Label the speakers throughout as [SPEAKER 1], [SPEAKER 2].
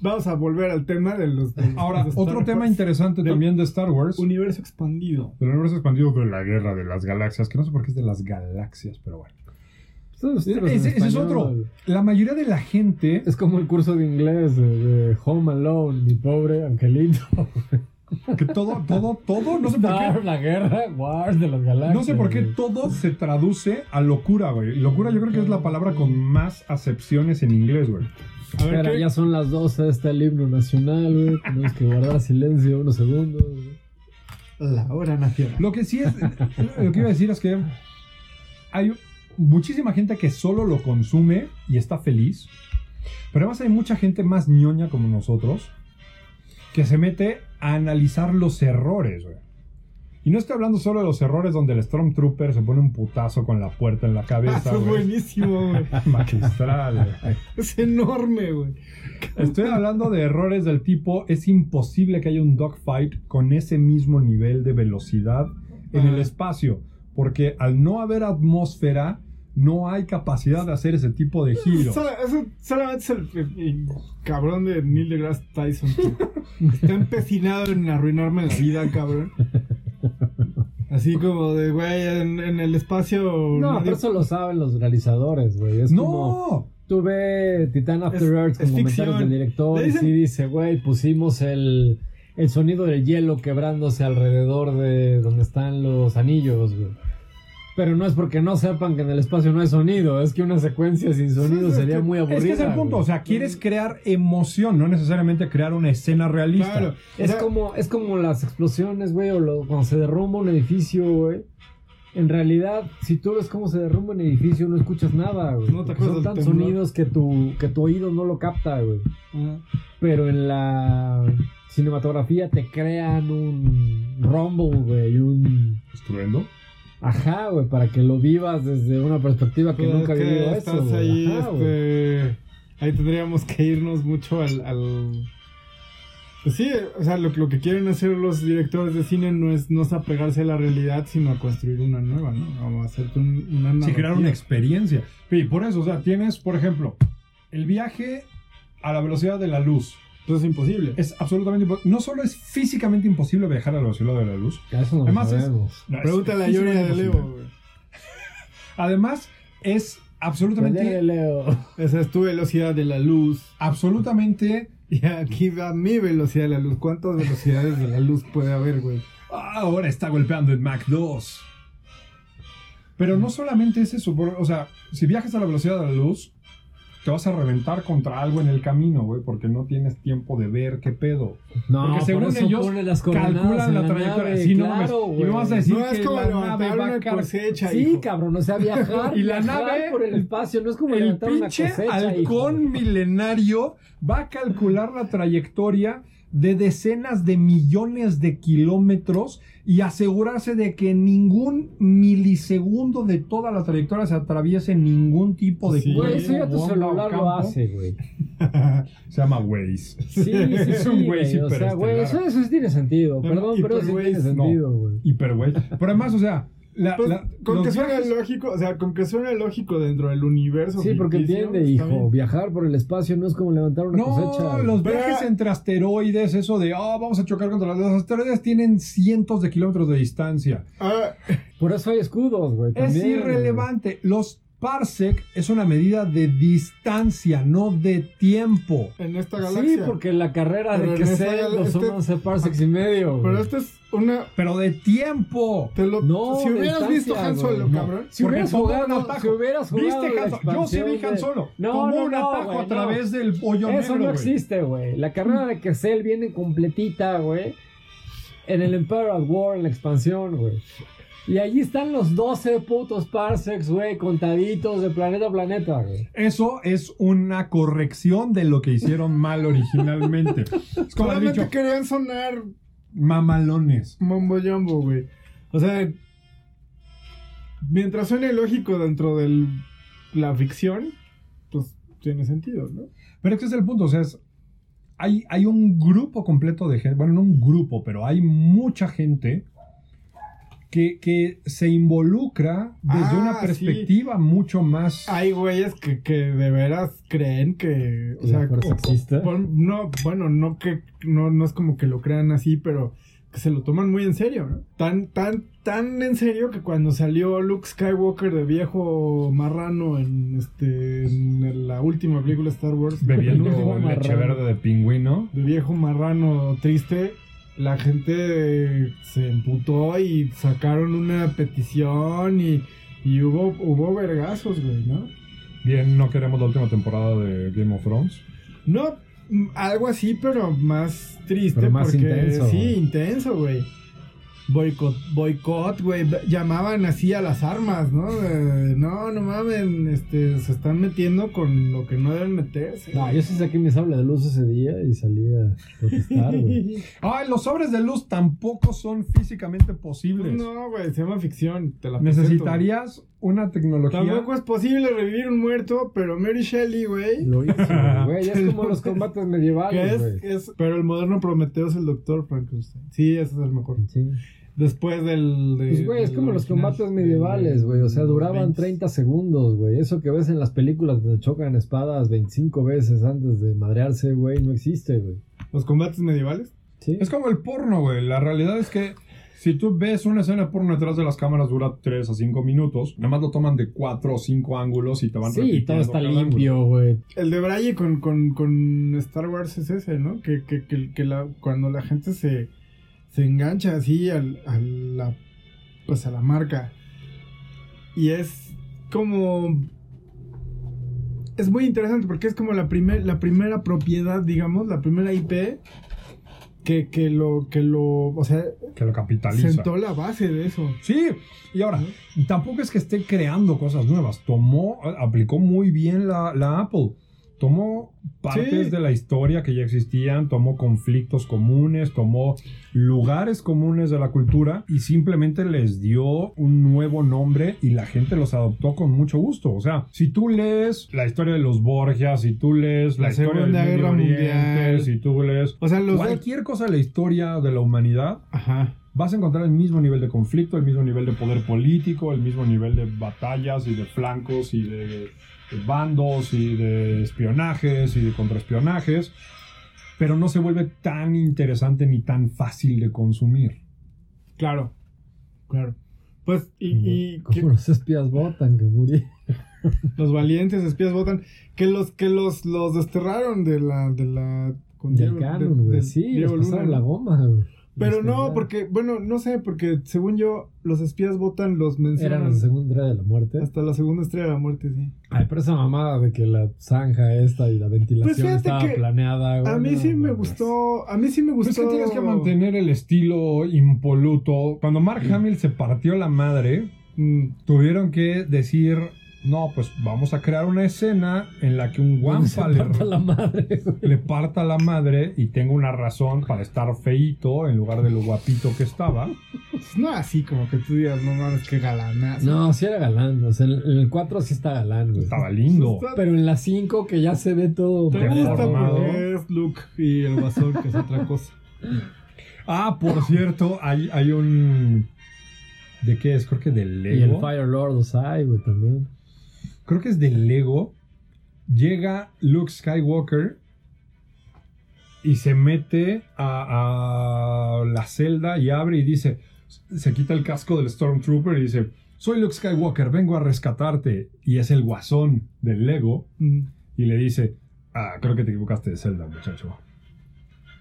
[SPEAKER 1] Vamos a volver al tema de los. de los-
[SPEAKER 2] Ahora,
[SPEAKER 1] de Star
[SPEAKER 2] otro tema
[SPEAKER 1] Wars.
[SPEAKER 2] interesante
[SPEAKER 1] Del-
[SPEAKER 2] también de Star Wars.
[SPEAKER 1] Universo expandido.
[SPEAKER 2] Del universo expandido de la guerra de las galaxias, que no sé por qué es de las galaxias, pero bueno.
[SPEAKER 3] Son
[SPEAKER 2] Ese,
[SPEAKER 3] títulos en
[SPEAKER 2] ese es
[SPEAKER 3] español.
[SPEAKER 2] otro. La mayoría de la gente.
[SPEAKER 3] Es como el curso de inglés de, de Home Alone, mi pobre angelito.
[SPEAKER 2] Que todo, todo, todo. No sé por qué.
[SPEAKER 3] Star, la guerra, Wars de las Ah, galaxias.
[SPEAKER 2] No sé por qué
[SPEAKER 3] güey.
[SPEAKER 2] todo se traduce a locura, güey. Y Locura yo creo que es la palabra con más acepciones en inglés, güey.
[SPEAKER 1] A ver,
[SPEAKER 3] Espera,
[SPEAKER 1] ¿qué-
[SPEAKER 3] ya son las 12, está el himno nacional, güey. Tenemos que guardar silencio unos segundos. güey.
[SPEAKER 1] La hora nacional.
[SPEAKER 2] Lo que sí es, lo que iba a decir es que hay muchísima gente que solo lo consume y está feliz, pero además hay mucha gente más ñoña como nosotros que se mete a analizar los errores, güey. Y no estoy hablando solo de los errores donde el Stormtrooper se pone un putazo con la puerta en la
[SPEAKER 1] Ah,
[SPEAKER 2] cabeza,
[SPEAKER 1] eso es
[SPEAKER 2] güey.
[SPEAKER 1] buenísimo, güey.
[SPEAKER 2] Magistral, güey.
[SPEAKER 1] Es enorme, güey.
[SPEAKER 2] Estoy hablando de errores del tipo, es imposible que haya un dogfight con ese mismo nivel de velocidad en el
[SPEAKER 1] Ah.
[SPEAKER 2] espacio, porque al no haber atmósfera, no hay capacidad de hacer ese tipo de giros.
[SPEAKER 1] Solo- eso solamente es el, el- el cabrón de Neil deGrasse Tyson. que Está empecinado en arruinarme la vida, cabrón. Así como de, güey, en, en el espacio.
[SPEAKER 3] No,
[SPEAKER 1] nadie-
[SPEAKER 3] pero eso lo saben los realizadores, güey. Es como.
[SPEAKER 2] ¡No!
[SPEAKER 3] Tú ve Titan After
[SPEAKER 1] Es-
[SPEAKER 3] Earth con
[SPEAKER 1] es
[SPEAKER 3] comentarios
[SPEAKER 1] ficción.
[SPEAKER 3] del director
[SPEAKER 1] Le
[SPEAKER 3] y
[SPEAKER 1] dicen-
[SPEAKER 3] sí dice, güey, pusimos el, el sonido del hielo quebrándose alrededor de donde están los anillos, güey. Pero no es porque no sepan que en el espacio no hay sonido, es que una secuencia sin sonido
[SPEAKER 1] sí, es
[SPEAKER 3] sería
[SPEAKER 1] que-
[SPEAKER 3] muy aburrida.
[SPEAKER 2] Es que es el punto,
[SPEAKER 3] güey.
[SPEAKER 2] o sea, quieres crear emoción, no necesariamente crear una escena realista.
[SPEAKER 1] Claro. o
[SPEAKER 3] Es
[SPEAKER 1] sea,
[SPEAKER 3] como, es como las explosiones, güey, o lo- cuando se derrumba un edificio, güey. En realidad, si tú ves cómo se derrumba un edificio, no escuchas nada, güey.
[SPEAKER 1] No te
[SPEAKER 3] porque
[SPEAKER 1] acuerdas
[SPEAKER 3] Son
[SPEAKER 1] del
[SPEAKER 3] tan
[SPEAKER 1] temblor.
[SPEAKER 3] sonidos que tu, que tu oído no lo capta, güey.
[SPEAKER 1] ah,
[SPEAKER 3] Pero en la cinematografía te crean un rumble, güey, un...
[SPEAKER 2] Estruendo.
[SPEAKER 3] Ajá, güey, para que lo vivas desde una perspectiva que
[SPEAKER 1] pues,
[SPEAKER 3] nunca
[SPEAKER 1] es
[SPEAKER 3] he
[SPEAKER 1] que
[SPEAKER 3] vivido
[SPEAKER 1] estás
[SPEAKER 3] eso, güey.
[SPEAKER 1] ahí,
[SPEAKER 3] Ajá, güey.
[SPEAKER 1] este, ahí tendríamos que irnos mucho al. al- Pues sí, o sea, lo, lo que quieren hacer los directores de cine no es, no es apegarse a la realidad, sino a construir una nueva, ¿no? Vamos a hacerte un, una
[SPEAKER 2] Sí, crear una
[SPEAKER 1] narrativa.
[SPEAKER 2] experiencia. Y por eso, o sea, tienes, por ejemplo, el viaje a la velocidad de la luz.
[SPEAKER 1] Eso es imposible.
[SPEAKER 2] Es absolutamente impo- No solo es físicamente imposible viajar a la velocidad de la luz.
[SPEAKER 3] A Eso no lo
[SPEAKER 2] Además es-
[SPEAKER 3] sabemos.
[SPEAKER 2] no, es
[SPEAKER 1] Pregúntale a Yuri de
[SPEAKER 2] físicamente
[SPEAKER 1] Leo,
[SPEAKER 2] imposible.
[SPEAKER 1] güey.
[SPEAKER 2] Además, es
[SPEAKER 3] Pero ya
[SPEAKER 2] absolutamente,
[SPEAKER 3] le Pues leo.
[SPEAKER 1] Esa es tu velocidad de la luz.
[SPEAKER 2] absolutamente...
[SPEAKER 1] Y aquí va mi velocidad de la luz. ¿Cuántas velocidades de la luz puede haber, güey?
[SPEAKER 2] Ahora está golpeando en Mach 2. Pero no solamente es eso. por- o sea, si viajas a la velocidad de la luz, te vas a reventar contra algo en el camino, güey, porque no tienes tiempo de ver qué pedo.
[SPEAKER 3] No,
[SPEAKER 2] Porque según
[SPEAKER 3] por eso
[SPEAKER 2] ellos,
[SPEAKER 3] ponen las coordenadas
[SPEAKER 2] Calculan
[SPEAKER 3] en
[SPEAKER 2] la,
[SPEAKER 3] la
[SPEAKER 2] trayectoria.
[SPEAKER 3] nave,
[SPEAKER 2] Sí, no mames.
[SPEAKER 3] claro,
[SPEAKER 2] y
[SPEAKER 3] güey.
[SPEAKER 2] me vas a decir
[SPEAKER 1] No es
[SPEAKER 2] que
[SPEAKER 1] como
[SPEAKER 2] la nave
[SPEAKER 1] levantar
[SPEAKER 2] va a
[SPEAKER 1] una
[SPEAKER 2] car-
[SPEAKER 1] cosecha,
[SPEAKER 3] Sí,
[SPEAKER 1] hijo.
[SPEAKER 3] cabrón, o sea, viajar
[SPEAKER 2] Y la
[SPEAKER 3] viajar
[SPEAKER 2] nave-
[SPEAKER 3] por el espacio no es como
[SPEAKER 2] El
[SPEAKER 3] levantar una
[SPEAKER 2] pinche
[SPEAKER 3] cosecha,
[SPEAKER 2] halcón
[SPEAKER 3] hijo.
[SPEAKER 2] milenario va a calcular la trayectoria de decenas de millones de kilómetros y asegurarse de que ningún milisegundo de toda la trayectoria se atraviese ningún tipo de
[SPEAKER 1] Sí.
[SPEAKER 3] Güey,
[SPEAKER 2] cuerpo,
[SPEAKER 3] eso ya tu
[SPEAKER 2] bomba o
[SPEAKER 3] celular lo
[SPEAKER 2] campo.
[SPEAKER 3] hace, güey.
[SPEAKER 2] Se llama Waze.
[SPEAKER 3] Sí, sí,
[SPEAKER 2] Es
[SPEAKER 3] sí,
[SPEAKER 2] un güey
[SPEAKER 3] güey. O sea,
[SPEAKER 2] hiperestelar.
[SPEAKER 3] güey, eso, eso sí tiene sentido.
[SPEAKER 1] No,
[SPEAKER 3] Perdón, pero eso sí
[SPEAKER 1] hiperways,
[SPEAKER 3] tiene
[SPEAKER 2] no.
[SPEAKER 3] sentido, güey.
[SPEAKER 2] Hiper Waze. Pero además, o sea, la-
[SPEAKER 1] Pues,
[SPEAKER 2] la-
[SPEAKER 1] con
[SPEAKER 2] los
[SPEAKER 1] que suene
[SPEAKER 2] viajes-
[SPEAKER 1] lógico, o sea, con que suene lógico dentro del universo.
[SPEAKER 3] Sí, porque
[SPEAKER 1] ficticio, pues,
[SPEAKER 3] entiende,
[SPEAKER 1] está
[SPEAKER 3] hijo.
[SPEAKER 1] bien.
[SPEAKER 3] Viajar por el espacio no es como levantar una
[SPEAKER 2] No,
[SPEAKER 3] cosecha. güey.
[SPEAKER 2] los
[SPEAKER 1] Pero-
[SPEAKER 2] viajes entre asteroides, eso de, oh, vamos a chocar contra las... Los asteroides tienen cientos de kilómetros de distancia.
[SPEAKER 1] Ah,
[SPEAKER 3] Por eso hay escudos, güey.
[SPEAKER 2] Es
[SPEAKER 3] también, güey.
[SPEAKER 2] irrelevante. Los parsec es una medida de distancia, no de tiempo.
[SPEAKER 1] en esta galaxia.
[SPEAKER 3] Sí, porque la carrera
[SPEAKER 1] Pero
[SPEAKER 3] de
[SPEAKER 1] en
[SPEAKER 3] que
[SPEAKER 1] esta
[SPEAKER 3] sea
[SPEAKER 1] gal-
[SPEAKER 3] los son
[SPEAKER 1] este-
[SPEAKER 3] 11 parsecs y medio.
[SPEAKER 1] Pero
[SPEAKER 3] güey.
[SPEAKER 2] este-
[SPEAKER 1] esta es una.
[SPEAKER 2] Pero de tiempo.
[SPEAKER 1] te lo-
[SPEAKER 3] No,
[SPEAKER 1] si hubieras
[SPEAKER 3] distancia,
[SPEAKER 1] visto Han
[SPEAKER 3] güey,
[SPEAKER 1] Solo,
[SPEAKER 2] no.
[SPEAKER 1] cabrón.
[SPEAKER 3] Si
[SPEAKER 2] porque
[SPEAKER 3] hubieras
[SPEAKER 2] fue un
[SPEAKER 3] jugado,
[SPEAKER 2] atajo.
[SPEAKER 3] si hubieras jugado
[SPEAKER 2] ¿Viste
[SPEAKER 3] la
[SPEAKER 2] Han Solo? Yo sí vi
[SPEAKER 3] expansión
[SPEAKER 2] Han
[SPEAKER 3] de-
[SPEAKER 2] Solo.
[SPEAKER 3] No,
[SPEAKER 2] Tomó
[SPEAKER 3] no,
[SPEAKER 2] un
[SPEAKER 3] no,
[SPEAKER 2] atajo
[SPEAKER 3] güey,
[SPEAKER 2] a través
[SPEAKER 3] no.
[SPEAKER 2] del hoyo
[SPEAKER 3] Eso
[SPEAKER 2] negro,
[SPEAKER 3] no
[SPEAKER 2] güey.
[SPEAKER 3] existe, güey. La carrera de que Cell viene completita, güey. En el Empire at War, en la expansión, güey. Y allí están los 12 putos parsecs, güey, contaditos de planeta a planeta, güey.
[SPEAKER 2] Eso es una corrección de lo que hicieron mal originalmente. es como han
[SPEAKER 1] Solamente
[SPEAKER 2] dicho,
[SPEAKER 1] querían sonar
[SPEAKER 2] mamalones.
[SPEAKER 1] Mambo Jumbo, güey. O sea, mientras suene lógico dentro de la ficción, pues tiene sentido, ¿no?
[SPEAKER 2] Pero es que ese es el punto, o sea, es- hay, hay un grupo completo de gente, bueno, no un grupo, pero hay mucha gente que, que se involucra desde
[SPEAKER 1] Ah,
[SPEAKER 2] una
[SPEAKER 1] sí.
[SPEAKER 2] perspectiva mucho más...
[SPEAKER 1] Hay güeyes que, que de veras creen que. O
[SPEAKER 3] ¿La
[SPEAKER 1] sea,
[SPEAKER 3] fuerza
[SPEAKER 1] co-
[SPEAKER 3] existe?
[SPEAKER 1] pon- no, bueno, no que no, no es como que lo crean así, pero que se lo toman muy en serio, ¿no? Tan, tan, tan en serio que cuando salió Luke Skywalker de viejo marrano en este. en la última película de Star Wars.
[SPEAKER 3] El último
[SPEAKER 2] Bebiendo leche
[SPEAKER 3] marrano.
[SPEAKER 2] verde de pingüino.
[SPEAKER 1] de viejo marrano triste, la gente se emputó y sacaron una petición y, y hubo, hubo vergazos, güey, ¿no?
[SPEAKER 2] Bien, no queremos la última temporada de Game of Thrones.
[SPEAKER 1] No, mm, algo así, pero más triste.
[SPEAKER 3] Pero más
[SPEAKER 1] porque,
[SPEAKER 3] intenso,
[SPEAKER 1] Sí,
[SPEAKER 3] güey.
[SPEAKER 1] intenso, güey. Boicot, boicot, güey. B- Llamaban así a las armas, ¿no? De, no, no mamen, este, se están metiendo con lo que no deben meterse.
[SPEAKER 3] No, yo sí saqué mi sable de luz ese día y salí a protestar, güey.
[SPEAKER 2] Ay, los sobres de luz tampoco son físicamente posibles.
[SPEAKER 1] No, güey, se llama ficción. Te la presento.
[SPEAKER 2] Necesitarías una tecnología.
[SPEAKER 1] Tampoco es posible revivir un muerto, pero Mary Shelley, güey.
[SPEAKER 3] Lo hice, güey. Es como los combates
[SPEAKER 1] Que es,
[SPEAKER 3] medievales, güey.
[SPEAKER 1] es- pero el moderno Prometeo es el doctor Frankenstein. Sí, ese es el mejor.
[SPEAKER 3] Sí.
[SPEAKER 1] Después del. de-
[SPEAKER 3] Pues, güey, es
[SPEAKER 1] del
[SPEAKER 3] como los
[SPEAKER 1] original,
[SPEAKER 3] combates medievales, güey. O sea,
[SPEAKER 1] de los
[SPEAKER 3] duraban
[SPEAKER 1] 20.
[SPEAKER 3] 30 segundos, güey. Eso que ves en las películas donde chocan espadas 25 veces antes de madrearse, güey, no existe, güey.
[SPEAKER 1] Los combates medievales.
[SPEAKER 3] Sí.
[SPEAKER 2] Es como el porno, güey. La realidad es que si tú ves una escena porno detrás de las cámaras dura 3 a 5 minutos, nada más lo toman de 4 o 5 ángulos y te van
[SPEAKER 3] Sí,
[SPEAKER 2] repitiendo
[SPEAKER 3] todo está
[SPEAKER 2] cada ángulo.
[SPEAKER 3] limpio, güey.
[SPEAKER 1] El de Braille con, con, con Star Wars es ese, ¿no? Que, que, que, que la, cuando la gente se, se engancha así al, a la. Pues a la marca. Y es como. Es muy interesante porque es como la, primer, la primera propiedad, digamos, la primera IP que, que lo. que lo. O sea,
[SPEAKER 2] Que lo capitaliza.
[SPEAKER 1] sentó la base de eso.
[SPEAKER 2] Sí, y ahora, tampoco es que esté creando cosas nuevas. Tomó, aplicó muy bien la, la Apple. Tomó partes
[SPEAKER 1] Sí.
[SPEAKER 2] de la historia que ya existían, tomó conflictos comunes, tomó lugares comunes de la cultura y simplemente les dio un nuevo nombre y la gente los adoptó con mucho gusto. O sea, si tú lees la historia de los Borgias, si tú lees la,
[SPEAKER 1] La
[SPEAKER 2] historia
[SPEAKER 1] Segunda
[SPEAKER 2] del Medio
[SPEAKER 1] Guerra
[SPEAKER 2] Oriente,
[SPEAKER 1] Mundial.
[SPEAKER 2] si tú lees
[SPEAKER 1] O sea, los. dos-
[SPEAKER 2] cualquier cosa de la historia de la humanidad,
[SPEAKER 1] Ajá.
[SPEAKER 2] vas a encontrar el mismo nivel de conflicto, el mismo nivel de poder político, el mismo nivel de batallas y de flancos y de, de bandos y de espionajes y de contraespionajes, pero no se vuelve tan interesante ni tan fácil de consumir.
[SPEAKER 1] Claro. Claro. Pues, y, y
[SPEAKER 3] Como como los espías botan que murieron.
[SPEAKER 1] Los valientes espías votan. Que los que los, los desterraron de la. De la con
[SPEAKER 3] Del
[SPEAKER 1] Diego-
[SPEAKER 3] canon,
[SPEAKER 1] de-
[SPEAKER 3] güey.
[SPEAKER 1] de
[SPEAKER 3] sí,
[SPEAKER 1] Diego
[SPEAKER 3] les
[SPEAKER 1] Luna,
[SPEAKER 3] pasaron
[SPEAKER 1] ¿no?
[SPEAKER 3] la goma, güey. Este,
[SPEAKER 1] Pero
[SPEAKER 3] Los
[SPEAKER 1] no,
[SPEAKER 3] tenían-
[SPEAKER 1] porque, bueno, no sé, porque según yo, los espías votan, los mencionan
[SPEAKER 3] Eran la segunda entrega de la muerte.
[SPEAKER 1] hasta la segunda estrella de la muerte, sí.
[SPEAKER 3] Ay, pero esa mamada de que la zanja esta y la ventilación
[SPEAKER 1] Pues fíjate
[SPEAKER 3] estaba
[SPEAKER 1] que
[SPEAKER 3] planeada, güey.
[SPEAKER 1] A mí
[SPEAKER 3] no,
[SPEAKER 1] sí me
[SPEAKER 3] mames. Pues
[SPEAKER 1] gustó, a mí sí me
[SPEAKER 2] Pero
[SPEAKER 1] gustó.
[SPEAKER 2] Pues es que tienes que mantener el estilo impoluto. Cuando Mark Hamill se partió la madre,
[SPEAKER 1] Mm,
[SPEAKER 2] tuvieron que decir, no, pues vamos a crear una escena en la que un guampa le
[SPEAKER 3] Parta la madre, güey.
[SPEAKER 2] le parta la madre y tengo una razón para estar feíto en lugar de lo guapito que estaba.
[SPEAKER 1] pues no así como que tú digas, no mames, qué galanazo.
[SPEAKER 3] No, sí era galán. O sea, en en el 4 sí está galán, güey.
[SPEAKER 2] Estaba lindo.
[SPEAKER 1] Está-
[SPEAKER 3] Pero en la 5 que ya se ve todo.
[SPEAKER 1] Te
[SPEAKER 2] Reformado.
[SPEAKER 1] gusta
[SPEAKER 3] deformado.
[SPEAKER 1] porque es Luke y el guasón, que es otra cosa.
[SPEAKER 2] Ah, por cierto, hay, hay un... ¿De qué es? Creo que de
[SPEAKER 3] Y el
[SPEAKER 2] Lego.
[SPEAKER 3] Fire Lord Osai, güey, también.
[SPEAKER 2] Creo que es de Lego. Llega Luke Skywalker y se mete a, a la celda y abre y dice, se quita el casco del Stormtrooper y dice, soy Luke Skywalker, vengo a rescatarte. Y es el guasón del Lego.
[SPEAKER 1] Mm.
[SPEAKER 2] y le dice, ah, creo que te equivocaste de Zelda, muchacho.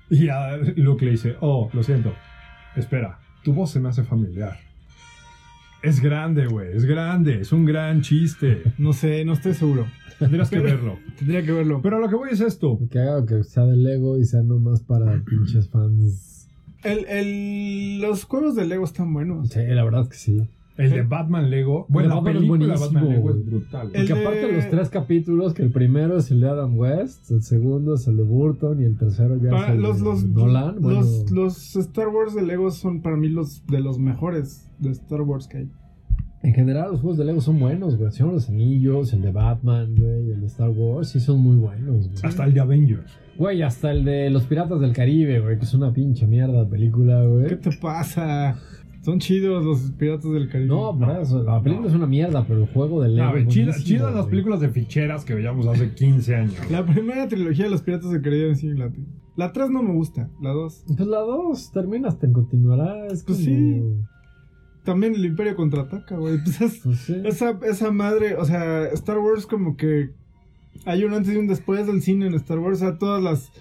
[SPEAKER 2] Y a Luke le dice, oh, lo siento, espera, tu voz se me hace familiar. Es grande, güey, es grande, es un gran chiste.
[SPEAKER 1] No sé, no estoy seguro.
[SPEAKER 2] Tendrías que verlo.
[SPEAKER 1] Tendría que verlo.
[SPEAKER 2] Pero a lo que voy es esto.
[SPEAKER 3] Que haga que sea de Lego y sea nomás para pinches fans.
[SPEAKER 1] El, el, los juegos de Lego están buenos.
[SPEAKER 3] Sí, la verdad es que sí.
[SPEAKER 2] El de Batman Lego. Bueno,
[SPEAKER 3] Eh, El de
[SPEAKER 2] la película
[SPEAKER 3] Batman es
[SPEAKER 2] de Batman
[SPEAKER 3] buenísimo,
[SPEAKER 2] Lego es
[SPEAKER 3] güey.
[SPEAKER 2] brutal. güey.
[SPEAKER 1] El
[SPEAKER 3] Porque
[SPEAKER 1] de-
[SPEAKER 3] aparte los tres capítulos, que el primero es el de Adam West, el segundo es el de Burton y el tercero ya
[SPEAKER 1] Para-
[SPEAKER 3] es el
[SPEAKER 1] Ah, los,
[SPEAKER 3] de
[SPEAKER 1] los,
[SPEAKER 3] Nolan. Bueno,
[SPEAKER 1] los, los Star Wars de Lego son para mí los de los mejores de Star Wars que hay.
[SPEAKER 3] En general los juegos de Lego son buenos, güey. El Señor de los Anillos, el de Batman, güey, el de Star Wars, sí son muy buenos, güey.
[SPEAKER 2] Hasta el de Avengers.
[SPEAKER 3] Güey, hasta el de Los Piratas del Caribe, güey, que es una pinche mierda de película, güey.
[SPEAKER 1] ¿Qué te pasa? Son chidos los Piratas del Caribe.
[SPEAKER 3] No, pero eso, la película
[SPEAKER 2] No.
[SPEAKER 3] es una mierda, pero el juego de Lego.
[SPEAKER 2] A
[SPEAKER 3] es
[SPEAKER 2] ver, chidas
[SPEAKER 3] buenísimo,
[SPEAKER 2] Ah, chidas las
[SPEAKER 3] güey.
[SPEAKER 2] películas de ficheras que veíamos hace 15 años.
[SPEAKER 1] La primera trilogía de los Piratas del Caribe sí la La 3 no me gusta, la 2.
[SPEAKER 3] Pues la 2 terminas, te continuará. Es
[SPEAKER 1] Pues
[SPEAKER 3] como...
[SPEAKER 1] sí. También el Imperio contraataca, güey. Pues es-
[SPEAKER 3] pues sí.
[SPEAKER 1] esa, esa madre, o sea, Star Wars como que hay un antes y un después del cine en Star Wars, o sea, todas las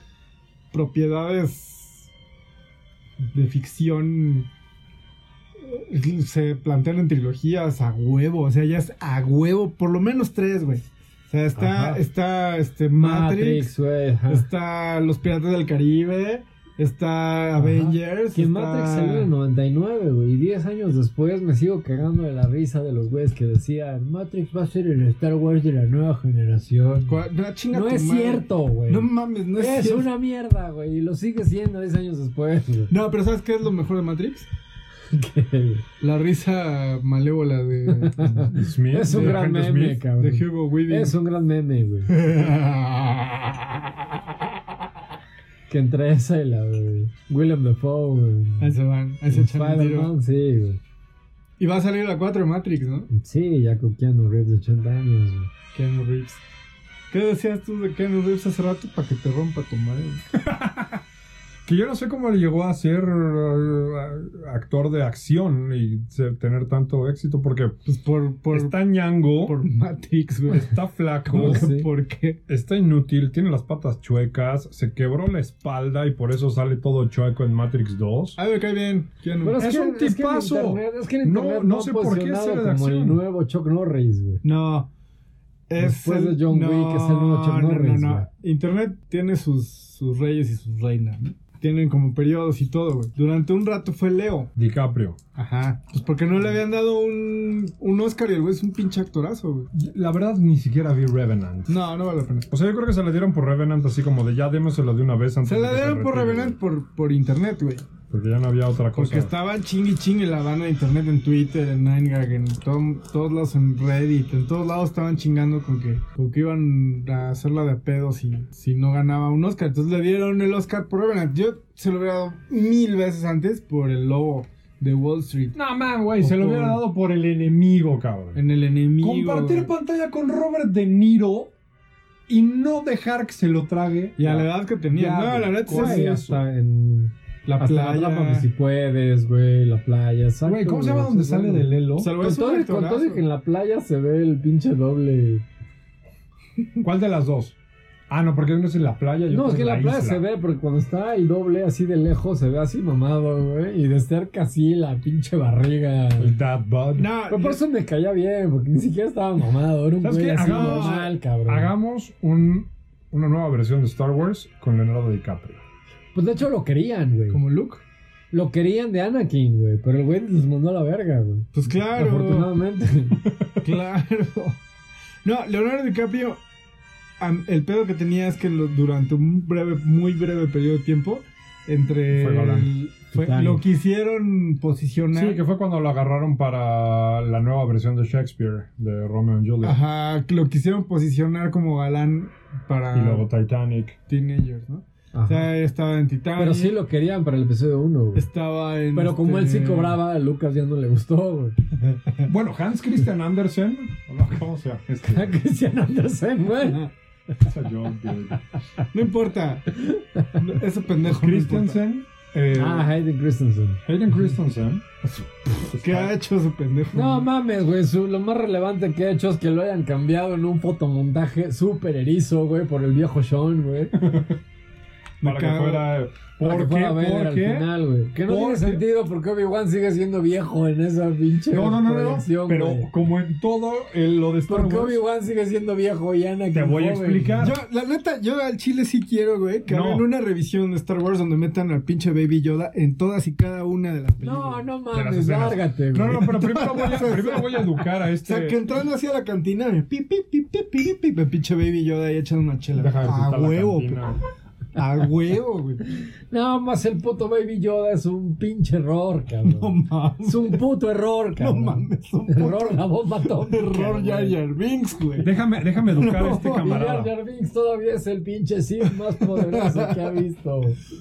[SPEAKER 1] propiedades de ficción eh, se plantean en trilogías a huevo, o sea, ya es a huevo, por lo menos tres, güey. O sea, está,
[SPEAKER 2] Ajá.
[SPEAKER 1] está este, Matrix
[SPEAKER 3] Matrix, güey. ajá.
[SPEAKER 1] Está Los Piratas del Caribe. Está Avengers.
[SPEAKER 3] Que
[SPEAKER 1] está-
[SPEAKER 3] Matrix salió en el 99, güey. Y 10 años después me sigo cagando de la risa de los güeyes que decían: Matrix va a ser el Star Wars de la nueva generación.
[SPEAKER 1] Cua- No, chinga
[SPEAKER 3] No
[SPEAKER 1] tu
[SPEAKER 3] es
[SPEAKER 1] madre.
[SPEAKER 3] cierto, güey.
[SPEAKER 1] No mames, no es,
[SPEAKER 3] es
[SPEAKER 1] cierto.
[SPEAKER 3] una mierda, güey. Y lo sigue siendo 10 años después, güey.
[SPEAKER 1] No, pero ¿sabes qué es lo mejor de Matrix? La risa malévola de, de
[SPEAKER 2] Smith,
[SPEAKER 3] es un
[SPEAKER 2] de
[SPEAKER 3] gran
[SPEAKER 2] Agente
[SPEAKER 3] meme,
[SPEAKER 2] Smith.
[SPEAKER 3] cabrón.
[SPEAKER 1] Hugo Weaving.
[SPEAKER 3] Es un gran meme, güey. Que entre esa y la de William Dafoe, güey.
[SPEAKER 1] Ahí se van, ahí se echan un tiro.
[SPEAKER 3] Spider-Man, sí, güey.
[SPEAKER 1] Y va a salir la 4 de Matrix, ¿no?
[SPEAKER 3] Sí, ya con Keanu Reeves de 80 años, güey.
[SPEAKER 1] Keanu Reeves. ¿Qué decías tú de Keanu Reeves hace rato para que te rompa tu madre?
[SPEAKER 2] Que yo no sé cómo llegó a ser eh, actor de acción y ser- tener tanto éxito, porque
[SPEAKER 1] Pues por, por,
[SPEAKER 2] está ñango,
[SPEAKER 1] por Matrix, güey.
[SPEAKER 2] está flaco,
[SPEAKER 1] ¿Cómo que
[SPEAKER 3] sí.
[SPEAKER 1] por qué?
[SPEAKER 2] está inútil, tiene las patas chuecas, se quebró la espalda y por eso sale todo chueco en Matrix 2.
[SPEAKER 1] A mí me cae bien, Keanu.
[SPEAKER 3] Pero
[SPEAKER 2] Es un
[SPEAKER 3] que en
[SPEAKER 2] tipazo.
[SPEAKER 3] internet- es que en
[SPEAKER 2] No,
[SPEAKER 3] internet
[SPEAKER 2] no
[SPEAKER 3] lo
[SPEAKER 2] sé
[SPEAKER 3] han
[SPEAKER 2] por qué ese
[SPEAKER 3] posicionado
[SPEAKER 2] era de
[SPEAKER 3] como el
[SPEAKER 2] acción.
[SPEAKER 3] nuevo Chuck Norris, güey.
[SPEAKER 1] No. Es
[SPEAKER 3] Después de John Wick, es el nuevo Chuck Norris,
[SPEAKER 1] No, no,
[SPEAKER 3] güey.
[SPEAKER 1] no. Internet tiene sus, sus reyes y sus reinas. ¿no? Tienen como periodos y todo, güey. Durante un rato fue Leo.
[SPEAKER 2] DiCaprio.
[SPEAKER 1] Ajá. Pues porque no le habían dado un, un Oscar y el güey es un pinche actorazo, güey.
[SPEAKER 2] La verdad, ni siquiera vi Revenant.
[SPEAKER 1] No, no vale la pena.
[SPEAKER 2] O sea, yo creo que se la dieron por Revenant así como de ya démoselo de una vez antes
[SPEAKER 1] Se
[SPEAKER 2] de
[SPEAKER 1] la
[SPEAKER 3] pues,
[SPEAKER 2] que
[SPEAKER 1] dieron por
[SPEAKER 2] retire".
[SPEAKER 1] Revenant por, por internet, güey.
[SPEAKER 2] Porque ya no había otra cosa.
[SPEAKER 1] Porque estaban chingue y chingue la banda de internet en Twitter, en 9gag, en to- todos lados, en Reddit, en todos lados estaban chingando con que, con que iban a hacerla de a pedo si, si no ganaba un Oscar. Entonces le dieron el Oscar por Revenant. Yo se lo hubiera dado mil veces antes por el lobo de Wall Street.
[SPEAKER 2] No, man, güey,
[SPEAKER 1] O
[SPEAKER 2] se lo
[SPEAKER 1] por-
[SPEAKER 2] hubiera dado por el enemigo, cabrón.
[SPEAKER 1] En el enemigo.
[SPEAKER 2] Compartir
[SPEAKER 1] güey.
[SPEAKER 2] pantalla con Robert De Niro y no dejar que se lo trague.
[SPEAKER 1] Y a la edad que tenía.
[SPEAKER 2] Ya,
[SPEAKER 1] no, la
[SPEAKER 2] güey,
[SPEAKER 1] verdad
[SPEAKER 2] ¿cuál
[SPEAKER 1] es
[SPEAKER 3] Güey, hasta en...
[SPEAKER 1] la
[SPEAKER 3] hasta
[SPEAKER 1] playa.
[SPEAKER 3] la trápame si puedes, güey, la playa, exacto,
[SPEAKER 2] Güey, ¿cómo se llama
[SPEAKER 3] güey,
[SPEAKER 2] donde
[SPEAKER 3] sí,
[SPEAKER 2] sale
[SPEAKER 3] güey.
[SPEAKER 2] del Lelo?
[SPEAKER 1] O sea, el güey
[SPEAKER 3] Con
[SPEAKER 1] es un
[SPEAKER 3] todo, y- con todo y
[SPEAKER 1] actorazo.
[SPEAKER 3] que en la playa se ve el pinche doble.
[SPEAKER 2] ¿Cuál de las dos? Ah, no, porque uno es en la playa y otro
[SPEAKER 3] No, es que en la playa
[SPEAKER 2] isla.
[SPEAKER 3] se ve, porque cuando está el doble así de lejos se ve así mamado, güey. Y de cerca así la pinche barriga.
[SPEAKER 2] El Dad Bud.
[SPEAKER 1] No,
[SPEAKER 3] Pero por eso me caía bien, porque ni siquiera estaba mamado. Era un
[SPEAKER 2] ¿Sabes
[SPEAKER 3] güey
[SPEAKER 2] qué?
[SPEAKER 3] así
[SPEAKER 2] Hagamos-
[SPEAKER 3] normal, cabrón.
[SPEAKER 2] Hagamos un- una nueva versión de Star Wars con Leonardo DiCaprio.
[SPEAKER 3] Pues de hecho lo querían, güey.
[SPEAKER 1] como Luke.
[SPEAKER 3] Lo querían de Anakin, güey. Pero el güey los mandó a la verga, güey.
[SPEAKER 1] Pues claro.
[SPEAKER 3] Afortunadamente.
[SPEAKER 1] Claro. No, Leonardo DiCaprio, am- el pedo que tenía es que lo- durante un breve, muy breve periodo de tiempo, entre...
[SPEAKER 2] Fue galán.
[SPEAKER 1] el- fue-
[SPEAKER 3] Titanic.
[SPEAKER 1] lo quisieron posicionar.
[SPEAKER 2] Sí, que fue cuando lo agarraron para la nueva versión de Shakespeare, de Romeo y Juliet.
[SPEAKER 1] Ajá, lo quisieron posicionar como galán para
[SPEAKER 2] Y luego Titanic.
[SPEAKER 1] teenagers, ¿no? O
[SPEAKER 3] Ajá.
[SPEAKER 1] sea, estaba en Titanic.
[SPEAKER 3] Pero sí lo querían para el episodio 1, güey.
[SPEAKER 1] Estaba en...
[SPEAKER 3] Pero como él
[SPEAKER 1] este-
[SPEAKER 3] sí cobraba, a Lucas ya no le gustó, güey.
[SPEAKER 2] Bueno, Hans Christian Andersen. no, ¿Cómo se llama? Este,
[SPEAKER 3] A Christian Andersen, güey.
[SPEAKER 1] Ajá.
[SPEAKER 2] ese John, güey.
[SPEAKER 1] No importa. No, Ese pendejo. no importa.
[SPEAKER 2] Christensen. eh,
[SPEAKER 3] Ah, Hayden Christensen.
[SPEAKER 2] Hayden Christensen.
[SPEAKER 1] ¿Qué ha hecho ese pendejo?
[SPEAKER 3] No mames, güey. su- Lo más relevante que ha hecho es que lo hayan cambiado en un fotomontaje súper erizo, güey, por el viejo Sean, güey.
[SPEAKER 1] Me
[SPEAKER 2] Para que
[SPEAKER 1] cago.
[SPEAKER 2] fuera.
[SPEAKER 3] Para que
[SPEAKER 2] ¿Por
[SPEAKER 3] fuera
[SPEAKER 2] qué?
[SPEAKER 3] a ver
[SPEAKER 2] ¿Por
[SPEAKER 3] al
[SPEAKER 2] qué?
[SPEAKER 3] final, güey. Que no
[SPEAKER 2] ¿Por
[SPEAKER 3] tiene
[SPEAKER 2] qué?
[SPEAKER 3] sentido porque Obi-Wan sigue siendo viejo en esa pinche
[SPEAKER 2] No, no, no, no.
[SPEAKER 3] proyección,
[SPEAKER 2] Pero
[SPEAKER 3] güey.
[SPEAKER 2] como en todo el- lo de Star
[SPEAKER 3] ¿Por qué
[SPEAKER 2] Wars.
[SPEAKER 3] Obi-Wan sigue siendo viejo y Anakin
[SPEAKER 2] Te voy a
[SPEAKER 3] joven?
[SPEAKER 2] explicar.
[SPEAKER 1] Yo, la neta, yo al chile sí quiero, güey, que
[SPEAKER 2] No.
[SPEAKER 1] hagan una revisión de Star Wars donde metan al pinche Baby Yoda en todas y cada una de las películas.
[SPEAKER 3] No, no
[SPEAKER 2] las
[SPEAKER 3] mames,
[SPEAKER 2] escenas.
[SPEAKER 3] lárgate, güey.
[SPEAKER 2] No, no, pero primero voy a, primero voy a educar a
[SPEAKER 1] O sea, que
[SPEAKER 2] este.
[SPEAKER 1] entrando así a la cantina, pi, pi, pi, pi, pi, pi, pi, el pinche Baby Yoda ahí echando una chela.
[SPEAKER 2] Deja ver si
[SPEAKER 1] a
[SPEAKER 2] está la
[SPEAKER 1] Ah, huevo.
[SPEAKER 2] cantina.
[SPEAKER 1] A huevo, güey.
[SPEAKER 3] Nada más el puto Baby Yoda es un pinche error, cabrón.
[SPEAKER 1] No mames.
[SPEAKER 3] Es un puto error,
[SPEAKER 1] No
[SPEAKER 3] cabrón.
[SPEAKER 1] mames. Un
[SPEAKER 3] Error la bomba atómica.
[SPEAKER 1] error
[SPEAKER 3] güey.
[SPEAKER 1] ya Jar Binks, güey.
[SPEAKER 2] Déjame, déjame educar a este
[SPEAKER 3] Y Jar
[SPEAKER 2] camarada.
[SPEAKER 3] Jar Binks todavía es el pinche Sith más poderoso que ha visto.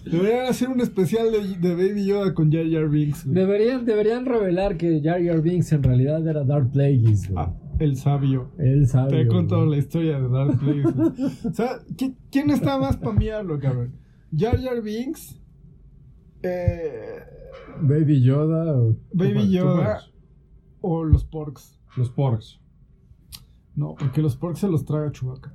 [SPEAKER 1] Deberían hacer un especial de, de Baby Yoda con Jar Jar Binks, güey.
[SPEAKER 3] Deberían, deberían revelar que Jar Jar Binks en realidad era Darth Plagueis, güey.
[SPEAKER 1] Ah, el sabio.
[SPEAKER 3] Él sabe.
[SPEAKER 1] Te he contado
[SPEAKER 3] güey.
[SPEAKER 1] la historia de Darth Plagueis. güey. o sea, ¿qui- ¿quién está más para miarlo, cabrón? Jar Jar Binks, eh,
[SPEAKER 3] Baby Yoda. o-
[SPEAKER 1] Baby
[SPEAKER 2] Tú puedes, tú
[SPEAKER 1] Yoda o los porks.
[SPEAKER 2] puedes. Los porcs.
[SPEAKER 1] No, porque los porks se los traga Chewbacca.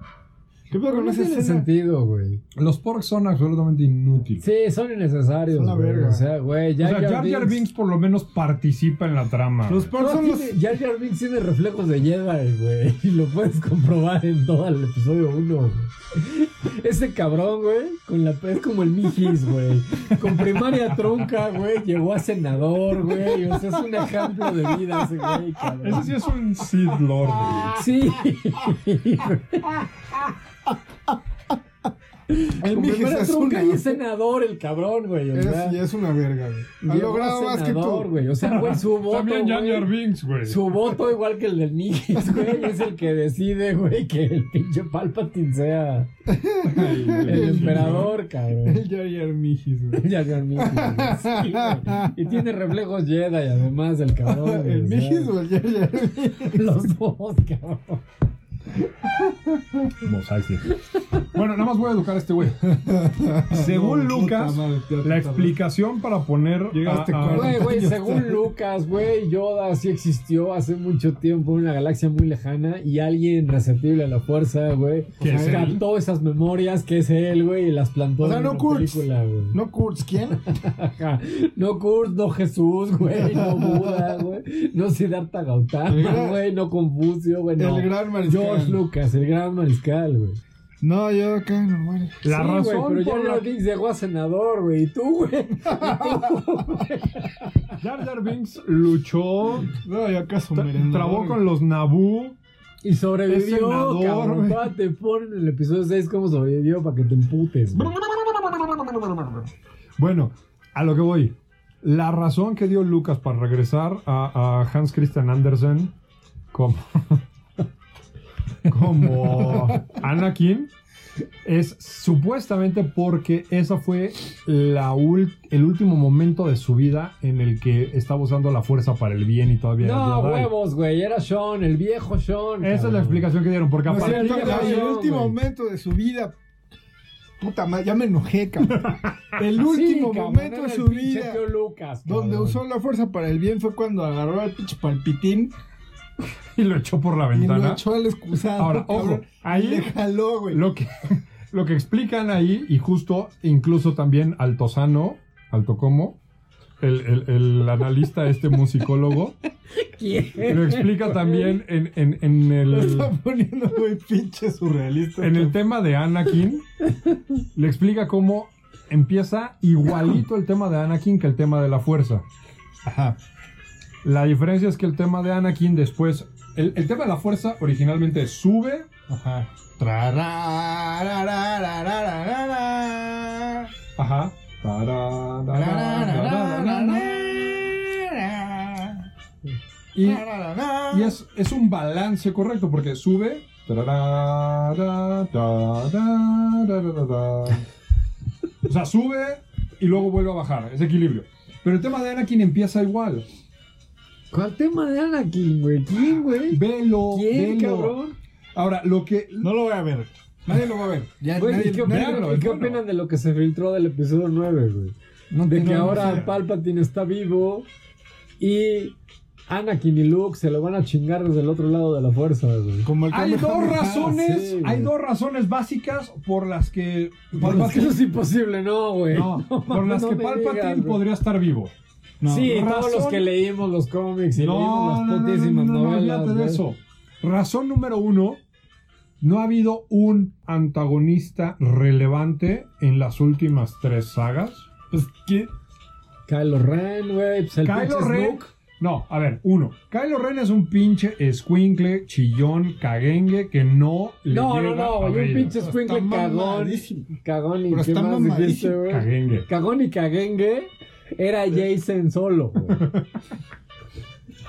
[SPEAKER 1] ¿Qué pedo con
[SPEAKER 3] No
[SPEAKER 1] esa
[SPEAKER 3] tiene
[SPEAKER 1] escena?
[SPEAKER 3] sentido, güey.
[SPEAKER 2] Los porcs son absolutamente inútiles.
[SPEAKER 3] Sí, son innecesarios.
[SPEAKER 1] Son la
[SPEAKER 3] güey.
[SPEAKER 1] verga.
[SPEAKER 3] O sea, güey,
[SPEAKER 2] O
[SPEAKER 3] Jar
[SPEAKER 2] sea, Jar Jar Binks por lo menos participa en la trama.
[SPEAKER 1] Los
[SPEAKER 3] No,
[SPEAKER 1] porks son los...
[SPEAKER 3] tiene- Jar Jar Binks tiene reflejos de Jedi, güey. Y lo puedes comprobar en todo el episodio 1. Ese cabrón, güey, con la es como el Mijis, güey. Con primaria trunca, güey, llegó a senador, güey. O sea, es un ejemplo de vida ese güey, cabrón.
[SPEAKER 2] Ese sí es un Sith Lord. güey.
[SPEAKER 3] Sí.
[SPEAKER 1] El
[SPEAKER 3] Con
[SPEAKER 1] Mijis
[SPEAKER 3] primaria
[SPEAKER 1] es
[SPEAKER 3] trunca
[SPEAKER 1] una...
[SPEAKER 3] y es senador el cabrón, güey. O sea,
[SPEAKER 1] Es, y es una verga, güey. Ha
[SPEAKER 3] llegó a
[SPEAKER 1] logrado más que
[SPEAKER 3] senador,
[SPEAKER 1] tú.
[SPEAKER 3] güey. O sea, güey, su voto,
[SPEAKER 2] También Jar
[SPEAKER 3] güey,
[SPEAKER 2] Jar Binks, güey.
[SPEAKER 3] Su voto, igual que el del Mijis, güey, es el que decide, güey, que el pinche Palpatine sea el emperador, cabrón.
[SPEAKER 1] El Jar Jar Mijis, güey.
[SPEAKER 3] Ya vio al Mijis, güey. Sí, güey. Y tiene reflejos Jedi, además, el cabrón. güey,
[SPEAKER 1] El
[SPEAKER 3] o sea,
[SPEAKER 1] Mijis o el Jar Jar Binks.
[SPEAKER 3] Los dos, cabrón.
[SPEAKER 2] Mos Eisley. Bueno, nada más voy a educar este a este güey. Según
[SPEAKER 1] No, puta
[SPEAKER 2] Lucas,
[SPEAKER 1] madre, te vas a
[SPEAKER 2] la
[SPEAKER 1] tardar.
[SPEAKER 2] explicación para poner.
[SPEAKER 1] Llegaste
[SPEAKER 2] a- a-
[SPEAKER 1] con-
[SPEAKER 3] Güey, güey, según Lucas, güey, Yoda sí existió hace mucho tiempo en una galaxia muy lejana y alguien receptible a la fuerza, güey,
[SPEAKER 2] ¿Qué es él?
[SPEAKER 3] captó esas memorias que es él, güey, y las plantó
[SPEAKER 1] O sea,
[SPEAKER 3] en
[SPEAKER 1] no
[SPEAKER 3] una
[SPEAKER 1] Kurtz.
[SPEAKER 3] película, güey.
[SPEAKER 1] No, Kurtz, ¿quién?
[SPEAKER 3] Ajá. No Kurt, no Jesús, güey, no Buda, güey, no Siddhartha
[SPEAKER 1] El
[SPEAKER 3] Gautama,
[SPEAKER 1] gran-
[SPEAKER 3] güey, no Confucio, güey, no.
[SPEAKER 1] El gran mariscal.
[SPEAKER 3] George Lucas, el gran mariscal, güey.
[SPEAKER 1] No, yo acá no, güey.
[SPEAKER 2] La
[SPEAKER 3] Sí, güey,
[SPEAKER 2] razón
[SPEAKER 3] pero
[SPEAKER 2] por
[SPEAKER 3] ya
[SPEAKER 2] la
[SPEAKER 3] Jar Binks llegó a senador, güey, y tú, güey.
[SPEAKER 2] Jar Jar Binks luchó,
[SPEAKER 1] No, yo acá su
[SPEAKER 2] tra-
[SPEAKER 1] merendador,
[SPEAKER 2] trabó
[SPEAKER 1] güey.
[SPEAKER 2] con los Naboo.
[SPEAKER 3] Y
[SPEAKER 2] Es
[SPEAKER 3] sobrevivió,
[SPEAKER 2] senador,
[SPEAKER 3] cabrón.
[SPEAKER 2] güey.
[SPEAKER 3] Todavía Te ponen en el episodio 6 cómo sobrevivió para que te emputes. güey.
[SPEAKER 2] Bueno, a lo que voy. La razón que dio Lucas para regresar a, a Hans Christian Andersen como, como Anakin es supuestamente porque esa fue la ul- el último momento de su vida en el que estaba usando la fuerza para el bien y todavía era
[SPEAKER 3] No,
[SPEAKER 2] Jedi.
[SPEAKER 3] huevos, güey. Era Sean, el viejo Sean.
[SPEAKER 2] Esa es la
[SPEAKER 3] cabrón.
[SPEAKER 2] explicación que dieron, porque
[SPEAKER 1] No,
[SPEAKER 2] a
[SPEAKER 1] es
[SPEAKER 2] partir
[SPEAKER 1] cierto,
[SPEAKER 2] de
[SPEAKER 1] cabrón,
[SPEAKER 2] ahí-
[SPEAKER 1] el último
[SPEAKER 3] güey.
[SPEAKER 1] momento de su vida. Puta madre, ya me enojé, cabrón. El último
[SPEAKER 3] Sí, cabrón,
[SPEAKER 1] momento
[SPEAKER 3] era
[SPEAKER 1] de
[SPEAKER 3] el
[SPEAKER 1] su
[SPEAKER 3] pinche
[SPEAKER 1] vida
[SPEAKER 3] tío Lucas,
[SPEAKER 1] donde
[SPEAKER 3] cabrón.
[SPEAKER 1] usó la fuerza para el bien fue cuando agarró al pinche palpitín
[SPEAKER 2] y lo echó por la
[SPEAKER 1] y
[SPEAKER 2] ventana.
[SPEAKER 1] lo echó al excusado.
[SPEAKER 2] Ahora, ojo,
[SPEAKER 1] cabrón,
[SPEAKER 2] ahí-
[SPEAKER 1] y le jaló, güey.
[SPEAKER 2] Lo que, lo que explican ahí, y justo incluso también Altozano, Altocomo, el, el- el analista, este musicólogo,
[SPEAKER 3] ¿Quién?
[SPEAKER 2] lo explica también en, en- en
[SPEAKER 1] Lo
[SPEAKER 2] el,
[SPEAKER 1] está poniendo muy pinche surrealista.
[SPEAKER 2] en el tema de Anakin. Le explica cómo empieza igualito el tema de Anakin que el tema de la fuerza.
[SPEAKER 1] Ajá.
[SPEAKER 2] La diferencia es que el tema de Anakin después. El, el tema de la fuerza originalmente sube.
[SPEAKER 1] Ajá. Trararararararararara.
[SPEAKER 2] Ajá.
[SPEAKER 1] Trararararararara.
[SPEAKER 2] Y
[SPEAKER 1] Tararara.
[SPEAKER 2] Y es, es un balance correcto porque sube. tarara, da, da, da, da, da, da. O sea, sube y luego vuelve a bajar. Es equilibrio. Pero el tema de Anakin empieza igual.
[SPEAKER 3] ¿Cuál tema de Anakin, güey? ¿Quién, güey?
[SPEAKER 2] Velo,
[SPEAKER 3] ¿Quién,
[SPEAKER 2] velo.
[SPEAKER 3] cabrón?
[SPEAKER 2] Ahora, lo que.
[SPEAKER 1] No lo voy a ver. Nadie lo va a ver. Ya,
[SPEAKER 3] Güey,
[SPEAKER 1] nadie-
[SPEAKER 3] ¿y
[SPEAKER 1] nadie
[SPEAKER 3] ¿Qué, opinan,
[SPEAKER 1] lo
[SPEAKER 2] véanlo,
[SPEAKER 1] va a
[SPEAKER 3] y
[SPEAKER 2] es
[SPEAKER 3] qué
[SPEAKER 2] bueno.
[SPEAKER 3] opinan de lo que se filtró del episodio 9, güey?
[SPEAKER 2] no
[SPEAKER 3] De que
[SPEAKER 2] tengo
[SPEAKER 3] ahora
[SPEAKER 2] idea.
[SPEAKER 3] Palpatine está vivo y Anakin y Luke se lo van a chingar desde el otro lado de la fuerza, güey.
[SPEAKER 1] ver. Como el
[SPEAKER 2] Hay dos
[SPEAKER 1] Kamehameha.
[SPEAKER 2] razones.
[SPEAKER 3] sí, güey.
[SPEAKER 2] hay dos razones básicas por las que.
[SPEAKER 3] Por las que
[SPEAKER 2] Palpatine-
[SPEAKER 3] eso es imposible, no, güey.
[SPEAKER 2] no, por las
[SPEAKER 3] no
[SPEAKER 2] que
[SPEAKER 3] me
[SPEAKER 2] Palpatine
[SPEAKER 3] digas, güey.
[SPEAKER 2] podría estar vivo.
[SPEAKER 1] No.
[SPEAKER 3] sí,
[SPEAKER 2] razón-
[SPEAKER 3] todos los que leímos los cómics y leímos
[SPEAKER 2] No, no,
[SPEAKER 3] las
[SPEAKER 2] no, no,
[SPEAKER 3] putísimas
[SPEAKER 2] no, no,
[SPEAKER 3] novelas.
[SPEAKER 2] olvídate de
[SPEAKER 3] güey.
[SPEAKER 2] eso. Razón número uno, no ha habido un antagonista relevante en las últimas tres sagas.
[SPEAKER 1] Pues, ¿qué?
[SPEAKER 3] Kylo Ren, güey. Pues el
[SPEAKER 2] Kylo
[SPEAKER 3] pinche
[SPEAKER 2] Ren,
[SPEAKER 3] Snoke.
[SPEAKER 2] No, a ver, uno. Kylo Ren es un pinche escuincle, chillón, caguengue que no le
[SPEAKER 3] No, no,
[SPEAKER 2] llega
[SPEAKER 3] no,
[SPEAKER 2] a
[SPEAKER 3] güey. Un
[SPEAKER 2] Vader.
[SPEAKER 3] pinche escuincle
[SPEAKER 1] Está
[SPEAKER 3] cagón.
[SPEAKER 1] mamadísimo.
[SPEAKER 3] Cagón y
[SPEAKER 1] Pero
[SPEAKER 3] qué
[SPEAKER 1] está
[SPEAKER 3] más
[SPEAKER 1] mamadísimo.
[SPEAKER 3] dijiste, güey.
[SPEAKER 2] Caguengue.
[SPEAKER 3] Cagón y caguengue era Jason solo, güey.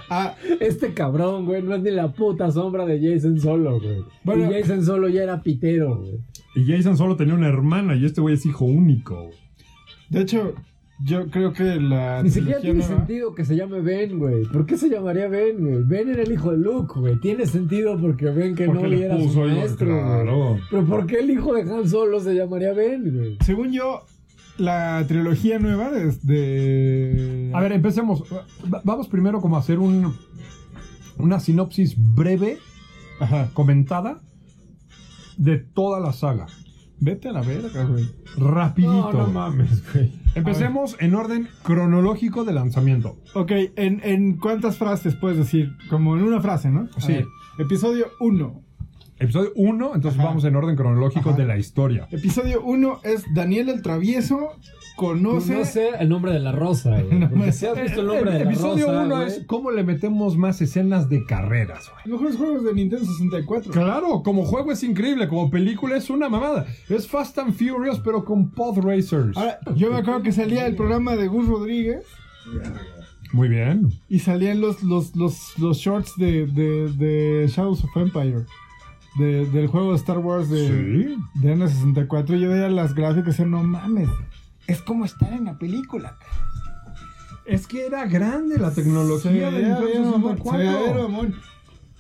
[SPEAKER 1] Ah,
[SPEAKER 3] Este cabrón, güey, no es ni la puta sombra de Jason Solo, güey.
[SPEAKER 2] Bueno.
[SPEAKER 3] y Jason Solo ya era pitero, güey.
[SPEAKER 2] Y Jason solo tenía una hermana y este güey es hijo único. güey.
[SPEAKER 1] de hecho, yo creo que la.
[SPEAKER 3] Ni siquiera
[SPEAKER 1] trilogía
[SPEAKER 3] tiene
[SPEAKER 1] nueva-
[SPEAKER 3] sentido que se llame Ben, güey. ¿Por qué se llamaría Ben, güey? Ben era el hijo de Luke, güey. Tiene sentido porque Ben que
[SPEAKER 2] Porque
[SPEAKER 3] no
[SPEAKER 2] le
[SPEAKER 3] era su
[SPEAKER 2] puso ahí,
[SPEAKER 3] maestro, güey.
[SPEAKER 2] claro.
[SPEAKER 3] Pero ¿por qué el hijo de Han Solo se llamaría Ben, güey?
[SPEAKER 1] Según yo, la trilogía nueva de. de-
[SPEAKER 2] A ver, empecemos. Va- Vamos primero como a hacer un, una sinopsis breve,
[SPEAKER 1] Ajá.
[SPEAKER 2] comentada, de toda la saga.
[SPEAKER 1] Vete a la verga, güey.
[SPEAKER 2] Rapidito.
[SPEAKER 1] mames, güey.
[SPEAKER 2] Empecemos en orden cronológico de lanzamiento.
[SPEAKER 1] Ok, ¿en, en cuántas frases puedes decir? Como en una frase, ¿no? A
[SPEAKER 2] Sí.
[SPEAKER 1] ver, episodio 1.
[SPEAKER 2] Episodio 1, entonces
[SPEAKER 1] Ajá.
[SPEAKER 2] vamos en orden cronológico
[SPEAKER 1] Ajá.
[SPEAKER 2] de la historia.
[SPEAKER 1] Episodio 1 es Daniel el Travieso conoce...
[SPEAKER 3] No sé el nombre de la rosa, güey.
[SPEAKER 1] No,
[SPEAKER 3] Porque
[SPEAKER 1] güey.
[SPEAKER 3] si has visto el nombre
[SPEAKER 2] Eh,
[SPEAKER 3] de la
[SPEAKER 2] episodio
[SPEAKER 3] rosa,
[SPEAKER 2] 1
[SPEAKER 3] güey,
[SPEAKER 2] es cómo le metemos más escenas de carreras. güey.
[SPEAKER 1] Los mejores juegos de Nintendo 64.
[SPEAKER 2] Claro, como juego es increíble, como película es una mamada. Es Fast and Furious, pero con Pod Racers.
[SPEAKER 1] Ahora, yo me acuerdo que salía el programa de Gus Rodríguez
[SPEAKER 2] Muy bien.
[SPEAKER 1] y salían los, los, los, los shorts de, de, de Shadows of Empire. de- del juego de Star Wars de,
[SPEAKER 2] Sí.
[SPEAKER 1] de N64. Yo veía las gráficas y decía, no mames. Es como estar en la película.
[SPEAKER 2] Es que era grande la
[SPEAKER 1] Se
[SPEAKER 2] tecnología del
[SPEAKER 1] veía bien,
[SPEAKER 2] Nintendo
[SPEAKER 1] mamón, se veía bien,
[SPEAKER 2] 64.
[SPEAKER 1] mamón.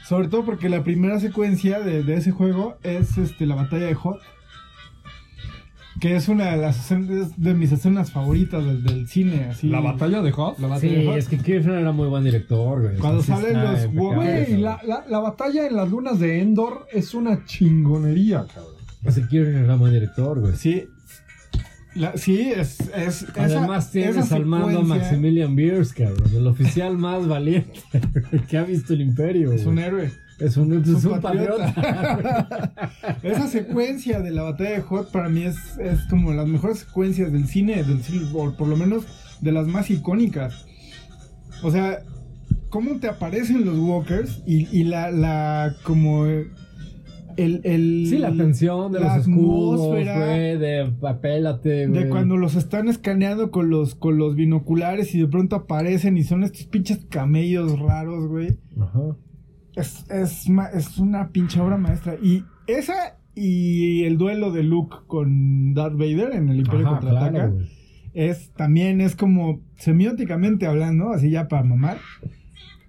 [SPEAKER 1] Sobre todo porque la primera secuencia de, de ese juego es este, la batalla de Hot. Que es una de las es de mis escenas favoritas del, del cine. Así.
[SPEAKER 2] La batalla de Hoth.
[SPEAKER 1] La batalla de
[SPEAKER 3] Sí,
[SPEAKER 1] Hoth.
[SPEAKER 3] es que Kirchner era muy buen director, güey.
[SPEAKER 1] Cuando
[SPEAKER 3] O sea, sí
[SPEAKER 1] salen
[SPEAKER 3] está
[SPEAKER 1] los
[SPEAKER 3] impecable,
[SPEAKER 1] Wookiees,
[SPEAKER 2] Güey, la, la- la batalla en las lunas de Endor es una chingonería, cabrón.
[SPEAKER 3] Es que Kirchner era buen director, güey.
[SPEAKER 1] Sí. La- sí, es. es esa-
[SPEAKER 3] Además tienes
[SPEAKER 1] esa
[SPEAKER 3] al mando a
[SPEAKER 1] secuencia
[SPEAKER 3] Maximilian Beers, cabrón, el oficial más valiente que ha visto el imperio.
[SPEAKER 1] Es un
[SPEAKER 3] güey.
[SPEAKER 1] héroe.
[SPEAKER 3] es un, es
[SPEAKER 1] es un
[SPEAKER 3] un patriota.
[SPEAKER 1] Esa secuencia de la batalla de Hot para mí es, es como las mejores secuencias del cine, del cine, o por lo menos de las más icónicas. O sea, cómo te aparecen los Walkers y, y la, la, como eh, el, el-
[SPEAKER 3] Sí, la tensión de
[SPEAKER 1] la
[SPEAKER 3] los escudos,
[SPEAKER 1] atmósfera.
[SPEAKER 3] güey, de papélate, güey.
[SPEAKER 1] De cuando los están escaneando con los, con los binoculares y de pronto aparecen y son estos pinches camellos raros, güey.
[SPEAKER 3] Ajá.
[SPEAKER 1] Es, es, ma- es una pinche obra maestra. Y esa y el duelo de Luke con Darth Vader en el Imperio
[SPEAKER 3] Ajá,
[SPEAKER 1] Contraataca
[SPEAKER 3] claro, güey.
[SPEAKER 1] es también es como semióticamente hablando, así ya para mamar.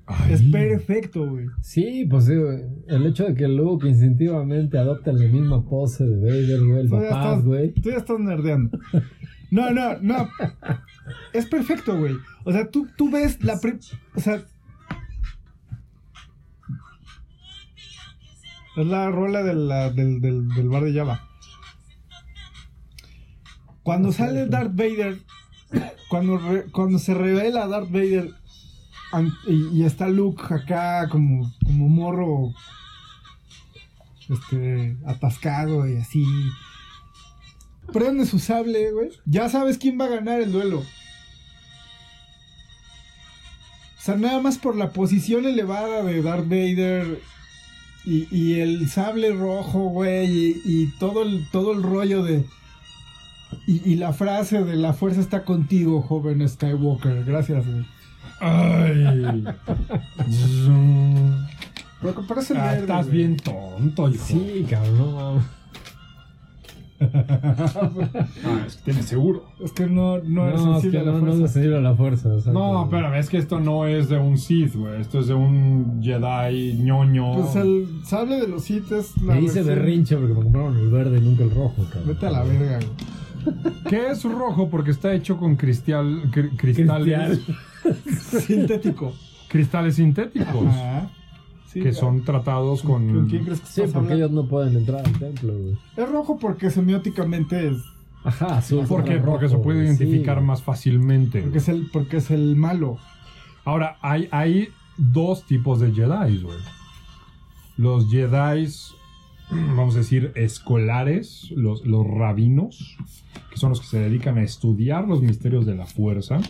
[SPEAKER 2] Ay.
[SPEAKER 1] Es perfecto, güey.
[SPEAKER 3] Sí, pues sí, güey. el hecho de que Luke instintivamente adopta la misma pose de Vader, güey, el
[SPEAKER 1] Tú ya
[SPEAKER 3] papá,
[SPEAKER 1] estás-
[SPEAKER 3] güey.
[SPEAKER 1] Tú ya estás nerdeando. No, no, no. Es perfecto, güey. O sea, tú, tú ves la... pri- O sea... Es la rola de la- del, del- del bar de Java. Cuando sale Darth Vader, cuando, re- cuando se revela Darth Vader an- y, y está Luke acá como, como morro este, atascado y así, prende su sable, güey. Ya sabes quién va a ganar el duelo. O sea, nada más por la posición elevada de Darth Vader y, y el sable rojo, güey, y, y todo, el, todo el rollo de... Y, y la frase de la fuerza está contigo, joven Skywalker. Gracias, güey.
[SPEAKER 2] Ay. Zum.
[SPEAKER 1] Pero que parece
[SPEAKER 2] Ah,
[SPEAKER 1] nerd,
[SPEAKER 2] estás
[SPEAKER 1] güey.
[SPEAKER 2] bien tonto, hijo.
[SPEAKER 3] Sí, cabrón, no mames.
[SPEAKER 2] Ah, es que tienes seguro.
[SPEAKER 1] Es que no, no,
[SPEAKER 3] No,
[SPEAKER 1] eres
[SPEAKER 3] es
[SPEAKER 1] sensible
[SPEAKER 3] que
[SPEAKER 1] a la
[SPEAKER 3] no, no
[SPEAKER 1] fuerza.
[SPEAKER 3] es sensible a la fuerza. exacto,
[SPEAKER 2] No,
[SPEAKER 3] güey.
[SPEAKER 2] espérame, es que esto no es de un Sith, güey. Esto es de un Jedi ñoño.
[SPEAKER 1] Pues el sable de los Sith es la
[SPEAKER 3] Me hice
[SPEAKER 1] versión-
[SPEAKER 3] berrinche porque me compraron el verde y nunca el rojo, cabrón.
[SPEAKER 1] Vete a la verga, güey.
[SPEAKER 2] Que es rojo porque está hecho con cristial, cr- cristales,
[SPEAKER 3] Cristial.
[SPEAKER 1] Sintético.
[SPEAKER 2] cristales
[SPEAKER 3] Pues,
[SPEAKER 2] sintéticos.
[SPEAKER 1] Ajá. Sí,
[SPEAKER 2] Que son tratados con...
[SPEAKER 1] ¿Con quién crees que
[SPEAKER 3] mm, Sí,
[SPEAKER 1] estás
[SPEAKER 3] porque
[SPEAKER 1] hablando?
[SPEAKER 3] ellos no pueden entrar al templo, güey.
[SPEAKER 1] Es rojo porque semióticamente es.
[SPEAKER 3] Ajá, azul.
[SPEAKER 2] ¿Por qué?
[SPEAKER 3] contra
[SPEAKER 2] Porque
[SPEAKER 3] rojo,
[SPEAKER 2] se puede
[SPEAKER 3] güey,
[SPEAKER 2] identificar
[SPEAKER 3] sí.
[SPEAKER 2] más fácilmente.
[SPEAKER 1] Porque
[SPEAKER 2] güey.
[SPEAKER 1] es el, porque es el malo.
[SPEAKER 2] Ahora, hay, hay dos tipos de Jedi, güey. Los Jedi, vamos a decir, escolares, los, los rabinos, que son los que se dedican a estudiar los misterios de la fuerza.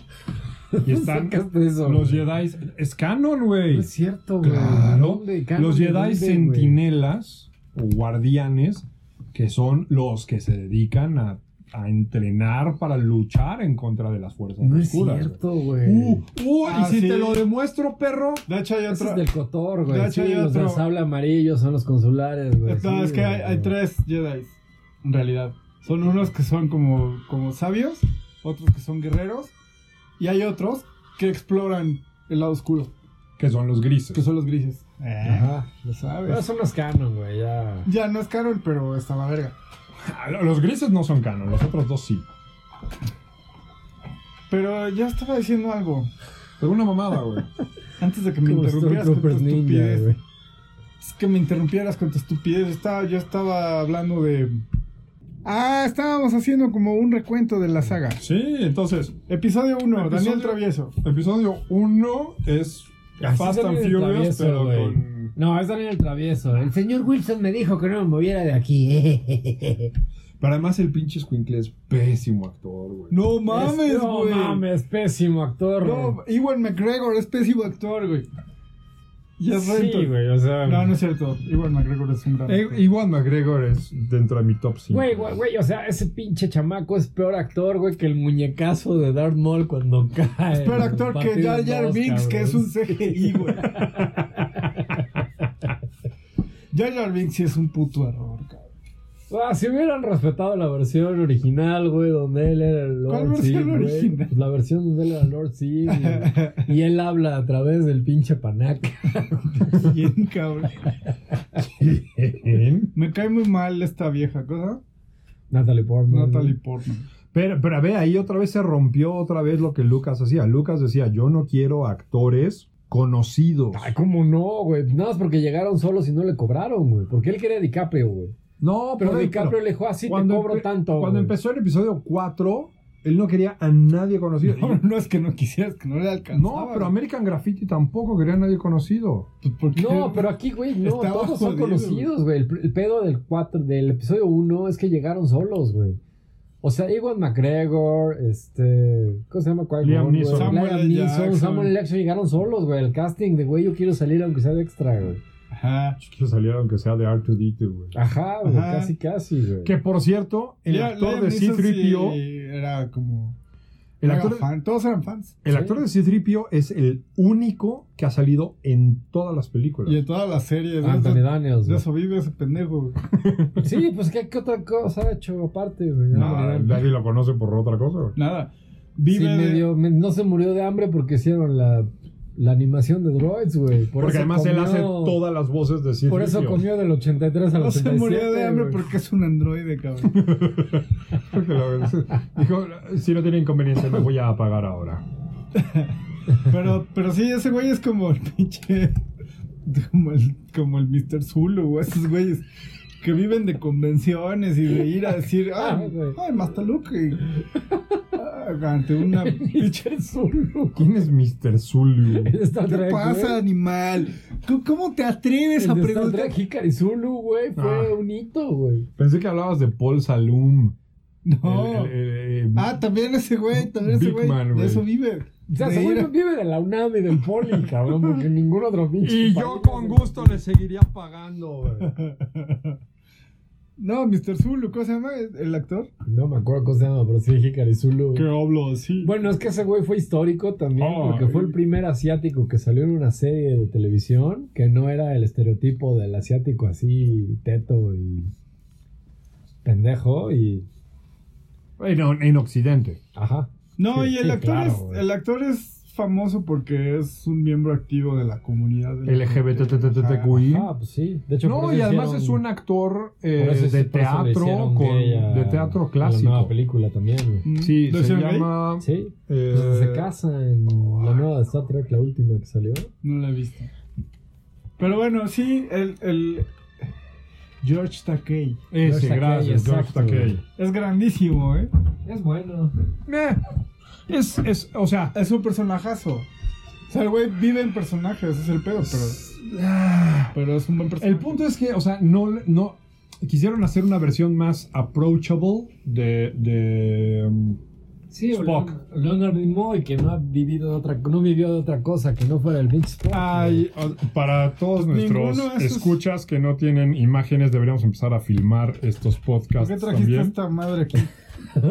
[SPEAKER 2] Y están
[SPEAKER 3] Sacaste eso,
[SPEAKER 2] los
[SPEAKER 3] güey.
[SPEAKER 2] Jedi. Es canon, güey.
[SPEAKER 3] No es cierto, güey.
[SPEAKER 2] Claro.
[SPEAKER 3] ¿Dónde, Canon?
[SPEAKER 2] Los Jedi
[SPEAKER 3] ¿Dónde, güey?
[SPEAKER 2] sentinelas o guardianes, que son los que se dedican a, a entrenar para luchar en contra de las fuerzas
[SPEAKER 3] No es
[SPEAKER 2] oscuras.
[SPEAKER 3] cierto, güey.
[SPEAKER 2] güey. Uh, uh,
[SPEAKER 1] Ah,
[SPEAKER 2] y si
[SPEAKER 1] sí.
[SPEAKER 2] te lo demuestro, perro.
[SPEAKER 1] De hecho, hay
[SPEAKER 3] Ese
[SPEAKER 1] otro.
[SPEAKER 3] es del cotor,
[SPEAKER 1] De
[SPEAKER 3] güey.
[SPEAKER 1] hecho,
[SPEAKER 3] Sí,
[SPEAKER 1] hay
[SPEAKER 3] los del
[SPEAKER 1] otro.
[SPEAKER 3] sable amarillo son los consulares, güey.
[SPEAKER 1] No,
[SPEAKER 3] Pues Sí,
[SPEAKER 1] es que
[SPEAKER 3] güey.
[SPEAKER 1] hay, hay tres Jedi, en realidad. Son unos que son como, como sabios, otros que son guerreros, y hay otros que exploran el lado oscuro,
[SPEAKER 2] Que son los grises.
[SPEAKER 1] que son los grises.
[SPEAKER 3] Eh. Ajá.
[SPEAKER 1] Lo sabes.
[SPEAKER 3] Pero son los canon, güey, ya.
[SPEAKER 1] Ya no es Carol, pero estaba verga.
[SPEAKER 2] Ah, Los grises no son canon, los otros dos sí.
[SPEAKER 1] Pero ya estaba diciendo algo.
[SPEAKER 2] Pero una mamada, güey.
[SPEAKER 1] Antes de que me
[SPEAKER 3] Como
[SPEAKER 1] interrumpieras con tu
[SPEAKER 3] Stormtroopers ninja,
[SPEAKER 1] estupidez.
[SPEAKER 3] güey.
[SPEAKER 1] Es que me interrumpieras con tu estupidez. Estaba, yo estaba hablando de. Ah, estábamos haciendo como un recuento de la saga.
[SPEAKER 2] Sí, entonces,
[SPEAKER 1] Episodio 1, Daniel
[SPEAKER 2] Episodio-
[SPEAKER 1] Travieso.
[SPEAKER 2] episodio 1 es
[SPEAKER 3] Así
[SPEAKER 2] Fast
[SPEAKER 3] salió
[SPEAKER 2] and
[SPEAKER 3] el
[SPEAKER 2] Furious,
[SPEAKER 3] travieso,
[SPEAKER 2] pero
[SPEAKER 3] güey.
[SPEAKER 2] con...
[SPEAKER 3] No, es Daniel el travieso. El señor Wilson me dijo que no me moviera de aquí.
[SPEAKER 2] Pero además el pinche Squinkle es pésimo actor, güey.
[SPEAKER 1] Este, No
[SPEAKER 3] Es-
[SPEAKER 1] mames,
[SPEAKER 3] No
[SPEAKER 1] güey.
[SPEAKER 3] mames, pésimo actor.
[SPEAKER 1] No, Ewan McGregor es pésimo actor, güey. Ya es
[SPEAKER 3] Sí, güey, o sea.
[SPEAKER 1] No, no es cierto. Ewan McGregor es un gran
[SPEAKER 2] E-
[SPEAKER 1] actor.
[SPEAKER 2] Ewan McGregor es dentro de mi top 5.
[SPEAKER 3] Güey, güey, güey, o sea, ese pinche chamaco es peor actor, güey, que el muñecazo de Darth Maul cuando cae.
[SPEAKER 1] Es peor actor que
[SPEAKER 3] Partido
[SPEAKER 1] Jar Jar
[SPEAKER 3] dos,
[SPEAKER 1] Binks, que es un
[SPEAKER 3] cabrón.
[SPEAKER 1] CGI, güey. Jar Jar Binks sí es un puto error, cabrón.
[SPEAKER 3] Ah, si hubieran respetado la versión original, güey, donde él era el Lord
[SPEAKER 1] ¿Cuál versión
[SPEAKER 3] Sid, güey.
[SPEAKER 1] original?
[SPEAKER 3] Pues la versión donde él era el Lord Sid. güey. Y, él habla a través del pinche panaca.
[SPEAKER 1] Bien, cabrón. Me cae muy mal esta vieja cosa.
[SPEAKER 3] Natalie
[SPEAKER 2] Mm.
[SPEAKER 3] Portman.
[SPEAKER 1] Natalie Portman.
[SPEAKER 2] Pero, pero a ver, ahí otra vez se rompió otra vez lo que Lucas hacía. Lucas decía, yo no quiero actores conocidos.
[SPEAKER 3] Ay, cómo no, güey. Nada más porque llegaron solos y no le cobraron, güey. Porque él quería DiCaprio, güey.
[SPEAKER 2] no,
[SPEAKER 3] Pero
[SPEAKER 2] por ahí,
[SPEAKER 3] DiCaprio le dijo así, te cobro
[SPEAKER 2] empe-
[SPEAKER 3] tanto.
[SPEAKER 2] Cuando
[SPEAKER 3] güey".
[SPEAKER 2] empezó el episodio 4, él no quería a nadie conocido.
[SPEAKER 1] No, no es que no quisieras, que no le
[SPEAKER 2] Y-
[SPEAKER 1] alcanzaba.
[SPEAKER 2] no, pero American Graffiti tampoco quería a nadie conocido.
[SPEAKER 1] Pues, ¿por qué?
[SPEAKER 3] No, pero aquí, güey, no,
[SPEAKER 1] Estaba
[SPEAKER 3] todos son
[SPEAKER 1] jodido,
[SPEAKER 3] conocidos, güey. El, el pedo del cuatro, del episodio 1 es que llegaron solos, güey. O sea, Ewan McGregor, este. ¿Cómo se llama? ¿Cuál?
[SPEAKER 2] Liam Neeson.
[SPEAKER 1] Samuel
[SPEAKER 3] Samuel
[SPEAKER 1] L.
[SPEAKER 3] Jackson.
[SPEAKER 1] Jackson.
[SPEAKER 3] Samuel L. Jackson llegaron solos, güey. El casting de, güey, yo quiero salir aunque sea de extra, güey.
[SPEAKER 1] Ajá.
[SPEAKER 2] Yo quiero salir aunque sea de R2D2, güey.
[SPEAKER 3] Ajá, güey,
[SPEAKER 1] Ajá.
[SPEAKER 3] casi, casi, güey.
[SPEAKER 2] Que por cierto, el
[SPEAKER 1] Liam-
[SPEAKER 2] actor
[SPEAKER 1] Liam
[SPEAKER 2] de
[SPEAKER 1] Neeson
[SPEAKER 2] C3PO,
[SPEAKER 1] sí Era como.
[SPEAKER 2] el
[SPEAKER 1] era
[SPEAKER 2] actor,
[SPEAKER 1] fan. Todos eran fans.
[SPEAKER 2] el actor de C3PO es el único que ha salido en todas las películas.
[SPEAKER 1] Y en todas las series. De
[SPEAKER 3] Ah, Anthony
[SPEAKER 1] eso,
[SPEAKER 3] Daniels,
[SPEAKER 1] de
[SPEAKER 3] güey.
[SPEAKER 1] eso vive ese pendejo, güey.
[SPEAKER 3] Sí, pues, ¿qué, qué otra cosa ha hecho aparte, güey? Anthony
[SPEAKER 2] Nah,
[SPEAKER 3] Daniels.
[SPEAKER 2] nadie lo conoce por otra cosa, güey.
[SPEAKER 1] Nada.
[SPEAKER 3] Sí,
[SPEAKER 1] Vive. de-
[SPEAKER 3] medio- me- no se murió de hambre porque hicieron la, la animación de droids, güey. Por
[SPEAKER 2] Porque
[SPEAKER 3] eso
[SPEAKER 2] además él
[SPEAKER 3] comió-
[SPEAKER 2] hace todas las voces de C3PO.
[SPEAKER 3] Por eso comió del 83 al
[SPEAKER 1] No se
[SPEAKER 3] 87.
[SPEAKER 1] murió de hambre
[SPEAKER 3] güey.
[SPEAKER 1] porque es un androide, cabrón.
[SPEAKER 2] Porque lo- dijo, si no tiene inconveniente, me voy a apagar ahora.
[SPEAKER 1] Pero, pero sí, ese güey es como el pinche. Como el, como el Mr. Zulu, güey. Esos güeyes que viven de convenciones y de ir a decir,
[SPEAKER 3] Ah,
[SPEAKER 1] ay,
[SPEAKER 3] güey.
[SPEAKER 1] ay, Mastaluke. Ah, Ante una.
[SPEAKER 3] Pinche Zulu.
[SPEAKER 2] ¿Quién es Mr. Zulu?
[SPEAKER 3] El Star
[SPEAKER 1] ¿Qué
[SPEAKER 3] Trek,
[SPEAKER 1] pasa,
[SPEAKER 3] güey.
[SPEAKER 1] animal? ¿Cómo- ¿Cómo te atreves a
[SPEAKER 3] El de Star
[SPEAKER 1] preguntar?
[SPEAKER 3] Trek Hikari Zulu, güey, fue
[SPEAKER 2] Ah.
[SPEAKER 3] un hito, güey.
[SPEAKER 2] Pensé que hablabas de Paul Salum.
[SPEAKER 1] No.
[SPEAKER 3] Oh.
[SPEAKER 2] El- el- el- eh, el-
[SPEAKER 1] Ah, también ese güey, también ese
[SPEAKER 2] Big
[SPEAKER 1] güey.
[SPEAKER 2] Man, güey.
[SPEAKER 1] De eso vive.
[SPEAKER 3] O sea,
[SPEAKER 1] De
[SPEAKER 3] ese
[SPEAKER 1] ir
[SPEAKER 3] güey
[SPEAKER 1] a-
[SPEAKER 3] no vive de la UNAM y del Poli, cabrón, porque ningún otro pinche.
[SPEAKER 2] Y
[SPEAKER 3] país
[SPEAKER 2] yo con
[SPEAKER 3] hace-
[SPEAKER 2] gusto le seguiría pagando, güey.
[SPEAKER 1] No, Mr. Zulu, ¿cómo se llama el actor?
[SPEAKER 3] No me acuerdo cómo se llama, pero sí, Hikari Zulu. güey.
[SPEAKER 1] hablo así.
[SPEAKER 3] Bueno, es que ese güey fue histórico también,
[SPEAKER 2] Oh,
[SPEAKER 3] porque fue el
[SPEAKER 2] güey.
[SPEAKER 3] primer asiático que salió en una serie de televisión que no era el estereotipo del asiático así teto y pendejo y...
[SPEAKER 2] En, en Occidente.
[SPEAKER 3] Ajá.
[SPEAKER 1] No,
[SPEAKER 3] Sí,
[SPEAKER 1] y el
[SPEAKER 3] sí,
[SPEAKER 1] actor
[SPEAKER 3] claro,
[SPEAKER 1] es
[SPEAKER 3] güey.
[SPEAKER 1] el actor es famoso porque es un miembro activo de la comunidad
[SPEAKER 2] LGBTTTQI.
[SPEAKER 3] Ah, pues sí. De hecho, por
[SPEAKER 2] No,
[SPEAKER 3] eso
[SPEAKER 2] y además
[SPEAKER 3] hicieron-
[SPEAKER 2] es un actor eh,
[SPEAKER 3] por eso-
[SPEAKER 2] de
[SPEAKER 3] por eso le
[SPEAKER 2] teatro
[SPEAKER 3] hicieron
[SPEAKER 2] con-
[SPEAKER 3] gay a-
[SPEAKER 2] de teatro
[SPEAKER 3] a La
[SPEAKER 2] clásico.
[SPEAKER 3] nueva película también, güey.
[SPEAKER 1] LGBTQI.
[SPEAKER 2] Sí,
[SPEAKER 1] ¿Lo
[SPEAKER 2] se
[SPEAKER 1] hicieron gay?
[SPEAKER 2] llama.
[SPEAKER 3] Sí.
[SPEAKER 2] eh,
[SPEAKER 3] pues se casa en la nueva de Star Trek, la última que salió.
[SPEAKER 1] No la he visto. Pero bueno, sí, el, el George Takei
[SPEAKER 2] Ese,
[SPEAKER 3] George
[SPEAKER 2] gracias,
[SPEAKER 3] Takei,
[SPEAKER 2] George
[SPEAKER 3] exacto,
[SPEAKER 2] Takei.
[SPEAKER 1] es grandísimo, ¿eh?
[SPEAKER 3] Es bueno.
[SPEAKER 2] Eh, es, es, o sea,
[SPEAKER 1] Es un personajazo. O sea, el güey vive en personajes, ese es el pedo, pero,
[SPEAKER 2] ah,
[SPEAKER 1] pero es un buen personaje.
[SPEAKER 2] el punto es que, o sea, no, le- no quisieron hacer una versión más approachable de, de, um,
[SPEAKER 3] Sí, o
[SPEAKER 2] Spock.
[SPEAKER 3] Leon- Leonard Nimoy, que no ha vivido de otra, no vivió de otra cosa que no fuera el pinche Spock.
[SPEAKER 2] Ay, o- para todos nuestros
[SPEAKER 1] Ninguno de esos-
[SPEAKER 2] escuchas que no tienen imágenes, deberíamos empezar a filmar estos
[SPEAKER 1] ¿Por
[SPEAKER 2] podcasts
[SPEAKER 1] qué trajiste
[SPEAKER 2] también.
[SPEAKER 1] esta madre aquí?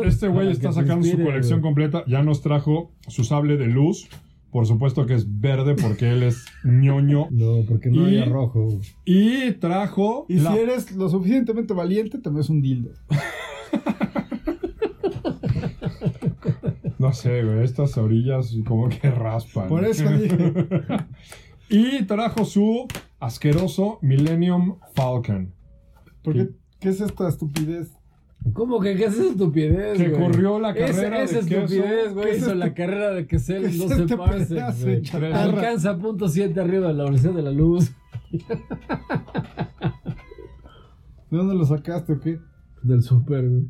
[SPEAKER 2] Este güey
[SPEAKER 3] Para
[SPEAKER 2] está
[SPEAKER 3] que te
[SPEAKER 2] sacando su
[SPEAKER 3] inspire,
[SPEAKER 2] colección
[SPEAKER 3] güey.
[SPEAKER 2] completa. Ya nos trajo su sable de luz. Por supuesto que es verde porque él es ñoño.
[SPEAKER 3] No, porque no
[SPEAKER 2] Y-
[SPEAKER 3] había rojo. güey.
[SPEAKER 2] Y trajo
[SPEAKER 1] Y
[SPEAKER 2] la-
[SPEAKER 1] si eres lo suficientemente valiente, te ves un dildo.
[SPEAKER 2] No sé, güey, estas orillas como que raspan.
[SPEAKER 1] Por eso dije.
[SPEAKER 2] Y trajo su asqueroso Millennium Falcon.
[SPEAKER 1] ¿Por qué, ¿Qué es esta estupidez?
[SPEAKER 3] ¿Cómo que qué es esa estupidez,
[SPEAKER 2] Que
[SPEAKER 3] güey?
[SPEAKER 2] corrió la
[SPEAKER 3] Es-
[SPEAKER 2] carrera
[SPEAKER 3] Esa
[SPEAKER 2] de queso.
[SPEAKER 3] estupidez,
[SPEAKER 1] ¿Qué
[SPEAKER 3] güey,
[SPEAKER 1] es
[SPEAKER 3] hizo
[SPEAKER 1] este-
[SPEAKER 3] la carrera de que se
[SPEAKER 1] qué es
[SPEAKER 3] no
[SPEAKER 1] este
[SPEAKER 3] se pase.
[SPEAKER 1] pedazo de
[SPEAKER 3] güey.
[SPEAKER 1] chatarra?
[SPEAKER 3] Alcanza punto 7 arriba de la velocidad de la luz
[SPEAKER 1] ¿De dónde lo sacaste o qué?
[SPEAKER 3] del super, güey.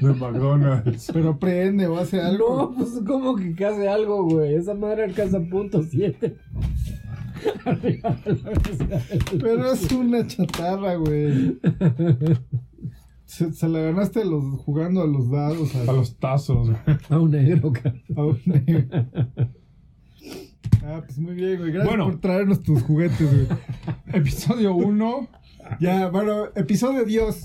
[SPEAKER 2] de McDonald's.
[SPEAKER 1] Pero prende o hace
[SPEAKER 3] No,
[SPEAKER 1] algo.
[SPEAKER 3] pues como que que hace algo, güey. Esa madre alcanza punto 7. Arriba de la velocidad de la luz.
[SPEAKER 1] Pero es una chatarra, güey. Se, se la ganaste los, jugando a los dados.
[SPEAKER 2] A
[SPEAKER 1] A,
[SPEAKER 2] los tazos. güey.
[SPEAKER 3] A un negro, cabrón.
[SPEAKER 1] a un- Ah, pues muy bien, güey. Gracias
[SPEAKER 2] Bueno.
[SPEAKER 1] por traernos tus juguetes, güey.
[SPEAKER 2] Episodio 1,
[SPEAKER 1] Ya, bueno, episodio Dios.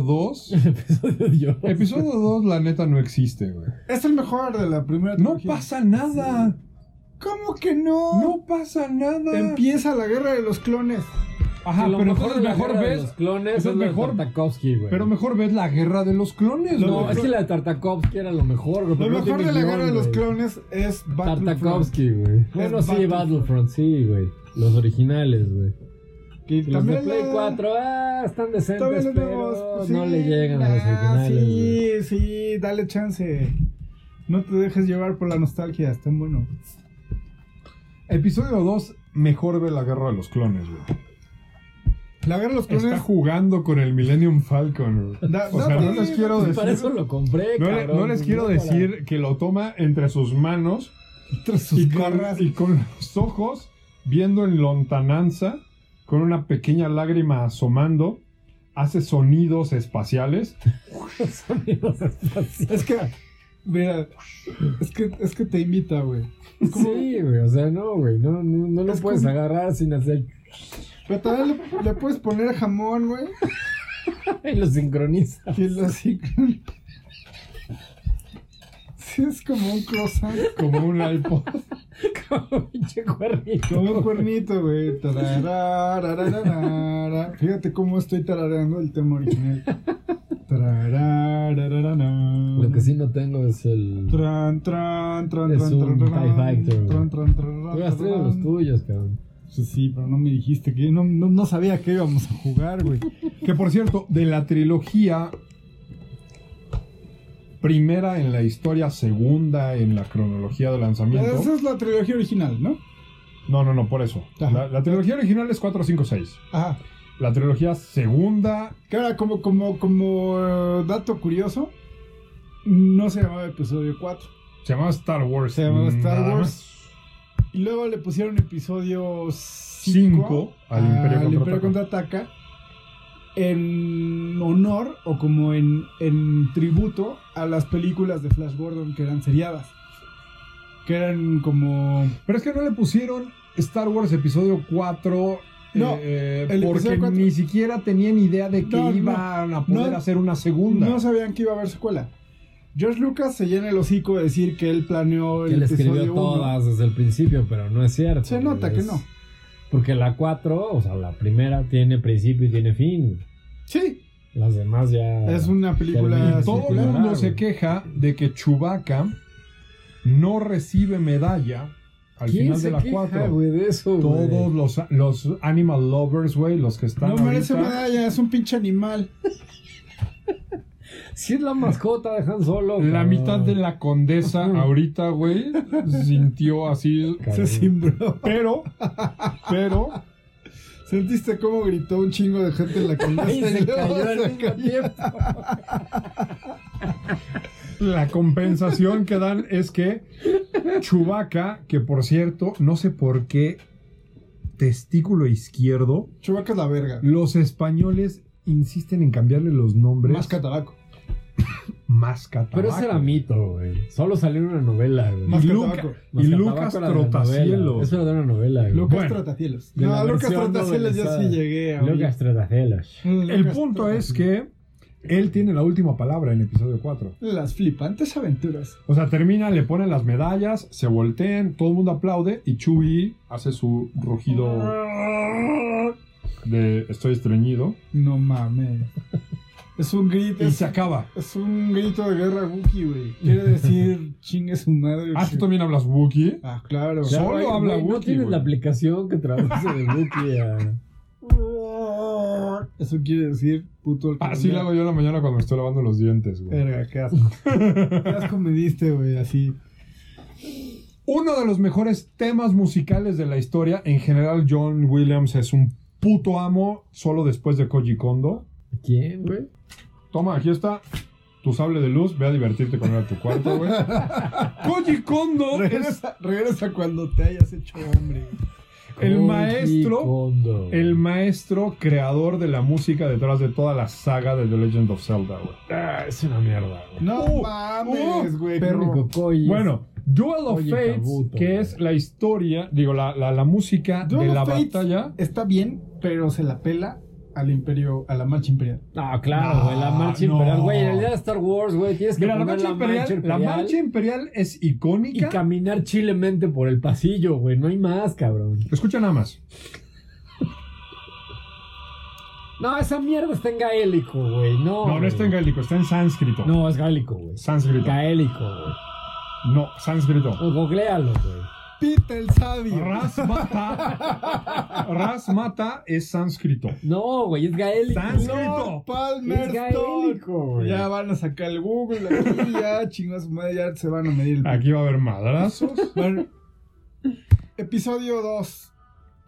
[SPEAKER 2] 2.
[SPEAKER 3] Episodio de Dios.
[SPEAKER 2] Episodio 2, la neta, no existe, güey.
[SPEAKER 1] Es el mejor de la primera
[SPEAKER 2] No
[SPEAKER 1] trilogía.
[SPEAKER 2] pasa nada.
[SPEAKER 1] ¿Cómo que no?
[SPEAKER 2] No pasa nada.
[SPEAKER 1] Empieza la guerra de los clones.
[SPEAKER 2] Ajá,
[SPEAKER 3] Y lo
[SPEAKER 2] pero
[SPEAKER 3] mejor
[SPEAKER 2] entonces
[SPEAKER 3] de la
[SPEAKER 2] mejor
[SPEAKER 3] guerra de Los
[SPEAKER 2] ves.
[SPEAKER 3] clones
[SPEAKER 2] entonces
[SPEAKER 3] es la de
[SPEAKER 2] mejor-
[SPEAKER 3] Tartakovsky, güey.
[SPEAKER 2] Pero mejor ves la guerra de los clones,
[SPEAKER 1] Lo
[SPEAKER 3] No,
[SPEAKER 2] güey.
[SPEAKER 3] es que la de Tartakovsky era lo mejor, güey.
[SPEAKER 1] Lo
[SPEAKER 3] pero
[SPEAKER 1] mejor
[SPEAKER 3] no tiene
[SPEAKER 1] de la
[SPEAKER 3] guión,
[SPEAKER 1] guerra de los
[SPEAKER 3] güey.
[SPEAKER 1] clones es Battlefront.
[SPEAKER 3] Tartakovsky, güey. Bueno,
[SPEAKER 1] Es
[SPEAKER 3] sí, Battlefront, sí, güey. Los originales, güey.
[SPEAKER 1] Que
[SPEAKER 3] Y Los de
[SPEAKER 1] también
[SPEAKER 3] Play
[SPEAKER 1] la-
[SPEAKER 3] 4, ah, están
[SPEAKER 1] Todavía
[SPEAKER 3] decentes,
[SPEAKER 1] lo tenemos,
[SPEAKER 3] pero
[SPEAKER 1] pues,
[SPEAKER 3] no
[SPEAKER 1] sí,
[SPEAKER 3] le llegan a los
[SPEAKER 1] nah,
[SPEAKER 3] originales,
[SPEAKER 1] Sí,
[SPEAKER 3] güey.
[SPEAKER 1] sí, dale chance. No te dejes llevar por la nostalgia, están bueno.
[SPEAKER 2] Episodio 2, mejor ve la guerra de los clones, güey.
[SPEAKER 1] La guerra de los
[SPEAKER 2] Está
[SPEAKER 1] clones.
[SPEAKER 2] jugando con el Millennium Falcon, güey.
[SPEAKER 1] Da-
[SPEAKER 2] O sea,
[SPEAKER 1] date,
[SPEAKER 2] no les quiero
[SPEAKER 1] pues,
[SPEAKER 2] decir.
[SPEAKER 3] Para eso lo compré,
[SPEAKER 2] No, le-
[SPEAKER 3] cabrón. pues,
[SPEAKER 2] no les quiero
[SPEAKER 3] para-
[SPEAKER 2] decir que lo toma entre sus manos
[SPEAKER 1] Entre sus
[SPEAKER 2] y con,
[SPEAKER 1] garras.
[SPEAKER 2] y con los ojos viendo en lontananza, con una pequeña lágrima asomando, hace sonidos espaciales.
[SPEAKER 3] Sonidos espaciales.
[SPEAKER 1] Es que, mira, es que, es que te imita, güey.
[SPEAKER 3] Sí, güey, o sea, no, güey, no, no, no lo
[SPEAKER 1] Es
[SPEAKER 3] puedes
[SPEAKER 1] como-
[SPEAKER 3] agarrar sin hacer
[SPEAKER 1] Pero también le, le puedes poner jamón, güey.
[SPEAKER 3] y lo sincroniza.
[SPEAKER 1] Y lo sincron- Sí, es como un croissant.
[SPEAKER 2] Como un iPod.
[SPEAKER 3] Como pinche cuernito.
[SPEAKER 1] Como un cuernito, güey. Tarararararara. Fíjate cómo estoy tarareando el tema original. Tarararararara.
[SPEAKER 3] Lo que sí no tengo es el. Tú
[SPEAKER 1] Tran, tran, tran,
[SPEAKER 3] Es
[SPEAKER 1] tran,
[SPEAKER 3] un
[SPEAKER 1] tran, tran,
[SPEAKER 3] TIE Fighter, güey.
[SPEAKER 1] tran, tran, tran,
[SPEAKER 3] has traído los
[SPEAKER 1] tran.
[SPEAKER 3] tuyos, cabrón.
[SPEAKER 1] Pues sí, pero no me dijiste que no, no, no sabía que íbamos a jugar, güey.
[SPEAKER 2] Que por cierto, de la trilogía primera en la historia, segunda en la cronología de lanzamiento.
[SPEAKER 1] Esa es la trilogía original, ¿no?
[SPEAKER 2] No, no, no, por eso.
[SPEAKER 1] Ajá.
[SPEAKER 2] La, la trilogía original es 4, 5, 6.
[SPEAKER 1] Ajá.
[SPEAKER 2] La trilogía segunda.
[SPEAKER 1] Que ahora, como, como, como eh, dato curioso, no se llamaba episodio 4.
[SPEAKER 2] Se llamaba Star Wars.
[SPEAKER 1] Se llamaba Star
[SPEAKER 2] Nada
[SPEAKER 1] Wars.
[SPEAKER 2] más.
[SPEAKER 1] Y luego le pusieron episodio 5
[SPEAKER 2] 5 al Imperio Contraataca.
[SPEAKER 1] Contraataca en honor o como en, en tributo a las películas de Flash Gordon que eran seriadas. Que eran como...
[SPEAKER 2] Pero es que no le pusieron Star Wars Episodio 4.
[SPEAKER 1] No,
[SPEAKER 2] eh,
[SPEAKER 1] el
[SPEAKER 2] porque
[SPEAKER 1] episodio cuatro-
[SPEAKER 2] ni siquiera tenían idea de que
[SPEAKER 1] No, no,
[SPEAKER 2] iban a poder
[SPEAKER 1] no,
[SPEAKER 2] hacer una segunda.
[SPEAKER 1] No sabían que iba a haber secuela. George Lucas se llena el hocico de decir que él planeó
[SPEAKER 3] Que
[SPEAKER 1] el
[SPEAKER 3] le escribió
[SPEAKER 1] episodio 1.
[SPEAKER 3] todas desde el principio, pero no es cierto.
[SPEAKER 1] Se
[SPEAKER 3] güey,
[SPEAKER 1] nota que
[SPEAKER 3] es-
[SPEAKER 1] no.
[SPEAKER 3] Porque la 4, o sea, la primera tiene principio y tiene fin.
[SPEAKER 1] Sí,
[SPEAKER 3] Las demás ya.
[SPEAKER 1] es una película...
[SPEAKER 3] Termina.
[SPEAKER 2] Y todo el
[SPEAKER 1] circular.
[SPEAKER 2] mundo
[SPEAKER 3] güey.
[SPEAKER 2] se queja de que Chewbacca no recibe medalla al
[SPEAKER 3] ¿Quién
[SPEAKER 2] final
[SPEAKER 3] se
[SPEAKER 2] de la
[SPEAKER 3] queja,
[SPEAKER 2] 4.
[SPEAKER 3] Ah, güey, de eso, güey?
[SPEAKER 2] Todos los, los animal lovers, güey, los que están
[SPEAKER 1] No merece
[SPEAKER 2] ahorita-
[SPEAKER 1] medalla, es un pinche animal.
[SPEAKER 3] Si es la mascota de Han Solo.
[SPEAKER 2] La
[SPEAKER 3] cabrón.
[SPEAKER 2] mitad de la condesa ahorita, güey, sintió así.
[SPEAKER 3] Cabrón.
[SPEAKER 1] Se cimbró.
[SPEAKER 2] Pero, pero,
[SPEAKER 1] ¿Sentiste cómo gritó un chingo de gente en la condesa?
[SPEAKER 3] Ay, se
[SPEAKER 1] Y luego
[SPEAKER 3] cayó al
[SPEAKER 1] se
[SPEAKER 3] mismo
[SPEAKER 1] cayó.
[SPEAKER 3] tiempo.
[SPEAKER 2] la compensación que dan es que Chubaca, que por cierto, no sé por qué, testículo izquierdo,
[SPEAKER 1] Chewbacca es la verga.
[SPEAKER 2] los españoles insisten en cambiarle los nombres.
[SPEAKER 1] Más cataraco.
[SPEAKER 2] Mascatabaco.
[SPEAKER 3] Pero ese era mito, güey. Solo salió en una novela, güey.
[SPEAKER 2] Más-
[SPEAKER 1] Más
[SPEAKER 2] Y
[SPEAKER 1] que
[SPEAKER 2] Luca-
[SPEAKER 1] tabaco.
[SPEAKER 2] Y
[SPEAKER 3] Mascatabaco
[SPEAKER 2] Lucas
[SPEAKER 3] era de novela.
[SPEAKER 2] Trotacielos.
[SPEAKER 3] Eso era de una novela, güey.
[SPEAKER 1] Lucas
[SPEAKER 2] Bueno.
[SPEAKER 1] Trotacielos.
[SPEAKER 3] De la
[SPEAKER 1] No, Lucas
[SPEAKER 3] versión
[SPEAKER 1] Trotacielos yo sí
[SPEAKER 3] novelizada.
[SPEAKER 1] llegué a oír.
[SPEAKER 3] Lucas Trotacielos.
[SPEAKER 1] Mm,
[SPEAKER 2] El
[SPEAKER 1] Lucas
[SPEAKER 2] punto es
[SPEAKER 1] Trotacielos.
[SPEAKER 2] que él tiene la última palabra en episodio 4.
[SPEAKER 1] Las flipantes aventuras.
[SPEAKER 2] O sea, termina, le ponen las medallas, se voltean, todo el mundo aplaude y Chewie hace su rugido de estoy estreñido
[SPEAKER 1] No mames. Es un grito.
[SPEAKER 2] y
[SPEAKER 1] Es,
[SPEAKER 2] se acaba.
[SPEAKER 1] es un grito de guerra Wookiee, güey. Quiere decir chingue su madre.
[SPEAKER 2] Ah, tú
[SPEAKER 1] güey.
[SPEAKER 2] también hablas Wookiee.
[SPEAKER 1] Ah, claro.
[SPEAKER 2] Ya. Solo
[SPEAKER 3] güey,
[SPEAKER 2] habla
[SPEAKER 3] güey, No
[SPEAKER 2] Wookiee,
[SPEAKER 3] tienes
[SPEAKER 2] güey.
[SPEAKER 3] la aplicación que traduce de Wookiee a...
[SPEAKER 1] Eso quiere decir puto al
[SPEAKER 2] Así lo hago yo en Ah, la mañana cuando me estoy lavando los dientes, güey.
[SPEAKER 1] Verga, qué asco. qué asco me diste, güey, así.
[SPEAKER 2] Uno de los mejores temas musicales de la historia. En general, John Williams es un puto amo, solo después de Koji Kondo.
[SPEAKER 3] ¿Quién, güey?
[SPEAKER 2] Toma, aquí está tu sable de luz. Ve a divertirte con él a tu cuarto, güey. Koji Kondo es
[SPEAKER 1] Regresa, regresa cuando te hayas hecho hombre.
[SPEAKER 2] el
[SPEAKER 3] Koji
[SPEAKER 2] maestro,
[SPEAKER 3] Kondo.
[SPEAKER 1] Mm.
[SPEAKER 2] el maestro creador de la música detrás de toda la saga de The Legend of Zelda, güey.
[SPEAKER 3] Ah, es una mierda, güey.
[SPEAKER 1] No
[SPEAKER 2] Uh,
[SPEAKER 1] mames,
[SPEAKER 2] uh,
[SPEAKER 1] güey.
[SPEAKER 3] Perro. Koji.
[SPEAKER 2] Bueno, Duel of
[SPEAKER 3] Oye,
[SPEAKER 2] Fates,
[SPEAKER 3] Kabuto,
[SPEAKER 2] que
[SPEAKER 3] güey.
[SPEAKER 2] es la historia, digo, la, la, la música
[SPEAKER 1] Duel
[SPEAKER 2] de
[SPEAKER 1] of
[SPEAKER 2] la
[SPEAKER 1] Fates.
[SPEAKER 2] batalla.
[SPEAKER 1] Está bien, pero se la pela al imperio, a la marcha imperial.
[SPEAKER 3] Ah, claro,
[SPEAKER 2] No,
[SPEAKER 3] güey. La marcha
[SPEAKER 2] no.
[SPEAKER 3] imperial, güey. En el día de Star Wars, güey, tienes que
[SPEAKER 2] Mira, la
[SPEAKER 3] poner
[SPEAKER 2] marcha, imperial, la marcha imperial es
[SPEAKER 3] y
[SPEAKER 2] icónica.
[SPEAKER 3] caminar chilemente por el pasillo, güey. No hay más, cabrón.
[SPEAKER 2] Escucha nada más.
[SPEAKER 3] No, esa mierda está en gaélico, güey. No,
[SPEAKER 2] No, no
[SPEAKER 3] güey.
[SPEAKER 2] está en gaélico, está en sánscrito.
[SPEAKER 3] No, es gaélico, güey.
[SPEAKER 2] Sánscrito.
[SPEAKER 3] Gaélico, güey.
[SPEAKER 2] No, sánscrito.
[SPEAKER 3] O Googlealo, güey.
[SPEAKER 1] Pita el sabio.
[SPEAKER 2] Rasmata. Rasmata es sánscrito.
[SPEAKER 3] No, güey, es gaélico.
[SPEAKER 2] Sánscrito.
[SPEAKER 1] Lord
[SPEAKER 3] Es
[SPEAKER 1] Palmerston.
[SPEAKER 3] gaélico, güey.
[SPEAKER 1] Ya van a sacar el Google aquí, ya chingada su madre, ya se van a medir el
[SPEAKER 2] Aquí va a haber madrazos.
[SPEAKER 1] Bueno, episodio 2.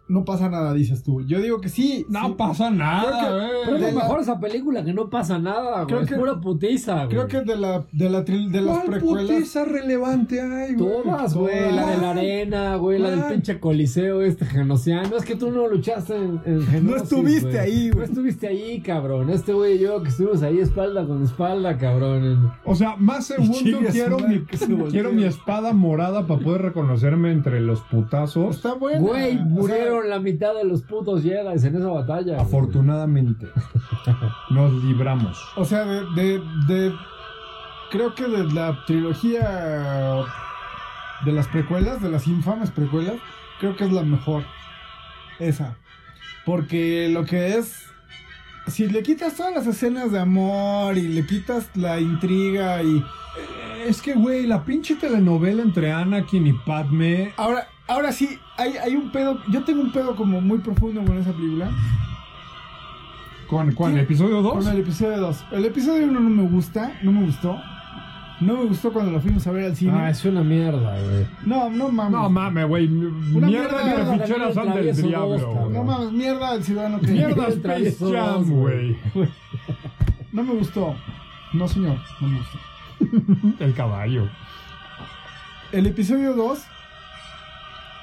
[SPEAKER 1] No pasa nada, dices tú. Yo digo que sí.
[SPEAKER 2] No
[SPEAKER 1] sí.
[SPEAKER 2] pasa nada,
[SPEAKER 1] Creo que-
[SPEAKER 2] eh.
[SPEAKER 3] Pero es
[SPEAKER 1] de
[SPEAKER 3] lo
[SPEAKER 1] la-
[SPEAKER 3] mejor esa película que no pasa nada, güey.
[SPEAKER 1] Creo
[SPEAKER 3] Es
[SPEAKER 1] que-
[SPEAKER 3] pura putiza, güey.
[SPEAKER 1] Creo que de la de la tril- de las
[SPEAKER 2] ¿Cuál
[SPEAKER 1] precuelas.
[SPEAKER 2] putiza relevante hay, güey?
[SPEAKER 3] Todas, güey. La de la arena, güey. La del
[SPEAKER 1] Ah.
[SPEAKER 2] ¿Cuál?
[SPEAKER 3] pinche coliseo este genociano. Es que tú no luchaste en, en Genosis,
[SPEAKER 1] No estuviste
[SPEAKER 3] güey.
[SPEAKER 1] ahí,
[SPEAKER 3] No
[SPEAKER 1] güey.
[SPEAKER 3] estuviste ahí, cabrón. Este güey y yo que estuvimos ahí espalda con espalda, cabrón. en-
[SPEAKER 2] O sea, más segundo
[SPEAKER 1] Chingue a su
[SPEAKER 2] quiero
[SPEAKER 1] madre
[SPEAKER 2] mi,
[SPEAKER 1] que se voltee.
[SPEAKER 2] quiero mi espada morada para poder reconocerme entre los putazos.
[SPEAKER 1] Pues Está buena.
[SPEAKER 3] Güey,
[SPEAKER 1] O sea,
[SPEAKER 3] murieron la mitad de los putos Jedi en esa batalla. güey.
[SPEAKER 2] Afortunadamente, nos libramos.
[SPEAKER 1] O sea, de, de, de- Creo que de la trilogía de las precuelas, de las infames precuelas, creo que es la mejor. Esa. Porque lo que es. Si le quitas todas las escenas de amor y le quitas la intriga y.
[SPEAKER 2] Es que, güey, la pinche telenovela entre Anakin y Padme.
[SPEAKER 1] Ahora, ahora sí, hay, hay un pedo. Yo tengo un pedo como muy profundo con esa película.
[SPEAKER 2] ¿Con, con
[SPEAKER 1] Sí.
[SPEAKER 2] episodio
[SPEAKER 1] Con
[SPEAKER 2] 2?
[SPEAKER 1] el episodio 2. El episodio 1 no me gusta, no me gustó. No me gustó cuando lo fuimos a ver al cine.
[SPEAKER 3] Ah, es una mierda, güey.
[SPEAKER 1] No, no mames.
[SPEAKER 2] No mames, güey.
[SPEAKER 1] mierda,
[SPEAKER 2] Mierda, de
[SPEAKER 1] mierda,
[SPEAKER 2] ficheras
[SPEAKER 3] mierda,
[SPEAKER 2] son del
[SPEAKER 3] travieso
[SPEAKER 2] diablo.
[SPEAKER 3] dos, cabrón.
[SPEAKER 1] No
[SPEAKER 2] güey.
[SPEAKER 1] mames, mierda el ciudadano que.
[SPEAKER 2] Mierda
[SPEAKER 3] El
[SPEAKER 2] Space
[SPEAKER 3] travieso
[SPEAKER 2] Jam,
[SPEAKER 3] dos,
[SPEAKER 2] güey.
[SPEAKER 1] No me gustó. No, señor, no me gustó.
[SPEAKER 2] El caballo.
[SPEAKER 1] El episodio 2.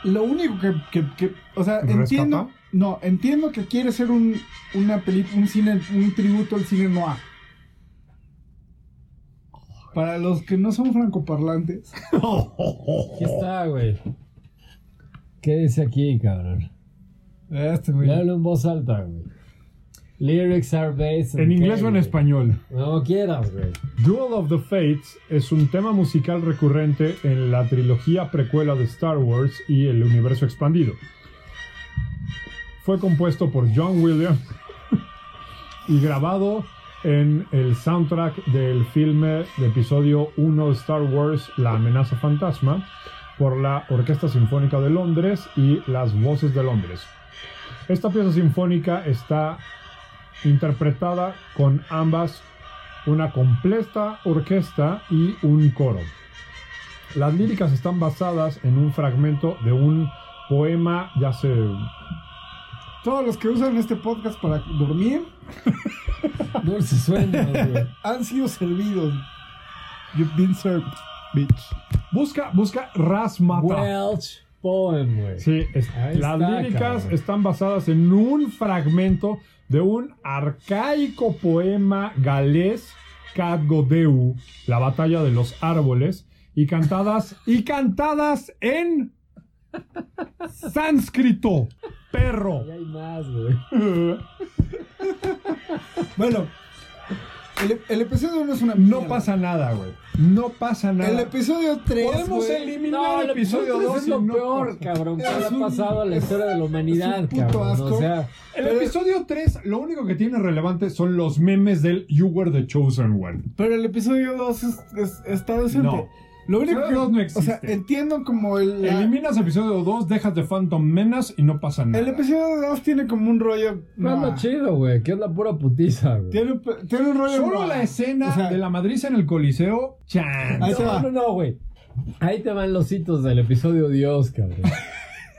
[SPEAKER 1] Lo único que, que- que- o sea,
[SPEAKER 2] ¿Rescata?
[SPEAKER 1] entiendo, no, entiendo que quiere ser un una peli, un cine, un tributo al cine noir. Para los que no son francoparlantes,
[SPEAKER 3] Aquí está, güey. ¿Qué dice aquí, cabrón?
[SPEAKER 1] este güey.
[SPEAKER 3] Le hablo en voz alta, güey. Lyrics are based on
[SPEAKER 2] En inglés o en
[SPEAKER 3] K, güey.
[SPEAKER 2] español.
[SPEAKER 3] No quieras, güey.
[SPEAKER 2] Duel of the Fates es un tema musical recurrente en la trilogía precuela de Star Wars y el universo expandido. Fue compuesto por John Williams y grabado en el soundtrack del filme de episodio 1 de Star Wars La amenaza fantasma por la Orquesta Sinfónica de Londres y las Voces de Londres. Esta pieza sinfónica está interpretada con ambas una completa orquesta y un coro. Las líricas están basadas en un fragmento de un poema, ya sé,
[SPEAKER 1] Todos los que usan este podcast para dormir
[SPEAKER 3] Dulce sueños, güey.
[SPEAKER 1] han sido servidos. You've been served, bitch.
[SPEAKER 2] busca, busca Rasmata.
[SPEAKER 3] Welsh poem, güey.
[SPEAKER 2] Sí, es-
[SPEAKER 3] Ahí
[SPEAKER 2] las
[SPEAKER 3] está,
[SPEAKER 2] líricas
[SPEAKER 3] cabrón.
[SPEAKER 2] están basadas en un fragmento de un arcaico poema galés Cat Godeu, La batalla de los árboles, y cantadas, y cantadas en sánscrito, perro.
[SPEAKER 3] Ahí hay más, güey.
[SPEAKER 1] Bueno, el, el episodio no es una.
[SPEAKER 2] No
[SPEAKER 1] mierda.
[SPEAKER 2] pasa nada, güey. No pasa nada.
[SPEAKER 1] El episodio 3.
[SPEAKER 2] Podemos eliminar el episodio
[SPEAKER 3] puto
[SPEAKER 2] 2
[SPEAKER 3] es lo peor, cabrón, que
[SPEAKER 1] Es
[SPEAKER 3] ha
[SPEAKER 1] un-
[SPEAKER 3] pasado a la
[SPEAKER 1] es-
[SPEAKER 3] historia de la humanidad,
[SPEAKER 1] es un puto
[SPEAKER 3] cabrón.
[SPEAKER 1] asco.
[SPEAKER 3] O sea,
[SPEAKER 2] El
[SPEAKER 1] Pero-
[SPEAKER 2] episodio 3, lo único que tiene relevante son los memes del You Were the Chosen One.
[SPEAKER 1] Pero el episodio 2 es, es- está decente.
[SPEAKER 2] No.
[SPEAKER 1] Lo único
[SPEAKER 2] Episodio
[SPEAKER 1] que.
[SPEAKER 2] dos no
[SPEAKER 1] o sea,
[SPEAKER 2] existe.
[SPEAKER 1] entiendo como el. la-
[SPEAKER 2] Eliminas episodio 2, dejas de Phantom Menace y no pasa nada.
[SPEAKER 1] el episodio 2 tiene como un rollo.
[SPEAKER 3] no es lo
[SPEAKER 1] nah.
[SPEAKER 3] chido, güey. Que es la pura putiza, güey.
[SPEAKER 1] Tiene, un pe- tiene un rollo.
[SPEAKER 2] Solo
[SPEAKER 1] nah.
[SPEAKER 2] la escena
[SPEAKER 1] O sea,
[SPEAKER 2] de la madriza en el Coliseo, chan.
[SPEAKER 1] Ahí se
[SPEAKER 3] no,
[SPEAKER 1] va.
[SPEAKER 3] no, no, güey. Ahí te van los hitos del episodio Dios, cabrón.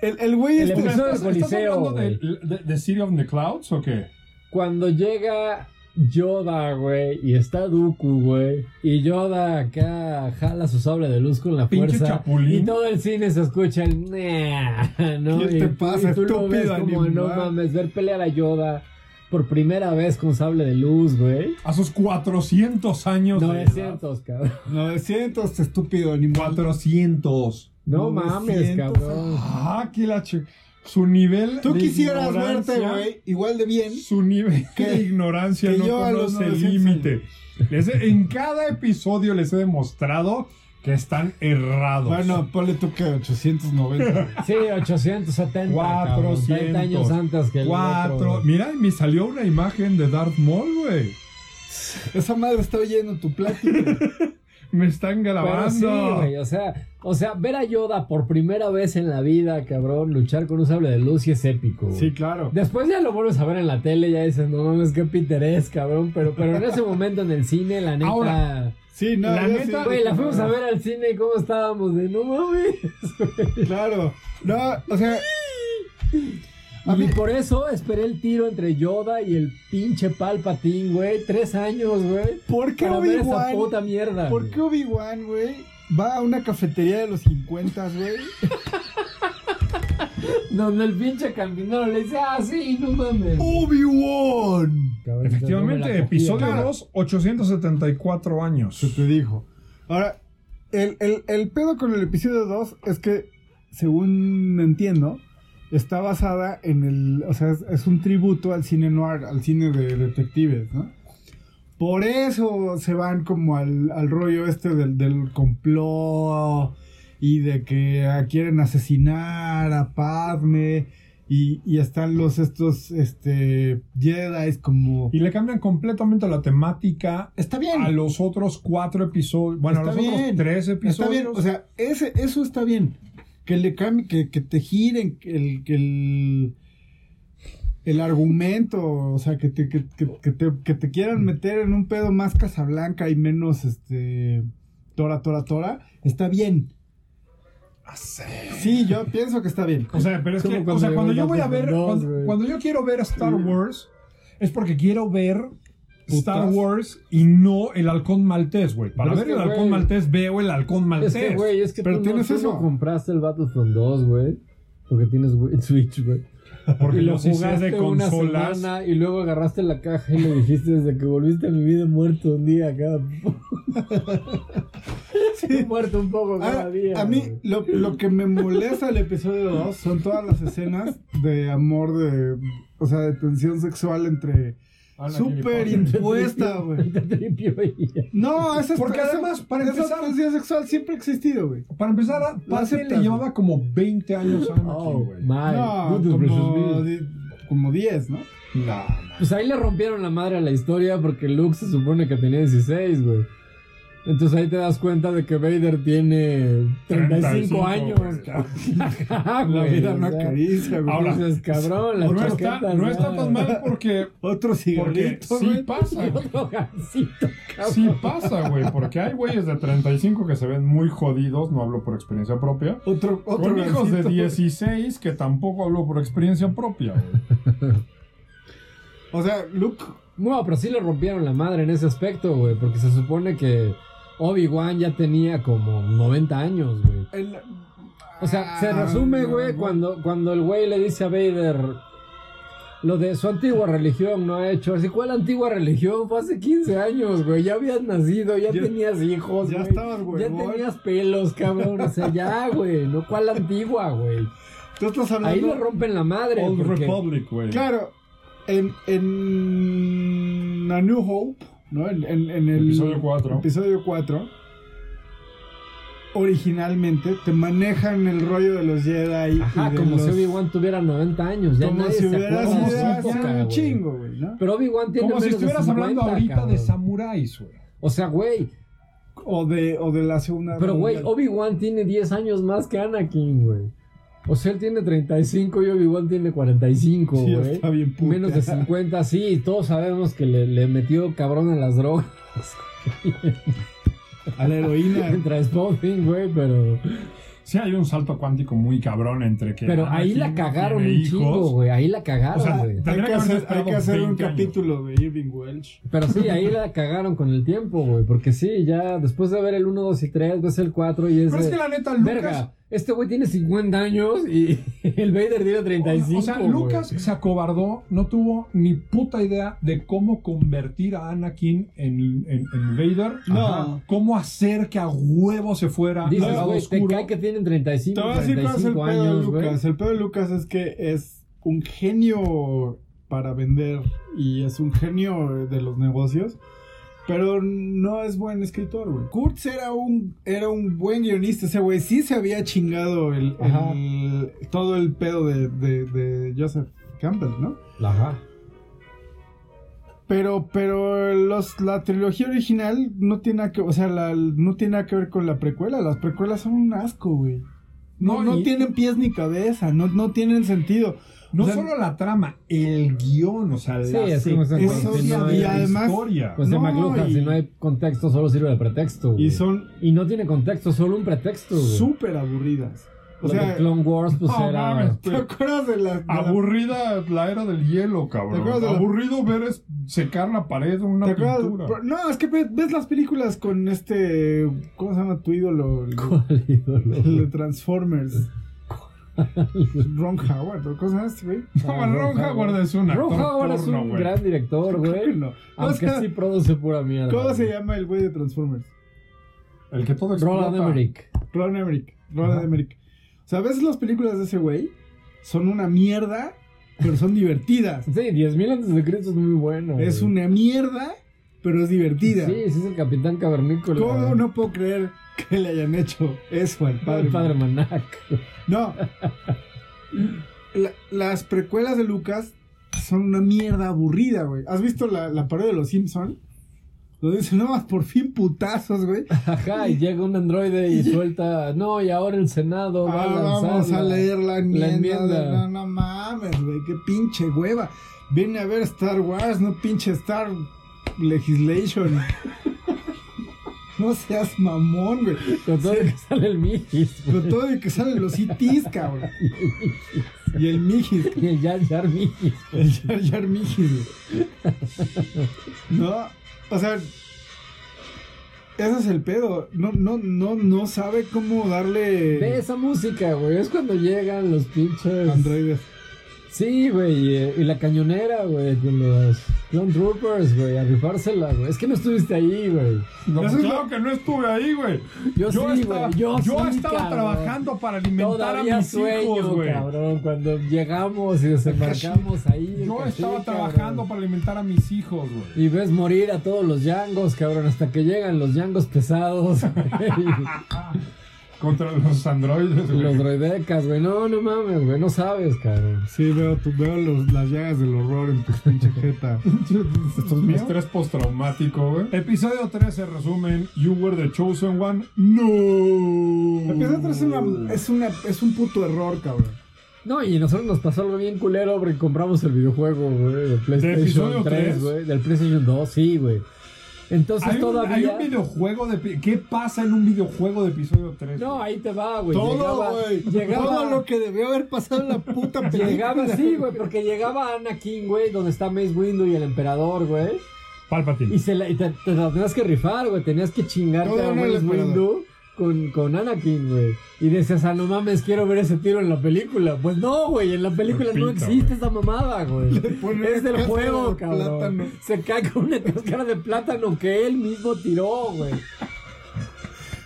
[SPEAKER 1] El, el güey
[SPEAKER 3] El
[SPEAKER 1] este.
[SPEAKER 3] episodio-
[SPEAKER 2] ¿Estás,
[SPEAKER 3] del
[SPEAKER 2] estás
[SPEAKER 3] Coliseo,
[SPEAKER 2] hablando de, de- de City of the Clouds o qué?
[SPEAKER 3] Cuando llega Yoda, güey, y está Dooku, güey, y Yoda acá jala su sable de luz con la
[SPEAKER 2] Pinche
[SPEAKER 3] fuerza.
[SPEAKER 2] chapulín.
[SPEAKER 3] Y todo el cine se escucha el "Nah", ¿no?
[SPEAKER 1] ¿Qué
[SPEAKER 3] y,
[SPEAKER 1] te
[SPEAKER 3] tú-
[SPEAKER 1] pasa,
[SPEAKER 3] y tú lo
[SPEAKER 1] estúpido
[SPEAKER 3] ves como, no
[SPEAKER 1] animal?
[SPEAKER 3] mames, ver pelear a Yoda por primera vez con sable de luz, güey.
[SPEAKER 2] A sus 400 años de edad.
[SPEAKER 3] 900, cabrón.
[SPEAKER 1] 900, estúpido animal.
[SPEAKER 2] 400.
[SPEAKER 3] No mames,
[SPEAKER 1] 900.
[SPEAKER 3] cabrón.
[SPEAKER 2] Ah, que la ch- Su nivel
[SPEAKER 1] Tú
[SPEAKER 2] de
[SPEAKER 1] quisieras
[SPEAKER 2] ignorancia-
[SPEAKER 1] verte, güey, igual de bien.
[SPEAKER 2] Su nivel
[SPEAKER 1] Que-
[SPEAKER 2] de ignorancia
[SPEAKER 1] que
[SPEAKER 2] no
[SPEAKER 1] yo a los
[SPEAKER 2] conoce
[SPEAKER 1] 900
[SPEAKER 2] límite. Les he- En cada episodio les he demostrado que están errados.
[SPEAKER 1] Bueno, ponle tú que 890.
[SPEAKER 3] Sí, 870. cabrón,
[SPEAKER 2] 400.
[SPEAKER 3] 30 años antes que el otro,
[SPEAKER 2] Cuatro.
[SPEAKER 3] güey.
[SPEAKER 2] Mira, y me salió una imagen de Darth Maul, güey.
[SPEAKER 1] Esa madre está oyendo tu plática.
[SPEAKER 2] Me están
[SPEAKER 3] Pero sí,
[SPEAKER 2] grabando.
[SPEAKER 3] güey, o sea, o sea, ver a Yoda por primera vez en la vida, cabrón, luchar con un sable de luz sí es épico. güey.
[SPEAKER 1] Sí, claro.
[SPEAKER 3] Después ya lo vuelves a ver en la tele, ya dices, no mames, qué Peter es, cabrón, pero, pero en ese momento en el cine, la neta...
[SPEAKER 2] Ahora,
[SPEAKER 1] Sí, no,
[SPEAKER 2] La
[SPEAKER 1] yo
[SPEAKER 2] neta-
[SPEAKER 1] sí-
[SPEAKER 3] Güey, la fuimos a ver al cine y cómo estábamos de no mames.
[SPEAKER 1] Claro. No, o sea. A mí,
[SPEAKER 3] Y por eso esperé el tiro entre Yoda y el pinche Palpatine, güey. Tres años, güey.
[SPEAKER 1] ¿por qué
[SPEAKER 3] Para ver esa
[SPEAKER 1] Obi-Wan?
[SPEAKER 3] puta mierda.
[SPEAKER 1] ¿Por
[SPEAKER 3] güey.
[SPEAKER 1] qué Obi-Wan, güey? Va a una cafetería de los 50, güey.
[SPEAKER 3] Donde el pinche campinero le dice, ah, sí, no mames.
[SPEAKER 1] ¡Obi-Wan!
[SPEAKER 3] Cabrón, no me
[SPEAKER 2] Efectivamente,
[SPEAKER 3] la cogí,
[SPEAKER 2] episodio
[SPEAKER 3] güey.
[SPEAKER 2] 2, 874
[SPEAKER 1] Se
[SPEAKER 2] años.
[SPEAKER 1] te dijo. Ahora, el, el- el pedo con el episodio 2 es que, según entiendo, está basada en el. O sea, es, es un tributo al cine noir, al cine de detectives, ¿no? Por eso se van como al, al rollo este del, del complot y de que ah, quieren asesinar a Padme y, y están los estos este Jedi como
[SPEAKER 2] Y le cambian completamente la temática
[SPEAKER 1] está bien
[SPEAKER 2] a los otros cuatro episodios. Bueno,
[SPEAKER 1] Está
[SPEAKER 2] a los
[SPEAKER 1] bien,
[SPEAKER 2] otros tres episodios.
[SPEAKER 1] Está bien, o sea, ese, eso está bien. Que le cambie, que, que te giren, que el, que el, el argumento, o sea, que te, que, que- que te, que te quieran meter en un pedo más Casablanca y menos este Tora, Tora, Tora, está bien.
[SPEAKER 2] Ah, sí.
[SPEAKER 1] Sí, yo pienso que está bien.
[SPEAKER 2] O sea, pero es
[SPEAKER 3] Como
[SPEAKER 2] que,
[SPEAKER 3] cuando
[SPEAKER 2] o sea,
[SPEAKER 3] llegó
[SPEAKER 2] cuando
[SPEAKER 3] el
[SPEAKER 2] yo voy a ver,
[SPEAKER 3] Batman dos,
[SPEAKER 2] cuando,
[SPEAKER 3] güey.
[SPEAKER 2] cuando yo quiero ver Star Wars, es porque quiero ver Star
[SPEAKER 1] Putas.
[SPEAKER 2] Wars y no el halcón maltés, güey. Para
[SPEAKER 3] Pero
[SPEAKER 2] ver
[SPEAKER 3] es
[SPEAKER 2] el
[SPEAKER 3] que,
[SPEAKER 2] halcón
[SPEAKER 3] güey,
[SPEAKER 2] maltés veo el halcón
[SPEAKER 3] Es
[SPEAKER 2] maltés.
[SPEAKER 3] que, güey, es que
[SPEAKER 1] Pero
[SPEAKER 3] tú,
[SPEAKER 1] tienes
[SPEAKER 3] no, tú
[SPEAKER 1] eso.
[SPEAKER 3] no compraste el Battlefront 2, güey. Porque tienes güey, Switch, güey.
[SPEAKER 2] porque
[SPEAKER 3] y lo
[SPEAKER 2] los hice
[SPEAKER 3] jugaste
[SPEAKER 2] de
[SPEAKER 3] una
[SPEAKER 2] consolas.
[SPEAKER 3] semana y luego agarraste la caja y le dijiste desde que volviste a mi vida muerto un día cada poco. sí, muerto un poco cada
[SPEAKER 1] Ahora,
[SPEAKER 3] día.
[SPEAKER 1] Ah, a mí
[SPEAKER 3] güey.
[SPEAKER 1] lo, lo que me molesta del episodio 2 son todas las escenas de amor, de, o sea, de tensión sexual entre... Súper impuesta, güey.
[SPEAKER 3] Te tripió y-
[SPEAKER 1] No, esa
[SPEAKER 2] Porque además, para
[SPEAKER 1] esa
[SPEAKER 2] empezar-
[SPEAKER 1] tensión sexual siempre ha existido, güey.
[SPEAKER 2] Para empezar, a Pase le
[SPEAKER 1] aceptas,
[SPEAKER 2] llevaba como 20 años a
[SPEAKER 3] Oh,
[SPEAKER 2] Anakin, güey.
[SPEAKER 3] my.
[SPEAKER 1] No,
[SPEAKER 3] goodness
[SPEAKER 1] como,
[SPEAKER 3] gracious me.
[SPEAKER 1] di- como 10, ¿no?
[SPEAKER 2] No, no.
[SPEAKER 3] Pues ahí le rompieron la madre a la historia porque Luke se supone que tenía 16, güey. Entonces ahí te das cuenta de que Vader tiene
[SPEAKER 2] 35,
[SPEAKER 3] 35, años,
[SPEAKER 2] güey.
[SPEAKER 3] cabrón. Ajá,
[SPEAKER 1] La
[SPEAKER 3] Ah, güey,
[SPEAKER 1] vida
[SPEAKER 3] o
[SPEAKER 1] no
[SPEAKER 3] sea,
[SPEAKER 1] acaricia, güey.
[SPEAKER 2] Ahora-
[SPEAKER 3] dices, cabrón, la
[SPEAKER 2] No está,
[SPEAKER 3] chaqueta
[SPEAKER 2] no
[SPEAKER 3] ya.
[SPEAKER 2] está tan mal porque,
[SPEAKER 1] Otro
[SPEAKER 2] porque
[SPEAKER 1] cigarrito,
[SPEAKER 2] sí
[SPEAKER 1] güey.
[SPEAKER 2] pasa,
[SPEAKER 3] Y
[SPEAKER 2] güey.
[SPEAKER 3] otro gancito, cabrón.
[SPEAKER 2] Sí pasa, güey, porque hay güeyes de 35 que se ven muy jodidos, no hablo por experiencia propia,
[SPEAKER 1] Otro, otro
[SPEAKER 2] con hijos de
[SPEAKER 1] gancito,
[SPEAKER 2] 16 que tampoco hablo por experiencia propia. güey.
[SPEAKER 1] güey. O sea, Luke...
[SPEAKER 3] No, pero sí le rompieron la madre en ese aspecto, güey, porque se supone que Obi-Wan ya tenía como 90 años, güey.
[SPEAKER 1] el-
[SPEAKER 3] O sea, se resume,
[SPEAKER 1] Ah,
[SPEAKER 3] güey,
[SPEAKER 1] no.
[SPEAKER 3] cuando, cuando el güey le dice a Vader, lo de su antigua religión no ha hecho. Así, ¿cuál antigua religión? Fue hace 15 años, güey. Ya habías nacido, ya,
[SPEAKER 1] Ya-
[SPEAKER 3] tenías hijos,
[SPEAKER 1] ya
[SPEAKER 3] güey.
[SPEAKER 1] estabas, güey,
[SPEAKER 3] Ya
[SPEAKER 1] güey.
[SPEAKER 3] tenías pelos, cabrón. O sea, ya, güey. No, ¿cuál antigua, güey?
[SPEAKER 1] Tú estás
[SPEAKER 3] Ahí
[SPEAKER 1] hablando.
[SPEAKER 3] le rompen la madre.
[SPEAKER 2] Old
[SPEAKER 3] porque-
[SPEAKER 2] Republic, güey.
[SPEAKER 1] Claro, en, en A New Hope, ¿no? En, en- en el
[SPEAKER 2] Episodio cuatro.
[SPEAKER 1] episodio 4, originalmente te manejan el rollo de los Jedi. y
[SPEAKER 3] Ajá,
[SPEAKER 1] de
[SPEAKER 3] como
[SPEAKER 1] los-
[SPEAKER 3] si Obi-Wan tuviera 90 años. Ya
[SPEAKER 1] Como
[SPEAKER 3] nadie
[SPEAKER 1] si
[SPEAKER 3] se
[SPEAKER 1] hubiera
[SPEAKER 3] acuerda
[SPEAKER 2] como
[SPEAKER 1] sido
[SPEAKER 3] de su
[SPEAKER 1] hace
[SPEAKER 3] época,
[SPEAKER 1] un
[SPEAKER 3] güey.
[SPEAKER 1] chingo, güey, ¿no?
[SPEAKER 3] Pero Obi-Wan tiene
[SPEAKER 2] Como si
[SPEAKER 3] menos de
[SPEAKER 2] estuvieras hablando
[SPEAKER 3] 50,
[SPEAKER 2] ahorita de
[SPEAKER 3] cabrón.
[SPEAKER 2] samuráis, güey.
[SPEAKER 3] O sea, güey.
[SPEAKER 1] O de, o de la segunda.
[SPEAKER 3] Pero,
[SPEAKER 1] Guerra
[SPEAKER 3] güey,
[SPEAKER 1] Mundial.
[SPEAKER 3] Obi-Wan tiene 10 años más que Anakin, güey. O sea, él tiene 35 y Obi-Wan tiene 45,
[SPEAKER 1] Sí,
[SPEAKER 3] güey.
[SPEAKER 1] está bien puta.
[SPEAKER 3] Menos de 50, sí. Todos sabemos que le, le metió cabrón a las drogas.
[SPEAKER 1] A la heroína.
[SPEAKER 3] en Transpotting, güey, pero...
[SPEAKER 2] Sí, hay un salto cuántico muy cabrón entre que.
[SPEAKER 3] Pero ahí
[SPEAKER 2] Anakin
[SPEAKER 3] la cagaron un
[SPEAKER 2] tiene hijos.
[SPEAKER 3] chingo, güey. Ahí la
[SPEAKER 2] O sea,
[SPEAKER 3] cagaron, güey.
[SPEAKER 1] hay
[SPEAKER 2] Tendría
[SPEAKER 1] que
[SPEAKER 2] que
[SPEAKER 1] hacer,
[SPEAKER 2] haber
[SPEAKER 1] hay que
[SPEAKER 2] esperado
[SPEAKER 1] hacer un
[SPEAKER 2] 20 años.
[SPEAKER 1] capítulo de Irving Welsh.
[SPEAKER 3] Pero sí, ahí la cagaron con el tiempo, güey. Porque sí, ya después de ver el 1, 2 y 3, ves el 4 y es
[SPEAKER 2] Pero es
[SPEAKER 3] de...
[SPEAKER 2] que la neta, Lucas.
[SPEAKER 3] Verga, este güey tiene 50 años y el Vader tiene 35,
[SPEAKER 2] o sea,
[SPEAKER 3] güey.
[SPEAKER 2] Lucas se acobardó, no tuvo ni puta idea de cómo convertir a Anakin en, en- en Vader.
[SPEAKER 1] No.
[SPEAKER 2] Ajá. Cómo hacer que a huevo se fuera al
[SPEAKER 3] Dices,
[SPEAKER 2] lado
[SPEAKER 3] güey, te
[SPEAKER 2] oscuro.
[SPEAKER 3] cae que tienen 35,
[SPEAKER 1] Te voy a decir cuál es el
[SPEAKER 3] 35
[SPEAKER 1] pedo de
[SPEAKER 3] años, güey.
[SPEAKER 1] Lucas. El pedo de Lucas es que es un genio para vender y es un genio de los negocios. Pero no es buen escritor, güey. Kurtz era un, era un buen guionista. Ese güey sí se había chingado el,
[SPEAKER 3] Ajá.
[SPEAKER 1] el- todo el pedo de, de- de Joseph Campbell, ¿no?
[SPEAKER 3] Ajá.
[SPEAKER 1] Pero, pero los, la trilogía original no tiene nada que, o sea, la- no tiene nada que ver con la precuela. Las precuelas son un asco, güey. No,
[SPEAKER 2] No,
[SPEAKER 1] no
[SPEAKER 2] y-
[SPEAKER 1] tienen pies ni cabeza, no, no tienen sentido.
[SPEAKER 2] No
[SPEAKER 1] O sea,
[SPEAKER 2] solo la trama, el guión, o sea,
[SPEAKER 3] Sí,
[SPEAKER 2] la
[SPEAKER 3] es como esa
[SPEAKER 2] secuencia
[SPEAKER 1] cuestión, ¿no?
[SPEAKER 2] de
[SPEAKER 1] Y
[SPEAKER 2] la
[SPEAKER 1] además-
[SPEAKER 2] historia.
[SPEAKER 3] Pues de
[SPEAKER 1] No,
[SPEAKER 3] McLuhan,
[SPEAKER 1] y-
[SPEAKER 3] si no hay contexto, solo sirve de pretexto, güey.
[SPEAKER 1] Y son
[SPEAKER 3] Y no tiene contexto, solo un pretexto, güey.
[SPEAKER 1] súper aburridas. O
[SPEAKER 3] Lo
[SPEAKER 1] sea,
[SPEAKER 3] de Clone Wars, pues
[SPEAKER 2] no
[SPEAKER 3] era...
[SPEAKER 2] mames.
[SPEAKER 1] ¿te acuerdas de la, de la-
[SPEAKER 2] Aburrida la era del hielo,
[SPEAKER 1] ¿Te
[SPEAKER 2] cabrón.
[SPEAKER 1] acuerdas de la-
[SPEAKER 2] Aburrido ver es secar la pared de
[SPEAKER 1] ¿te
[SPEAKER 2] una
[SPEAKER 1] acuerdas?
[SPEAKER 2] pintura.
[SPEAKER 1] Pero- No, es que ves, ves las películas con este, ¿cómo se llama tu ídolo? El,
[SPEAKER 3] ¿Cuál ídolo,
[SPEAKER 1] el de
[SPEAKER 3] güey?
[SPEAKER 1] Transformers. Ron Howard, ¿o ¿cómo se llama este güey?
[SPEAKER 2] No, Ron Howard es un actor
[SPEAKER 3] Ron Howard es
[SPEAKER 2] porno,
[SPEAKER 3] un
[SPEAKER 2] güey.
[SPEAKER 3] gran director, güey.
[SPEAKER 1] No. O
[SPEAKER 3] Aunque
[SPEAKER 1] sea,
[SPEAKER 3] sí produce pura mierda.
[SPEAKER 1] ¿Cómo se
[SPEAKER 3] güey.
[SPEAKER 1] llama el güey de Transformers?
[SPEAKER 2] El que todo explota.
[SPEAKER 3] Roland Emmerich.
[SPEAKER 1] Ron Emmerich. Ron
[SPEAKER 2] Ajá.
[SPEAKER 1] Emmerich. O sea, a veces las películas de ese güey son una mierda, pero son divertidas.
[SPEAKER 3] Sí, 10.000 antes de Cristo es muy bueno.
[SPEAKER 1] es
[SPEAKER 3] güey.
[SPEAKER 1] una mierda, pero es divertida.
[SPEAKER 3] Sí, sí es el Capitán Cavernícola.
[SPEAKER 1] ¿Cómo
[SPEAKER 3] güey.
[SPEAKER 1] no puedo creer que le hayan hecho eso al padre?
[SPEAKER 3] El Padre Manac.
[SPEAKER 1] No. La- las precuelas de Lucas son una mierda aburrida, güey. ¿Has visto la, la parodia de los Simpson? Donde dicen, no, por fin putazos, güey.
[SPEAKER 3] Ajá, y llega un androide y suelta. No, y ahora el Senado
[SPEAKER 1] Ah,
[SPEAKER 3] va a lanzar.
[SPEAKER 1] vamos
[SPEAKER 3] la-
[SPEAKER 1] a leer la enmienda.
[SPEAKER 3] enmienda.
[SPEAKER 1] de- no, no mames, güey, qué pinche hueva. Viene a ver Star Wars, no pinche Star Legislation. no seas mamón, güey.
[SPEAKER 3] Con todo que sale el Mijis. güey.
[SPEAKER 1] Con todo el que salen los ITs, cabrón. Y el Mijis,
[SPEAKER 3] Y el Jar Jar Mijis.
[SPEAKER 1] el Jar Jar Mijis, güey. No, o sea, ese es el pedo. No, no, no, no sabe cómo
[SPEAKER 3] Ve
[SPEAKER 1] darle
[SPEAKER 3] esa música, güey. Es cuando llegan los pinches.
[SPEAKER 1] androides.
[SPEAKER 3] Sí, güey. Y, eh, y la cañonera, güey. Con los Clone Troopers, güey. A rifársela, güey. Es que no estuviste ahí, güey.
[SPEAKER 2] No,
[SPEAKER 1] Eso es
[SPEAKER 2] claro que no estuve ahí, güey.
[SPEAKER 3] Yo, sí,
[SPEAKER 2] estaba,
[SPEAKER 3] güey. Yo,
[SPEAKER 2] yo
[SPEAKER 3] sí,
[SPEAKER 2] estaba
[SPEAKER 3] cabrón.
[SPEAKER 2] trabajando para alimentar
[SPEAKER 3] Todavía
[SPEAKER 2] a mis
[SPEAKER 3] sueño,
[SPEAKER 2] hijos, güey.
[SPEAKER 3] cabrón. Cuando llegamos y desembarcamos ahí. en
[SPEAKER 2] Yo
[SPEAKER 3] Kashyyyk,
[SPEAKER 2] estaba
[SPEAKER 3] cabrón.
[SPEAKER 2] trabajando para alimentar a mis hijos, güey.
[SPEAKER 3] Y ves morir a todos los yangos, cabrón, hasta que llegan los yangos pesados, güey,
[SPEAKER 2] Contra los androides, güey.
[SPEAKER 3] los droidecas, güey. No, no mames, güey, no sabes, cabrón.
[SPEAKER 1] Sí, veo, tu- veo los- las llagas del horror en tu pinche jeta.
[SPEAKER 2] Esto es mi estrés postraumático, güey. Episodio 13, resumen. You were the chosen one. No.
[SPEAKER 1] Empezar es una, es una es un puto error, cabrón.
[SPEAKER 3] No, y nosotros nos pasó algo bien culero porque compramos el videojuego, güey, de PlayStation
[SPEAKER 2] episodio
[SPEAKER 3] 3,
[SPEAKER 2] tres?
[SPEAKER 3] güey, del PlayStation 2, sí, güey. Entonces
[SPEAKER 2] Hay un,
[SPEAKER 3] todavía...
[SPEAKER 2] hay un videojuego de. epi- ¿Qué pasa en un videojuego de episodio 3?
[SPEAKER 3] No,
[SPEAKER 2] güey?
[SPEAKER 3] ahí te va, güey.
[SPEAKER 1] Todo,
[SPEAKER 3] Llegaba-
[SPEAKER 1] güey.
[SPEAKER 3] Llegaba...
[SPEAKER 1] Todo lo que debió haber pasado en la puta película.
[SPEAKER 3] Llegaba así, güey, porque llegaba Anakin, güey, donde está Mace Windu y el emperador, güey.
[SPEAKER 2] Palpatine.
[SPEAKER 3] Y, se la, y te, te la tenías que rifar, güey. Tenías que chingarte
[SPEAKER 1] No, no,
[SPEAKER 3] a
[SPEAKER 1] no,
[SPEAKER 3] Mace
[SPEAKER 1] el emperador.
[SPEAKER 3] Windu con, con Anakin, güey. Y decías, ah, no mames, quiero ver ese tiro en la película. Pues no, güey, en la película no
[SPEAKER 2] pinta,
[SPEAKER 3] existe
[SPEAKER 2] güey.
[SPEAKER 3] esa mamada, güey.
[SPEAKER 1] ponen
[SPEAKER 3] Es del
[SPEAKER 1] cáscara
[SPEAKER 3] juego,
[SPEAKER 1] de
[SPEAKER 3] cabrón.
[SPEAKER 1] plátano.
[SPEAKER 3] Se cae con una cáscara de plátano que él mismo tiró, güey.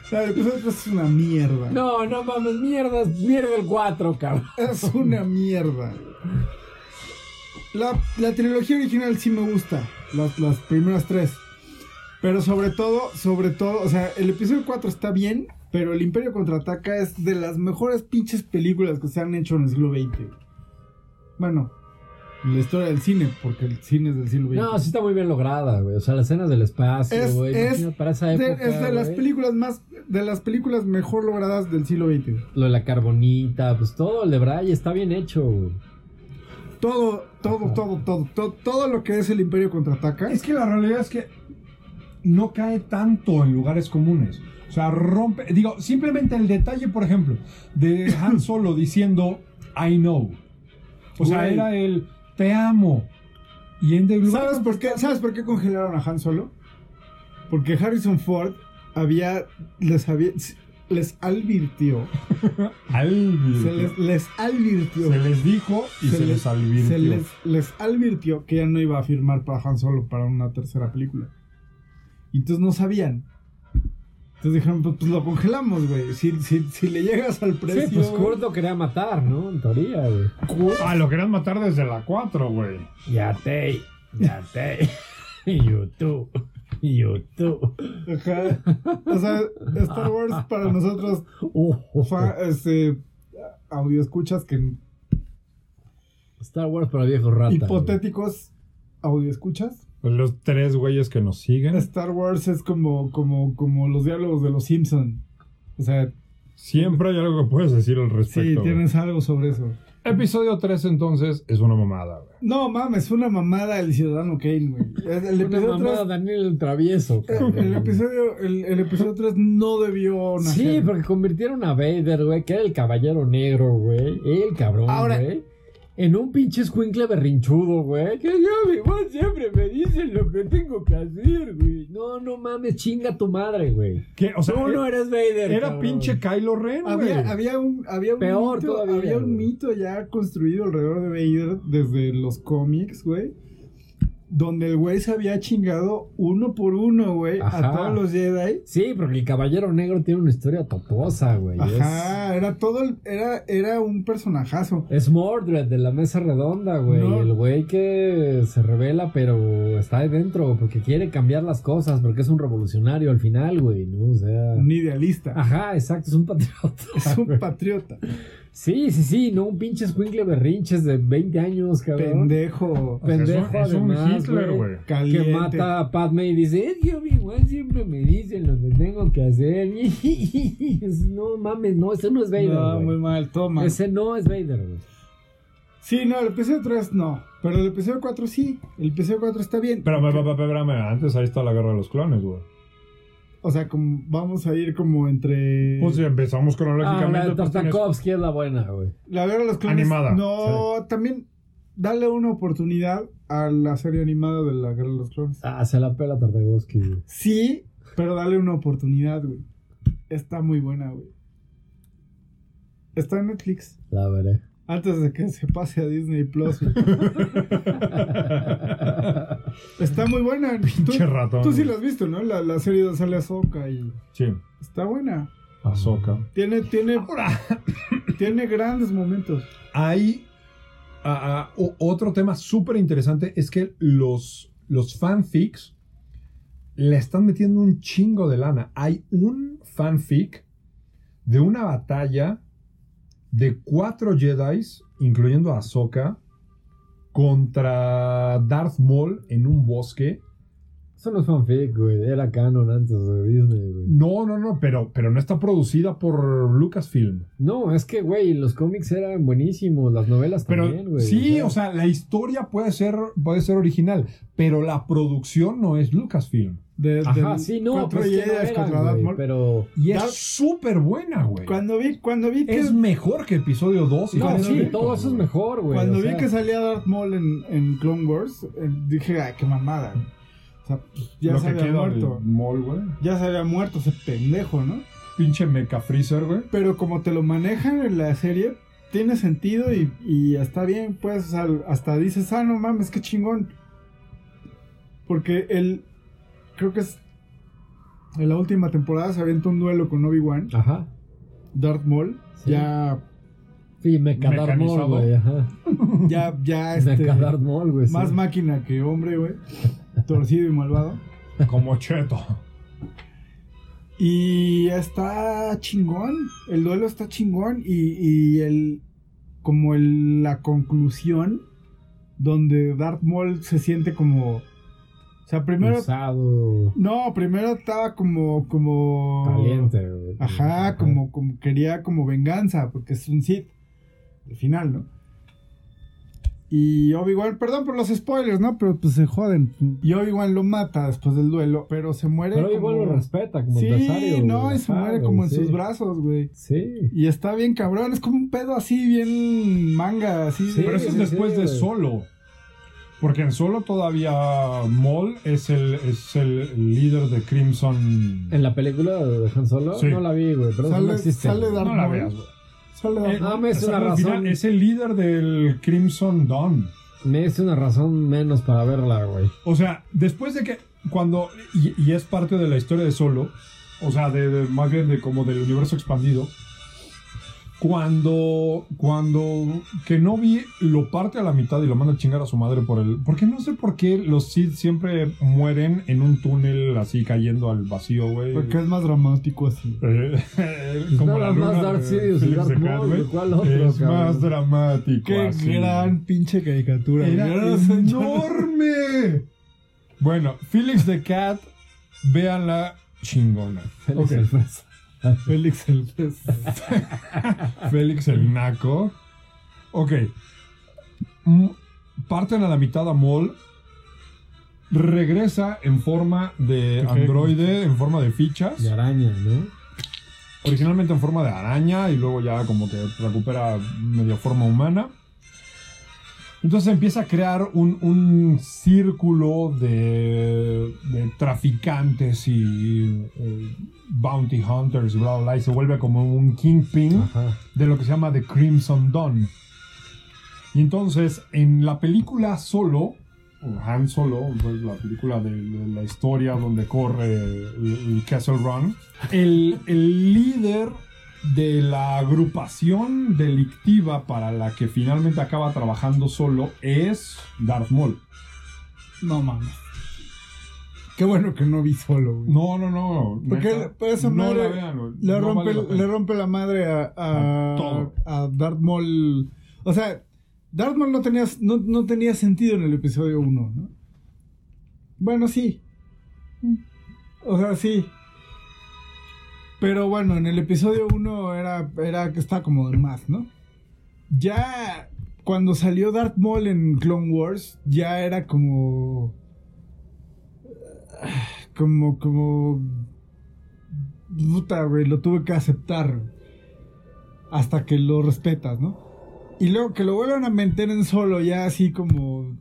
[SPEAKER 1] Claro, pues esto es una mierda.
[SPEAKER 3] No, no mames, mierda, mierda el 4, cabrón.
[SPEAKER 1] Es una mierda. La, la trilogía original sí me gusta. Las, las primeras tres. Pero sobre todo, sobre todo, o sea, el episodio 4 está bien, pero el Imperio Contraataca es de las mejores pinches películas que se han hecho en el siglo XX. Bueno, en la historia del cine, porque el cine es del siglo XX.
[SPEAKER 3] No, sí está muy bien lograda, güey. O sea, las escenas del espacio,
[SPEAKER 1] Es-
[SPEAKER 3] güey.
[SPEAKER 1] es
[SPEAKER 3] imagínate, para esa
[SPEAKER 1] De-
[SPEAKER 3] época,
[SPEAKER 1] es de las
[SPEAKER 3] güey.
[SPEAKER 1] películas más, de las películas mejor logradas del siglo XX.
[SPEAKER 3] Lo de la carbonita, pues todo el de Braille está bien hecho, güey.
[SPEAKER 1] Todo, todo,
[SPEAKER 3] Ajá.
[SPEAKER 1] todo, todo, todo, todo lo que es el Imperio Contraataca.
[SPEAKER 2] Es que la realidad es que no cae tanto en lugares comunes. O sea, rompe. Digo, simplemente el detalle, por ejemplo, de Han Solo diciendo I know. O sea,
[SPEAKER 1] Güey.
[SPEAKER 2] era el te amo. Y en de
[SPEAKER 1] ¿Sabes por, qué, ¿Sabes por qué congelaron a Han Solo? Porque Harrison Ford había. les había. les advirtió. Se les, les advirtió.
[SPEAKER 2] Se les dijo y se,
[SPEAKER 1] se
[SPEAKER 2] les
[SPEAKER 1] les-
[SPEAKER 2] advirtió.
[SPEAKER 1] se les, les advirtió que ya no iba a firmar para Han Solo para una tercera película. Y entonces no sabían. Entonces dijeron, pues, pues lo congelamos, güey. Si, si, si le llegas al
[SPEAKER 3] Sí,
[SPEAKER 1] precio.
[SPEAKER 3] pues Kurt lo quería matar, ¿no? En teoría, güey.
[SPEAKER 2] Ah, lo querían matar desde la 4, güey.
[SPEAKER 3] Ya te, ya te. YouTube, YouTube.
[SPEAKER 1] Ajá. O sea, Star Wars para nosotros
[SPEAKER 3] Uh, uh,
[SPEAKER 1] fa- este, audio escuchas que
[SPEAKER 3] Star Wars para viejos ratas.
[SPEAKER 1] hipotéticos audio escuchas.
[SPEAKER 2] Los tres güeyes que nos siguen.
[SPEAKER 1] Star Wars es como, como, como los diálogos de los Simpson. O sea,
[SPEAKER 2] Siempre hay algo que puedes decir al
[SPEAKER 1] sí,
[SPEAKER 2] respecto. güey.
[SPEAKER 1] tienes algo sobre eso.
[SPEAKER 2] Episodio 3, entonces, es una mamada, güey.
[SPEAKER 1] No mames, una mamada el ciudadano Kane, güey. El, el
[SPEAKER 3] Una
[SPEAKER 1] episodio
[SPEAKER 3] mamada,
[SPEAKER 1] tres- eh,
[SPEAKER 3] Daniel el travieso. cabrón.
[SPEAKER 1] el episodio, el, el episodio 3 no debió nacer.
[SPEAKER 3] Sí, porque convirtieron a Vader, güey, que era el caballero negro, güey. El cabrón,
[SPEAKER 1] Ahora-
[SPEAKER 3] güey. En un pinche escuincle berrinchudo, güey. Que yo, mi voz siempre me dicen lo que tengo que hacer, güey. No, no mames, chinga tu madre, güey.
[SPEAKER 2] ¿Qué? O sea, e-
[SPEAKER 3] Tú no eres Vader.
[SPEAKER 2] era
[SPEAKER 3] cabrón.
[SPEAKER 2] pinche Kylo Ren, güey.
[SPEAKER 1] Había, había un, había un
[SPEAKER 3] Peor
[SPEAKER 1] mito,
[SPEAKER 3] todavía,
[SPEAKER 1] había un
[SPEAKER 3] güey.
[SPEAKER 1] mito ya construido alrededor de Vader desde los cómics, güey. Donde el güey se había chingado uno por uno, güey, a
[SPEAKER 3] Ajá.
[SPEAKER 1] todos los Jedi.
[SPEAKER 3] Sí, porque el caballero negro tiene una historia toposa, güey. Es,
[SPEAKER 1] Ajá, era todo, el- era, era un personajazo.
[SPEAKER 3] es Mordred de la mesa redonda, güey.
[SPEAKER 1] No.
[SPEAKER 3] El güey que se revela, pero está ahí dentro porque quiere cambiar las cosas, porque es un revolucionario al final, güey, ¿no? O sea.
[SPEAKER 1] Un idealista.
[SPEAKER 3] Ajá, exacto, es un patriota.
[SPEAKER 1] Es un
[SPEAKER 3] güey.
[SPEAKER 1] patriota.
[SPEAKER 3] Sí, sí, sí, no un pinche escuincle berrinches de 20 años, cabrón.
[SPEAKER 1] Pendejo.
[SPEAKER 2] O sea, es un-
[SPEAKER 3] pendejo
[SPEAKER 2] es un,
[SPEAKER 3] además,
[SPEAKER 2] Hitler,
[SPEAKER 3] güey.
[SPEAKER 2] güey.
[SPEAKER 1] Caliente.
[SPEAKER 3] Que mata a Padme y dice, es que Obi-Wan siempre me dicen lo que tengo que hacer. no mames, no, ese no es Vader.
[SPEAKER 1] No,
[SPEAKER 3] güey.
[SPEAKER 1] muy mal, toma.
[SPEAKER 3] Ese no es Vader, güey.
[SPEAKER 1] Sí, no, el episodio 3 no. Pero el episodio 4 sí. El episodio 4 está bien.
[SPEAKER 2] Pero, pero, pero, espérame, antes ahí está la guerra de los clones, güey.
[SPEAKER 1] O sea, como vamos a ir como entre.
[SPEAKER 2] Pues si empezamos
[SPEAKER 3] Ah, la
[SPEAKER 2] cronológicamente,
[SPEAKER 3] de
[SPEAKER 2] pues tienes-
[SPEAKER 3] Tartakovsky es la buena, güey.
[SPEAKER 1] La guerra de los clones.
[SPEAKER 2] Animada.
[SPEAKER 1] No, también dale una oportunidad a la serie animada de la guerra de los clones.
[SPEAKER 3] Ah, se la pela Tartakovsky, güey.
[SPEAKER 1] Sí, pero dale una oportunidad, güey. Está muy buena, güey. Está en Netflix.
[SPEAKER 3] La veré.
[SPEAKER 1] Antes de que se pase a Disney Plus. güey. Está muy buena. Tú,
[SPEAKER 2] Pinche ratón.
[SPEAKER 1] tú sí la
[SPEAKER 2] güey.
[SPEAKER 1] has visto, ¿no? La, la serie de Sale Azoka y.
[SPEAKER 2] Sí,
[SPEAKER 1] Está buena.
[SPEAKER 2] Ahsoka.
[SPEAKER 1] Tiene, tiene, tiene grandes momentos.
[SPEAKER 2] Hay ah, ah, o- otro tema súper interesante es que los, los fanfics le están metiendo un chingo de lana. Hay un fanfic de una batalla de cuatro Jedi, incluyendo a Ahsoka, contra Darth Maul en un bosque.
[SPEAKER 3] Eso no es fanfic, güey. Era canon antes de Disney, güey.
[SPEAKER 2] No, no, no, pero, pero no está producida por Lucasfilm.
[SPEAKER 3] No, es que, güey, los cómics eran buenísimos, las novelas
[SPEAKER 2] Pero
[SPEAKER 3] también, güey.
[SPEAKER 2] sí, o sea, la historia puede ser, puede ser original, pero la producción no es Lucasfilm.
[SPEAKER 1] De,
[SPEAKER 3] Ajá,
[SPEAKER 1] del
[SPEAKER 3] sí, no,
[SPEAKER 1] cuatro
[SPEAKER 3] pero es que no
[SPEAKER 1] Jedi
[SPEAKER 3] eran,
[SPEAKER 1] contra
[SPEAKER 3] güey,
[SPEAKER 1] Darth Maul.
[SPEAKER 3] pero...
[SPEAKER 2] Y
[SPEAKER 1] Dar-
[SPEAKER 2] es súper buena, güey.
[SPEAKER 1] Cuando vi, cuando vi que
[SPEAKER 2] Es mejor que episodio 2.
[SPEAKER 3] No,
[SPEAKER 1] cuando
[SPEAKER 3] sí,
[SPEAKER 1] vi-
[SPEAKER 3] todo eso es mejor, güey.
[SPEAKER 1] Cuando
[SPEAKER 3] o
[SPEAKER 1] vi
[SPEAKER 3] sea,
[SPEAKER 1] que salía Darth Maul en, en Clone Wars, eh, dije, ah, qué mamada. O sea, pues, ya se había muerto.
[SPEAKER 2] mol, güey.
[SPEAKER 1] Ya se había muerto ese pendejo, ¿no?
[SPEAKER 2] pinche mecha freezer, güey.
[SPEAKER 1] Pero como te lo manejan en la serie, tiene sentido y, y está bien, pues, o sea, hasta dices, ah, no mames, qué chingón. Porque él, creo que es, en la última temporada se avienta un duelo con Obi-Wan,
[SPEAKER 3] Ajá.
[SPEAKER 1] Darth Maul,
[SPEAKER 3] Sí.
[SPEAKER 1] ya,
[SPEAKER 3] Sí, Mecadar Mall,
[SPEAKER 2] Mecanizado.
[SPEAKER 3] güey. Ajá.
[SPEAKER 1] ya, ya, este,
[SPEAKER 3] Mecadarth Maul, güey. sí.
[SPEAKER 1] más máquina que hombre, güey, torcido y malvado.
[SPEAKER 2] Como cheto.
[SPEAKER 1] Y está chingón. El duelo está chingón. Y, y el. Como el- la conclusión. Donde Darth Maul se siente como. O sea, primero.
[SPEAKER 3] Usado,
[SPEAKER 1] No, primero estaba como. como
[SPEAKER 3] caliente, güey.
[SPEAKER 1] Ajá, como, como quería como venganza. Porque es un Sith. Al final, ¿no? Y Obi-Wan, perdón por los spoilers, ¿no? Pero pues se joden. Y Obi-Wan lo mata después del duelo, pero se muere.
[SPEAKER 3] Pero igual
[SPEAKER 1] como-
[SPEAKER 3] lo respeta como adversario.
[SPEAKER 1] Sí,
[SPEAKER 3] güey.
[SPEAKER 1] no, y se
[SPEAKER 3] Ajá,
[SPEAKER 1] muere
[SPEAKER 3] güey,
[SPEAKER 1] como en
[SPEAKER 3] sí.
[SPEAKER 1] sus brazos, güey.
[SPEAKER 3] Sí.
[SPEAKER 1] Y está bien cabrón, es como un pedo así, bien manga, así.
[SPEAKER 3] Sí,
[SPEAKER 2] Pero eso es
[SPEAKER 3] sí,
[SPEAKER 2] después
[SPEAKER 3] sí,
[SPEAKER 2] de
[SPEAKER 3] güey.
[SPEAKER 2] Solo. Porque en Solo todavía Maul es el, es el líder de Crimson.
[SPEAKER 3] En la película de Han Solo
[SPEAKER 2] Sí.
[SPEAKER 3] no la vi, güey. Pero eso
[SPEAKER 1] Sale-
[SPEAKER 3] no existe.
[SPEAKER 1] sale
[SPEAKER 3] güey.
[SPEAKER 1] Darth
[SPEAKER 2] No la
[SPEAKER 1] Maul.
[SPEAKER 2] veas, güey.
[SPEAKER 1] Solo-
[SPEAKER 2] Eh,
[SPEAKER 3] Ah, me es
[SPEAKER 2] o sea,
[SPEAKER 3] una
[SPEAKER 2] al
[SPEAKER 3] razón.
[SPEAKER 2] final es el líder del Crimson Dawn.
[SPEAKER 3] Me hice una razón menos para verla, güey.
[SPEAKER 2] O sea, después de que. Cuando. Y, y es parte de la historia de Solo. O sea, de, de- más bien de como del universo expandido. Cuando. Cuando. Kenobi lo parte a la mitad y lo manda a chingar a su madre por el. Porque no sé por qué los Sith siempre mueren en un túnel así cayendo al vacío, güey.
[SPEAKER 1] Porque es más dramático así.
[SPEAKER 2] Eh, como la
[SPEAKER 3] Nada
[SPEAKER 2] luna
[SPEAKER 3] más Darth
[SPEAKER 2] de
[SPEAKER 3] Sidious y
[SPEAKER 2] Felix
[SPEAKER 3] Darth
[SPEAKER 2] de Cat,
[SPEAKER 3] Maul,
[SPEAKER 2] güey.
[SPEAKER 3] güey, ¿cuál otro,
[SPEAKER 2] Es
[SPEAKER 3] cabrón?
[SPEAKER 2] más dramático.
[SPEAKER 1] Qué
[SPEAKER 2] así.
[SPEAKER 1] gran pinche caricatura.
[SPEAKER 2] Era
[SPEAKER 1] güey. Yo no sé, yo no-
[SPEAKER 2] enorme. Bueno, Felix the Cat, véanla chingona.
[SPEAKER 3] Félix
[SPEAKER 2] Ok.
[SPEAKER 3] el Fresa.
[SPEAKER 1] Félix el pez.
[SPEAKER 2] Félix el Naco. Ok. Mm, Parten a la mitad a Maul. Regresa en forma de
[SPEAKER 1] Ok.
[SPEAKER 2] androide, en forma de fichas.
[SPEAKER 3] De araña, ¿no?
[SPEAKER 2] Originalmente en forma de araña y luego ya como que recupera medio forma humana. Entonces empieza a crear un, un círculo de, de traficantes y eh, bounty hunters, bla, bla, bla, y se vuelve como un kingpin
[SPEAKER 3] Ajá.
[SPEAKER 2] de lo que se llama The Crimson Dawn. Y entonces, en la película Solo, o Han Solo, pues, la película de, de la historia donde corre el, el Castle Run, el, el líder de la agrupación delictiva para la que finalmente acaba trabajando solo es Darth Maul.
[SPEAKER 1] No mames. Qué bueno que no vi solo, güey.
[SPEAKER 2] No, no, no.
[SPEAKER 1] Porque
[SPEAKER 2] neta,
[SPEAKER 1] por eso
[SPEAKER 2] no
[SPEAKER 1] madre
[SPEAKER 2] la vean, güey,
[SPEAKER 1] Le,
[SPEAKER 2] no
[SPEAKER 1] rompe,
[SPEAKER 2] vale la pena.
[SPEAKER 1] le rompe la madre a,
[SPEAKER 2] A
[SPEAKER 1] a,
[SPEAKER 2] todo.
[SPEAKER 1] a Darth Maul. O sea, Darth Maul no tenía, no, no tenía sentido en el episodio 1, ¿no? Bueno, sí. O sea, sí. Pero bueno, en el episodio 1 era, era que está como de más, ¿no? Ya cuando salió Darth Maul en Clone Wars, ya era como... Como, como puta, güey, lo tuve que aceptar. Hasta que lo respetas, ¿no? Y luego que lo vuelvan a meter en solo, ya así como.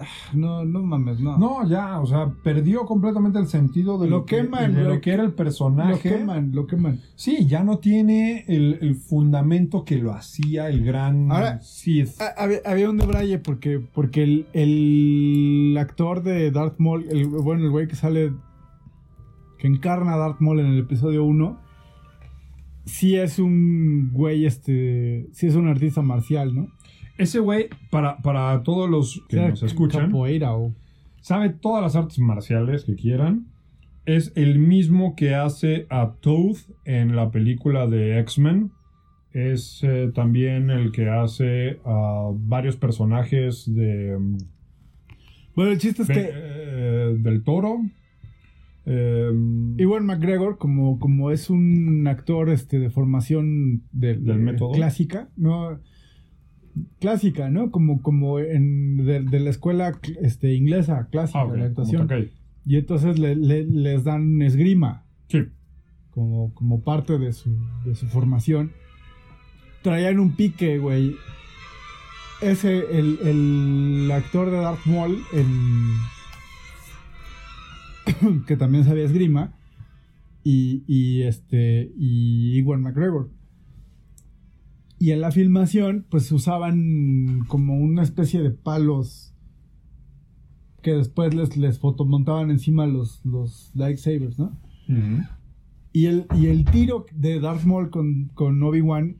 [SPEAKER 1] ah, No, no mames, no.
[SPEAKER 2] No, ya, o sea, perdió completamente el sentido de
[SPEAKER 1] Lo
[SPEAKER 2] lo, que,
[SPEAKER 1] queman,
[SPEAKER 2] de
[SPEAKER 1] lo-
[SPEAKER 2] lo que era el
[SPEAKER 1] lo
[SPEAKER 2] personaje.
[SPEAKER 1] queman, lo queman.
[SPEAKER 2] Sí, ya no tiene el, el fundamento que lo hacía el gran
[SPEAKER 1] Ahora-
[SPEAKER 2] Sith.
[SPEAKER 1] Ah, Había, había un debraye porque, porque el, el actor de Darth Maul, el, bueno, el güey que sale, que encarna a Darth Maul en el episodio 1, sí es un güey, este, sí es un artista marcial, ¿no?
[SPEAKER 2] Ese güey, para, para todos los que
[SPEAKER 1] O sea,
[SPEAKER 2] nos escuchan,
[SPEAKER 1] Capoeira o...
[SPEAKER 2] sabe todas las artes marciales que quieran. Es el mismo que hace a Toad en la película de X-Men. Es eh, también el que hace a varios personajes de... mm,
[SPEAKER 1] Bueno, el chiste es
[SPEAKER 2] Ve-
[SPEAKER 1] que...
[SPEAKER 2] eh, del Toro. eh,
[SPEAKER 1] Iwan McGregor, como, como es un actor este, de formación de-
[SPEAKER 2] Del
[SPEAKER 1] de-
[SPEAKER 2] método.
[SPEAKER 1] clásica, ¿no? Clásica, ¿no? Como, como en, de, de la escuela cl- este, inglesa, clásica,
[SPEAKER 2] ah, ok,
[SPEAKER 1] la actuación.
[SPEAKER 2] como Takai.
[SPEAKER 1] Y entonces le- le- les dan esgrima
[SPEAKER 2] Sí.
[SPEAKER 1] como, como parte de su, de su formación. Traían un pique, güey. Ese, el, el actor de Darth Maul, en- que también sabía esgrima, y, y este y Ewan McGregor. Y en la filmación, pues usaban como una especie de palos que después les, les fotomontaban encima los, los lightsabers, ¿no? Y el, y el tiro de Darth Maul con, con Obi-Wan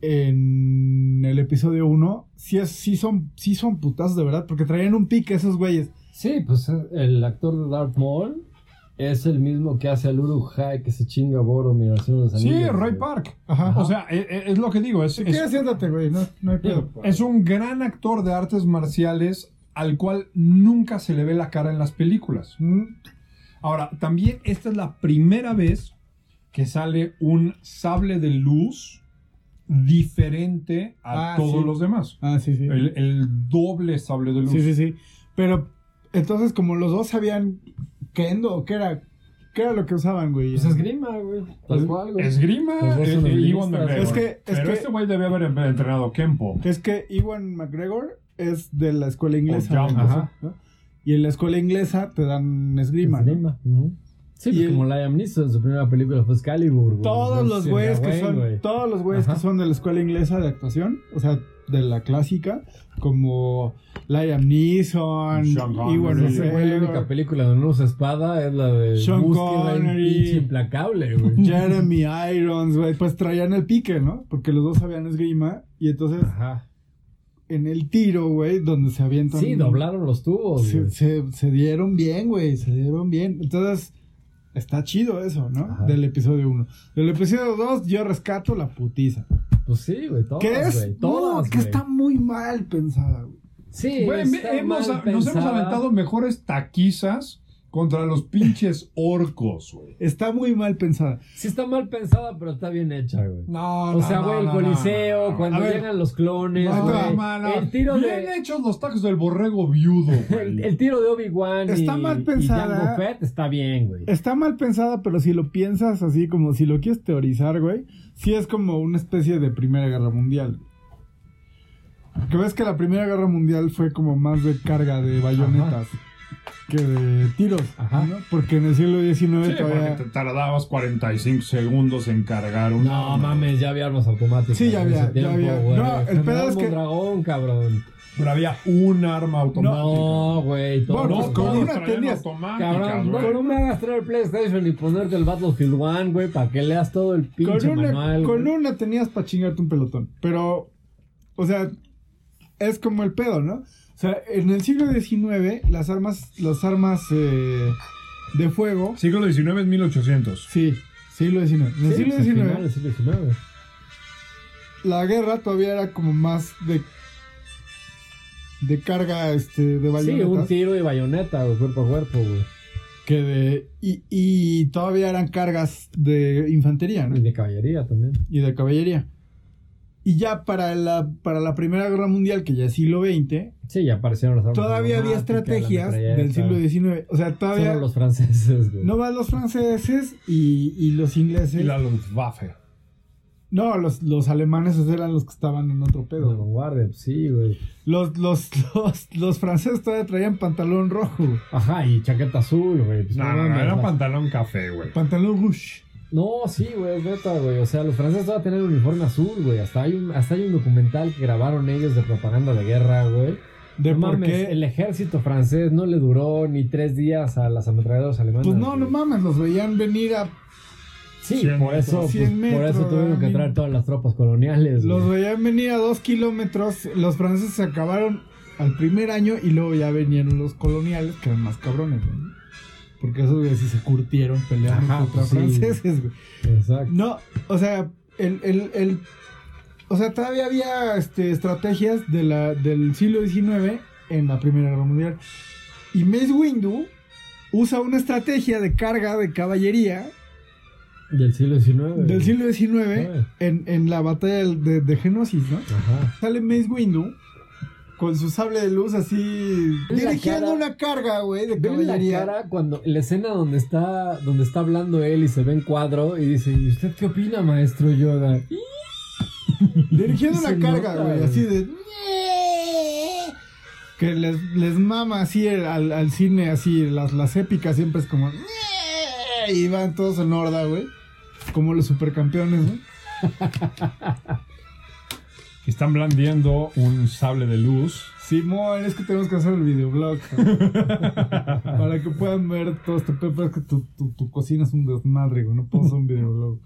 [SPEAKER 1] en el episodio 1, sí, es, sí, son, sí son putazos de verdad, porque traían un pique esos güeyes.
[SPEAKER 3] Sí, pues eh, el actor de Darth Maul es el mismo que hace al Uruhai que se chinga a Boromir haciendo los
[SPEAKER 2] Sí,
[SPEAKER 3] anillos,
[SPEAKER 2] Ray
[SPEAKER 1] eh.
[SPEAKER 3] güey.
[SPEAKER 2] Park.
[SPEAKER 1] Ajá.
[SPEAKER 2] O sea, e- e- es, lo que digo. Es,
[SPEAKER 1] Si
[SPEAKER 2] es-
[SPEAKER 1] quieres, siéntate, güey, no, no hay pedo.
[SPEAKER 3] pues,
[SPEAKER 2] es un gran actor de artes marciales al cual nunca se le ve la cara en las películas.
[SPEAKER 1] Mm,
[SPEAKER 2] Ahora, también esta es la primera vez que sale un sable de luz diferente a
[SPEAKER 1] Ah,
[SPEAKER 2] todos
[SPEAKER 1] sí.
[SPEAKER 2] los demás.
[SPEAKER 1] Ah, sí, sí.
[SPEAKER 2] El, el doble sable de luz.
[SPEAKER 1] Sí, sí, sí. Pero entonces, como los dos sabían Kendo, ¿qué era? ¿Qué era lo que usaban, güey?
[SPEAKER 3] Pues esgrima, güey. Tal cual, güey.
[SPEAKER 2] Esgrima
[SPEAKER 3] Los dos
[SPEAKER 2] eh,
[SPEAKER 3] son
[SPEAKER 2] eh,
[SPEAKER 3] esgrimistas.
[SPEAKER 2] Ewan McGregor.
[SPEAKER 1] Es que- es
[SPEAKER 2] Pero
[SPEAKER 1] que-
[SPEAKER 2] este güey debía haber entrenado Kempo.
[SPEAKER 1] Que es que Iwan McGregor es de la escuela inglesa.
[SPEAKER 2] O Jump,
[SPEAKER 1] ¿no?
[SPEAKER 2] Oh, ajá.
[SPEAKER 1] ¿No? Y en la escuela inglesa te dan esgrima. ¿no?
[SPEAKER 3] Esgrima, ujú. Sí,
[SPEAKER 1] Y
[SPEAKER 3] pues
[SPEAKER 1] el-
[SPEAKER 3] como Liam Neeson en su primera película fue Excalibur, güey.
[SPEAKER 1] Todos
[SPEAKER 3] Entonces,
[SPEAKER 1] los
[SPEAKER 3] sí,
[SPEAKER 1] güeyes que
[SPEAKER 3] güey, güey.
[SPEAKER 1] son, todos los güeyes que
[SPEAKER 3] Ajá.
[SPEAKER 1] son de la escuela inglesa de actuación, o sea, de la clásica, como Liam Neeson,
[SPEAKER 2] Sean Connery.
[SPEAKER 1] Ewan
[SPEAKER 2] Ese
[SPEAKER 3] Ese güey, Pues, la única
[SPEAKER 1] McGregor,
[SPEAKER 3] película donde no usa espada es la de
[SPEAKER 1] Sean
[SPEAKER 3] Búsqueda
[SPEAKER 1] Connery.
[SPEAKER 3] Pinche implacable, güey.
[SPEAKER 1] Jeremy Irons, güey, pues traían el pique, ¿no? Porque los dos sabían esgrima y entonces
[SPEAKER 3] Ajá.
[SPEAKER 1] en el tiro, güey, donde se avientan.
[SPEAKER 3] Sí, doblaron los tubos,
[SPEAKER 1] Se,
[SPEAKER 3] güey.
[SPEAKER 1] se- se dieron bien, güey, se dieron bien. Entonces, está chido eso, ¿no?
[SPEAKER 3] Ajá.
[SPEAKER 1] Del episodio 1. Del episodio 2, yo rescato la putiza.
[SPEAKER 3] Pues sí, güey, todas,
[SPEAKER 1] que es,
[SPEAKER 3] güey.
[SPEAKER 1] no,
[SPEAKER 3] Todas,
[SPEAKER 1] que
[SPEAKER 3] güey.
[SPEAKER 1] está muy mal pensada, güey.
[SPEAKER 3] Sí,
[SPEAKER 2] Güey,
[SPEAKER 3] está
[SPEAKER 2] me- hemos-
[SPEAKER 3] mal
[SPEAKER 2] nos hemos
[SPEAKER 3] pensada.
[SPEAKER 2] aventado mejores taquizas contra los pinches orcos, güey.
[SPEAKER 1] Está muy mal pensada.
[SPEAKER 3] Sí está mal pensada, pero está bien hecha, güey.
[SPEAKER 2] No,
[SPEAKER 3] O sea, güey, el coliseo, cuando
[SPEAKER 1] A ver.
[SPEAKER 3] llegan los clones,
[SPEAKER 1] No,
[SPEAKER 3] güey.
[SPEAKER 1] no,
[SPEAKER 3] el tiro
[SPEAKER 2] Bien
[SPEAKER 3] de...
[SPEAKER 2] hechos los tacos del borrego viudo,
[SPEAKER 3] El,
[SPEAKER 2] güey.
[SPEAKER 3] el tiro de Obi-Wan
[SPEAKER 1] Está
[SPEAKER 3] y,
[SPEAKER 1] mal
[SPEAKER 3] y
[SPEAKER 1] pensada.
[SPEAKER 3] Jango Fett está bien, güey.
[SPEAKER 1] Está mal pensada, pero si lo piensas así, como si lo quieres teorizar, güey, sí es como una especie de Primera Guerra Mundial. Que ves que la Primera Guerra Mundial fue como más de carga de bayonetas que de tiros,
[SPEAKER 3] Ajá.
[SPEAKER 1] ¿no? Porque en el siglo XIX
[SPEAKER 2] Sí,
[SPEAKER 1] todavía...
[SPEAKER 2] porque te tardabas 45 segundos en cargar un
[SPEAKER 3] No
[SPEAKER 2] arma.
[SPEAKER 3] mames, ya había armas automáticas.
[SPEAKER 1] Sí, ya
[SPEAKER 3] en ese
[SPEAKER 1] había, ya había.
[SPEAKER 3] güey.
[SPEAKER 1] No, el
[SPEAKER 3] General
[SPEAKER 1] pedo es que-
[SPEAKER 3] Mondragón, cabrón.
[SPEAKER 2] Pero había un arma automática.
[SPEAKER 3] No, güey. todo-
[SPEAKER 1] Bueno,
[SPEAKER 2] no
[SPEAKER 1] pues, con
[SPEAKER 2] todos
[SPEAKER 1] una
[SPEAKER 2] traían
[SPEAKER 1] tenías-
[SPEAKER 2] automáticas,
[SPEAKER 3] Cabrón,
[SPEAKER 2] güey.
[SPEAKER 3] no, no me hagas traer PlayStation y ponerte el Battlefield 1, güey, para que leas todo el pinche
[SPEAKER 1] con una,
[SPEAKER 3] manual.
[SPEAKER 1] con
[SPEAKER 3] güey.
[SPEAKER 1] una tenías para chingarte un pelotón. Pero, o sea, es como el pedo, ¿no? O sea, en el siglo XIX, las armas, las armas eh, de fuego.
[SPEAKER 2] Siglo XIX es 1800.
[SPEAKER 1] Sí, siglo XIX. En el
[SPEAKER 3] Sí,
[SPEAKER 1] siglo
[SPEAKER 3] pues, al
[SPEAKER 1] XIX,
[SPEAKER 3] final del siglo XIX.
[SPEAKER 1] la guerra todavía era como más de. de carga este, de
[SPEAKER 3] Sí, un
[SPEAKER 1] bayonetas.
[SPEAKER 3] tiro y bayoneta, güey, cuerpo a cuerpo, güey.
[SPEAKER 1] que de, y, y todavía eran cargas de infantería, ¿no?
[SPEAKER 3] Y de caballería también.
[SPEAKER 1] y de caballería. Y ya para la, para la Primera Guerra Mundial, que ya es siglo XX,
[SPEAKER 3] Sí, ya aparecieron las armas.
[SPEAKER 1] todavía había
[SPEAKER 3] automáticas,
[SPEAKER 1] estrategias
[SPEAKER 3] la metralleta,
[SPEAKER 1] del siglo XIX. O sea, todavía
[SPEAKER 3] Solo los franceses, güey.
[SPEAKER 1] no van los franceses y, y los ingleses.
[SPEAKER 2] Y la Luftwaffe.
[SPEAKER 1] No, los, los alemanes eran los que estaban en otro pedo.
[SPEAKER 3] Pero guardia, pues, sí, güey.
[SPEAKER 1] Los, los, los, los franceses todavía traían pantalón rojo,
[SPEAKER 3] Ajá, y chaqueta azul, güey. Pues,
[SPEAKER 2] No, no, no,
[SPEAKER 3] mames,
[SPEAKER 2] era
[SPEAKER 3] la-
[SPEAKER 2] pantalón café, güey.
[SPEAKER 1] pantalón rouge.
[SPEAKER 3] No, sí, güey, es neta, güey. O sea, los franceses todavía tenían uniforme azul, güey. Hasta hay, un, hasta hay un documental que grabaron ellos de propaganda de guerra, güey.
[SPEAKER 1] ¿De
[SPEAKER 3] no
[SPEAKER 1] por
[SPEAKER 3] mames,
[SPEAKER 1] qué?
[SPEAKER 3] el ejército francés no le duró ni tres días a las ametralladoras alemanas.
[SPEAKER 1] Pues no, no
[SPEAKER 3] güey.
[SPEAKER 1] mames, los veían venir a.
[SPEAKER 3] Sí,
[SPEAKER 2] 100
[SPEAKER 3] por eso,
[SPEAKER 1] metros,
[SPEAKER 3] pues,
[SPEAKER 1] 100
[SPEAKER 3] por
[SPEAKER 1] metros,
[SPEAKER 3] eso tuvieron que
[SPEAKER 1] güey.
[SPEAKER 3] entrar todas las tropas coloniales,
[SPEAKER 1] Los
[SPEAKER 3] güey.
[SPEAKER 1] veían venir a dos kilómetros. Los franceses se acabaron al primer año y luego ya venían los coloniales, que eran más cabrones, güey. Porque esos güeyes sí se curtieron peleando
[SPEAKER 3] Ajá,
[SPEAKER 1] contra
[SPEAKER 3] pues sí.
[SPEAKER 1] franceses, güey.
[SPEAKER 3] Exacto.
[SPEAKER 1] No, o sea, el, el, el- o sea, todavía había este, estrategias de la, del siglo XIX en la Primera Guerra Mundial. Y Mace Windu usa una estrategia de carga de caballería
[SPEAKER 3] Del siglo XIX.
[SPEAKER 1] del siglo XIX
[SPEAKER 3] XIX.
[SPEAKER 1] en, en la batalla del- de, de Genosis, ¿no?
[SPEAKER 3] Pues, Ajá.
[SPEAKER 1] Sale Mace Windu con su sable de luz así
[SPEAKER 3] Ven la
[SPEAKER 1] dirigiendo
[SPEAKER 3] cara-
[SPEAKER 1] una carga, güey, de
[SPEAKER 3] Ven la
[SPEAKER 1] caballería.
[SPEAKER 3] cara cuando la escena donde está donde está hablando él y se ve en cuadro y dice, "¿Y usted qué opina, maestro Yoda?"
[SPEAKER 1] Dirigiendo
[SPEAKER 3] Se
[SPEAKER 1] una carga,
[SPEAKER 3] nota,
[SPEAKER 1] güey,
[SPEAKER 3] güey.
[SPEAKER 1] así de. Que les, les mama así el- al, al cine, así las, las épicas siempre es como. y van todos en horda, güey. Como los supercampeones, güey.
[SPEAKER 2] Están blandiendo un sable de luz.
[SPEAKER 1] Simón, es que tenemos que hacer el videoblog. güey. Para que puedan ver todo este pepe. Es que tu, tu, tu cocina es un desmadre, güey. No puedo hacer un videoblog.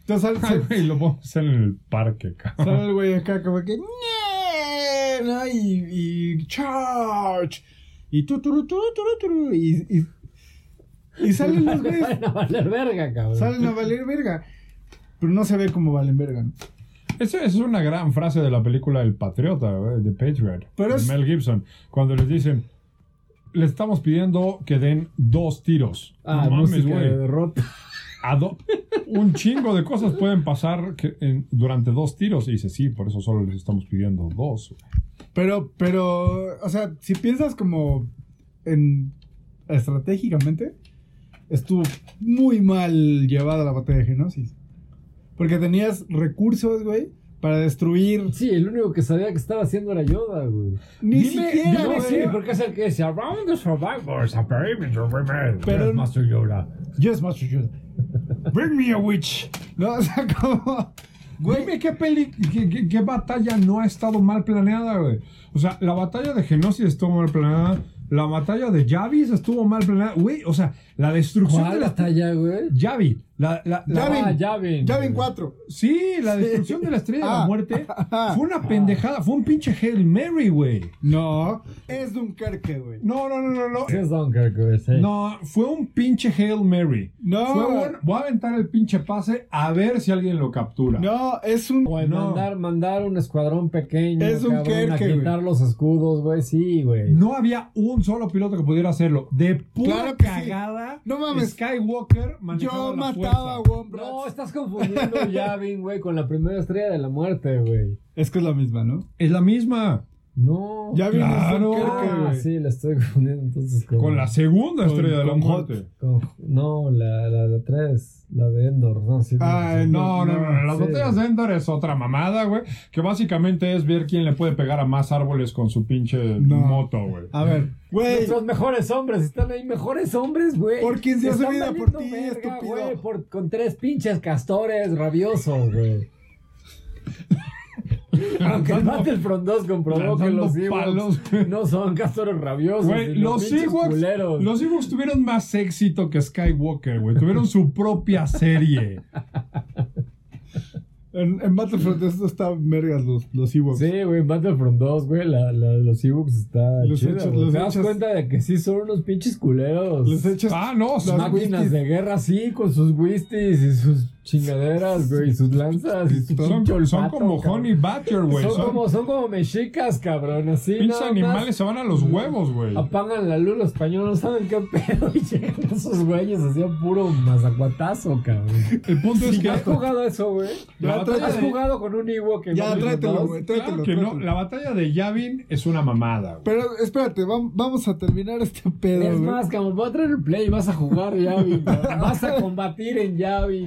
[SPEAKER 1] Entonces
[SPEAKER 2] Ay,
[SPEAKER 1] sale,
[SPEAKER 2] güey, lo vamos a hacer en el parque, cabrón.
[SPEAKER 1] sale el güey acá como que... "Nee", ¿no? Y, y charge. Y tu, tu, tu, tu, tu, tu, y, y, y salen los güeyes
[SPEAKER 3] Van a valer verga, cabrón.
[SPEAKER 1] Salen a valer verga. Pero no se ve como valen verga. ¿no?
[SPEAKER 2] Esa es una gran frase de la película El Patriota, güey, de Patriot,
[SPEAKER 1] Pero
[SPEAKER 2] de
[SPEAKER 1] es-
[SPEAKER 2] Mel Gibson. Cuando les dicen, le estamos pidiendo que den dos tiros.
[SPEAKER 3] Ah,
[SPEAKER 2] no mames,
[SPEAKER 3] música de
[SPEAKER 2] güey.
[SPEAKER 3] derrota.
[SPEAKER 2] A do- Un chingo de cosas pueden pasar que- en- durante dos tiros. Y dice, sí, por eso solo les estamos pidiendo dos. güey".
[SPEAKER 1] Pero, pero, o sea, si piensas como en estratégicamente, estuvo muy mal llevada la batalla de Genosis. Porque tenías recursos, güey, para destruir.
[SPEAKER 3] Sí, el único que sabía que estaba haciendo era Yoda, güey.
[SPEAKER 1] Ni
[SPEAKER 2] Dime-
[SPEAKER 1] siquiera,
[SPEAKER 2] dime
[SPEAKER 1] güey.
[SPEAKER 3] sí, porque es el que dice Around the Survivors, a perimeter, perimeter.
[SPEAKER 1] Pero-
[SPEAKER 3] Es más Yoda.
[SPEAKER 1] Yes, Master Yoda. Bring me a witch. No, o sea, como.
[SPEAKER 2] Güey, Dime qué, peli, qué, qué- qué batalla no ha estado mal planeada, güey. O sea, la batalla de Genosis estuvo mal planeada. La batalla de Javis estuvo mal planeada. Güey, o sea, la destrucción
[SPEAKER 3] ¿Cuál
[SPEAKER 2] de la...
[SPEAKER 3] batalla, güey?
[SPEAKER 2] Javi, la, la, la-
[SPEAKER 1] Yavin.
[SPEAKER 3] Ah, Yavin.
[SPEAKER 1] Ya ven cuatro.
[SPEAKER 2] Sí, la destrucción de la estrella de
[SPEAKER 1] Ah.
[SPEAKER 2] la muerte fue una pendejada, fue un pinche Hail Mary, güey.
[SPEAKER 1] No, es Dunkerque, güey.
[SPEAKER 2] No, no, no, no, no.
[SPEAKER 3] Sí, es Dunkirk, güey, sí.
[SPEAKER 2] No, fue un pinche Hail Mary.
[SPEAKER 1] No.
[SPEAKER 2] Fue un- voy a aventar el pinche pase a ver si alguien lo captura.
[SPEAKER 1] No, es un.
[SPEAKER 3] Güey,
[SPEAKER 2] No.
[SPEAKER 3] Mandar, mandar un escuadrón pequeño
[SPEAKER 1] Es un
[SPEAKER 3] cabrón, a
[SPEAKER 1] Kerke, güey.
[SPEAKER 3] quitar los escudos, güey. Sí, güey.
[SPEAKER 2] No había un solo piloto que pudiera hacerlo. De pura
[SPEAKER 1] Claro que sí.
[SPEAKER 2] cagada,
[SPEAKER 1] No mames.
[SPEAKER 2] Skywalker manejaba
[SPEAKER 1] Yo
[SPEAKER 2] la
[SPEAKER 1] mataba a
[SPEAKER 2] fuerza.
[SPEAKER 1] Wombrats.
[SPEAKER 3] No, estás confundiendo Yavin, güey, con la primera estrella de la muerte, güey.
[SPEAKER 1] Es que es la misma, ¿no?
[SPEAKER 2] Es la misma.
[SPEAKER 3] No.
[SPEAKER 1] Ya vimos
[SPEAKER 2] Claro.
[SPEAKER 1] Dunkerque,
[SPEAKER 3] Ah,
[SPEAKER 1] güey.
[SPEAKER 3] sí, la estoy confundiendo entonces con.
[SPEAKER 2] Con la segunda
[SPEAKER 1] Con-
[SPEAKER 2] estrella de la
[SPEAKER 1] con
[SPEAKER 2] muerte.
[SPEAKER 1] Hot.
[SPEAKER 3] con- no, la, la, la tres, la de Endor. No, sí, no,
[SPEAKER 1] Ah,
[SPEAKER 3] sí.
[SPEAKER 2] No, no, no, no, las
[SPEAKER 3] Sí.
[SPEAKER 2] botellas de Endor es otra mamada, güey. Que básicamente es ver quién le puede pegar a más árboles con su pinche
[SPEAKER 1] No. Ah,
[SPEAKER 2] moto, güey.
[SPEAKER 1] A ver, güey.
[SPEAKER 3] Nuestros mejores hombres están ahí, mejores hombres, güey.
[SPEAKER 1] Por quien se
[SPEAKER 3] Están
[SPEAKER 1] hace vida por
[SPEAKER 3] valiendo
[SPEAKER 1] ti,
[SPEAKER 3] verga,
[SPEAKER 1] estúpido.
[SPEAKER 3] güey, por- con tres pinches castores rabiosos, güey. Aunque el
[SPEAKER 2] Lanzando-
[SPEAKER 3] Battlefront 2 comprobó que
[SPEAKER 2] lanzando
[SPEAKER 3] los Ewoks
[SPEAKER 2] palos, güey.
[SPEAKER 3] no son castores rabiosos,
[SPEAKER 2] Güey,
[SPEAKER 3] sino
[SPEAKER 2] los
[SPEAKER 3] pinches
[SPEAKER 2] Ewoks,
[SPEAKER 3] culeros.
[SPEAKER 2] los Ewoks tuvieron más éxito que Skywalker, güey. Tuvieron su propia serie.
[SPEAKER 1] En, en Battlefront esto está vergas los, los Ewoks.
[SPEAKER 3] Sí, güey, Battlefront 2, güey, la, la de los Ewoks está
[SPEAKER 1] Los
[SPEAKER 3] chida,
[SPEAKER 1] hechos-
[SPEAKER 3] güey.
[SPEAKER 1] los
[SPEAKER 3] Te das
[SPEAKER 1] hechos-
[SPEAKER 3] cuenta de que sí son unos pinches culeros.
[SPEAKER 1] Les echas.
[SPEAKER 2] Ah, no,
[SPEAKER 1] Las
[SPEAKER 2] son-
[SPEAKER 3] máquinas
[SPEAKER 1] whistis.
[SPEAKER 3] de guerra sí, con sus whistis y sus chingaderas, güey, y sus lanzas y su
[SPEAKER 2] son,
[SPEAKER 3] pinche
[SPEAKER 2] son
[SPEAKER 3] olfato,
[SPEAKER 2] como
[SPEAKER 3] cabrón.
[SPEAKER 2] Honey Badger, güey.
[SPEAKER 3] son,
[SPEAKER 2] Son,
[SPEAKER 3] como, son como mexicas, cabrón, así.
[SPEAKER 2] pinches
[SPEAKER 3] nada
[SPEAKER 2] animales
[SPEAKER 3] más
[SPEAKER 2] se van a los huevos, güey.
[SPEAKER 3] Apagan la luz los españoles, saben qué pedo. Y llegan esos güeyes, hacían puro mazacuatazo, cabrón.
[SPEAKER 2] El punto es que
[SPEAKER 3] ¿Has jugado eso, güey?
[SPEAKER 1] Ya
[SPEAKER 2] la
[SPEAKER 1] tráete-
[SPEAKER 2] batalla
[SPEAKER 3] ¿Has
[SPEAKER 2] de-
[SPEAKER 3] jugado con un Ewok en
[SPEAKER 1] ya,
[SPEAKER 3] Battlefront
[SPEAKER 1] tráetelo,
[SPEAKER 3] 2?
[SPEAKER 1] güey.
[SPEAKER 2] claro
[SPEAKER 1] Tráetelo.
[SPEAKER 2] que no,
[SPEAKER 1] tráetelo.
[SPEAKER 2] la batalla de Yavin es una mamada, güey.
[SPEAKER 1] Pero espérate, vam- vamos a terminar este pedo.
[SPEAKER 3] Es
[SPEAKER 1] güey.
[SPEAKER 3] más, como voy a traer el play, vas a jugar Yavi, vas a combatir en Yavi.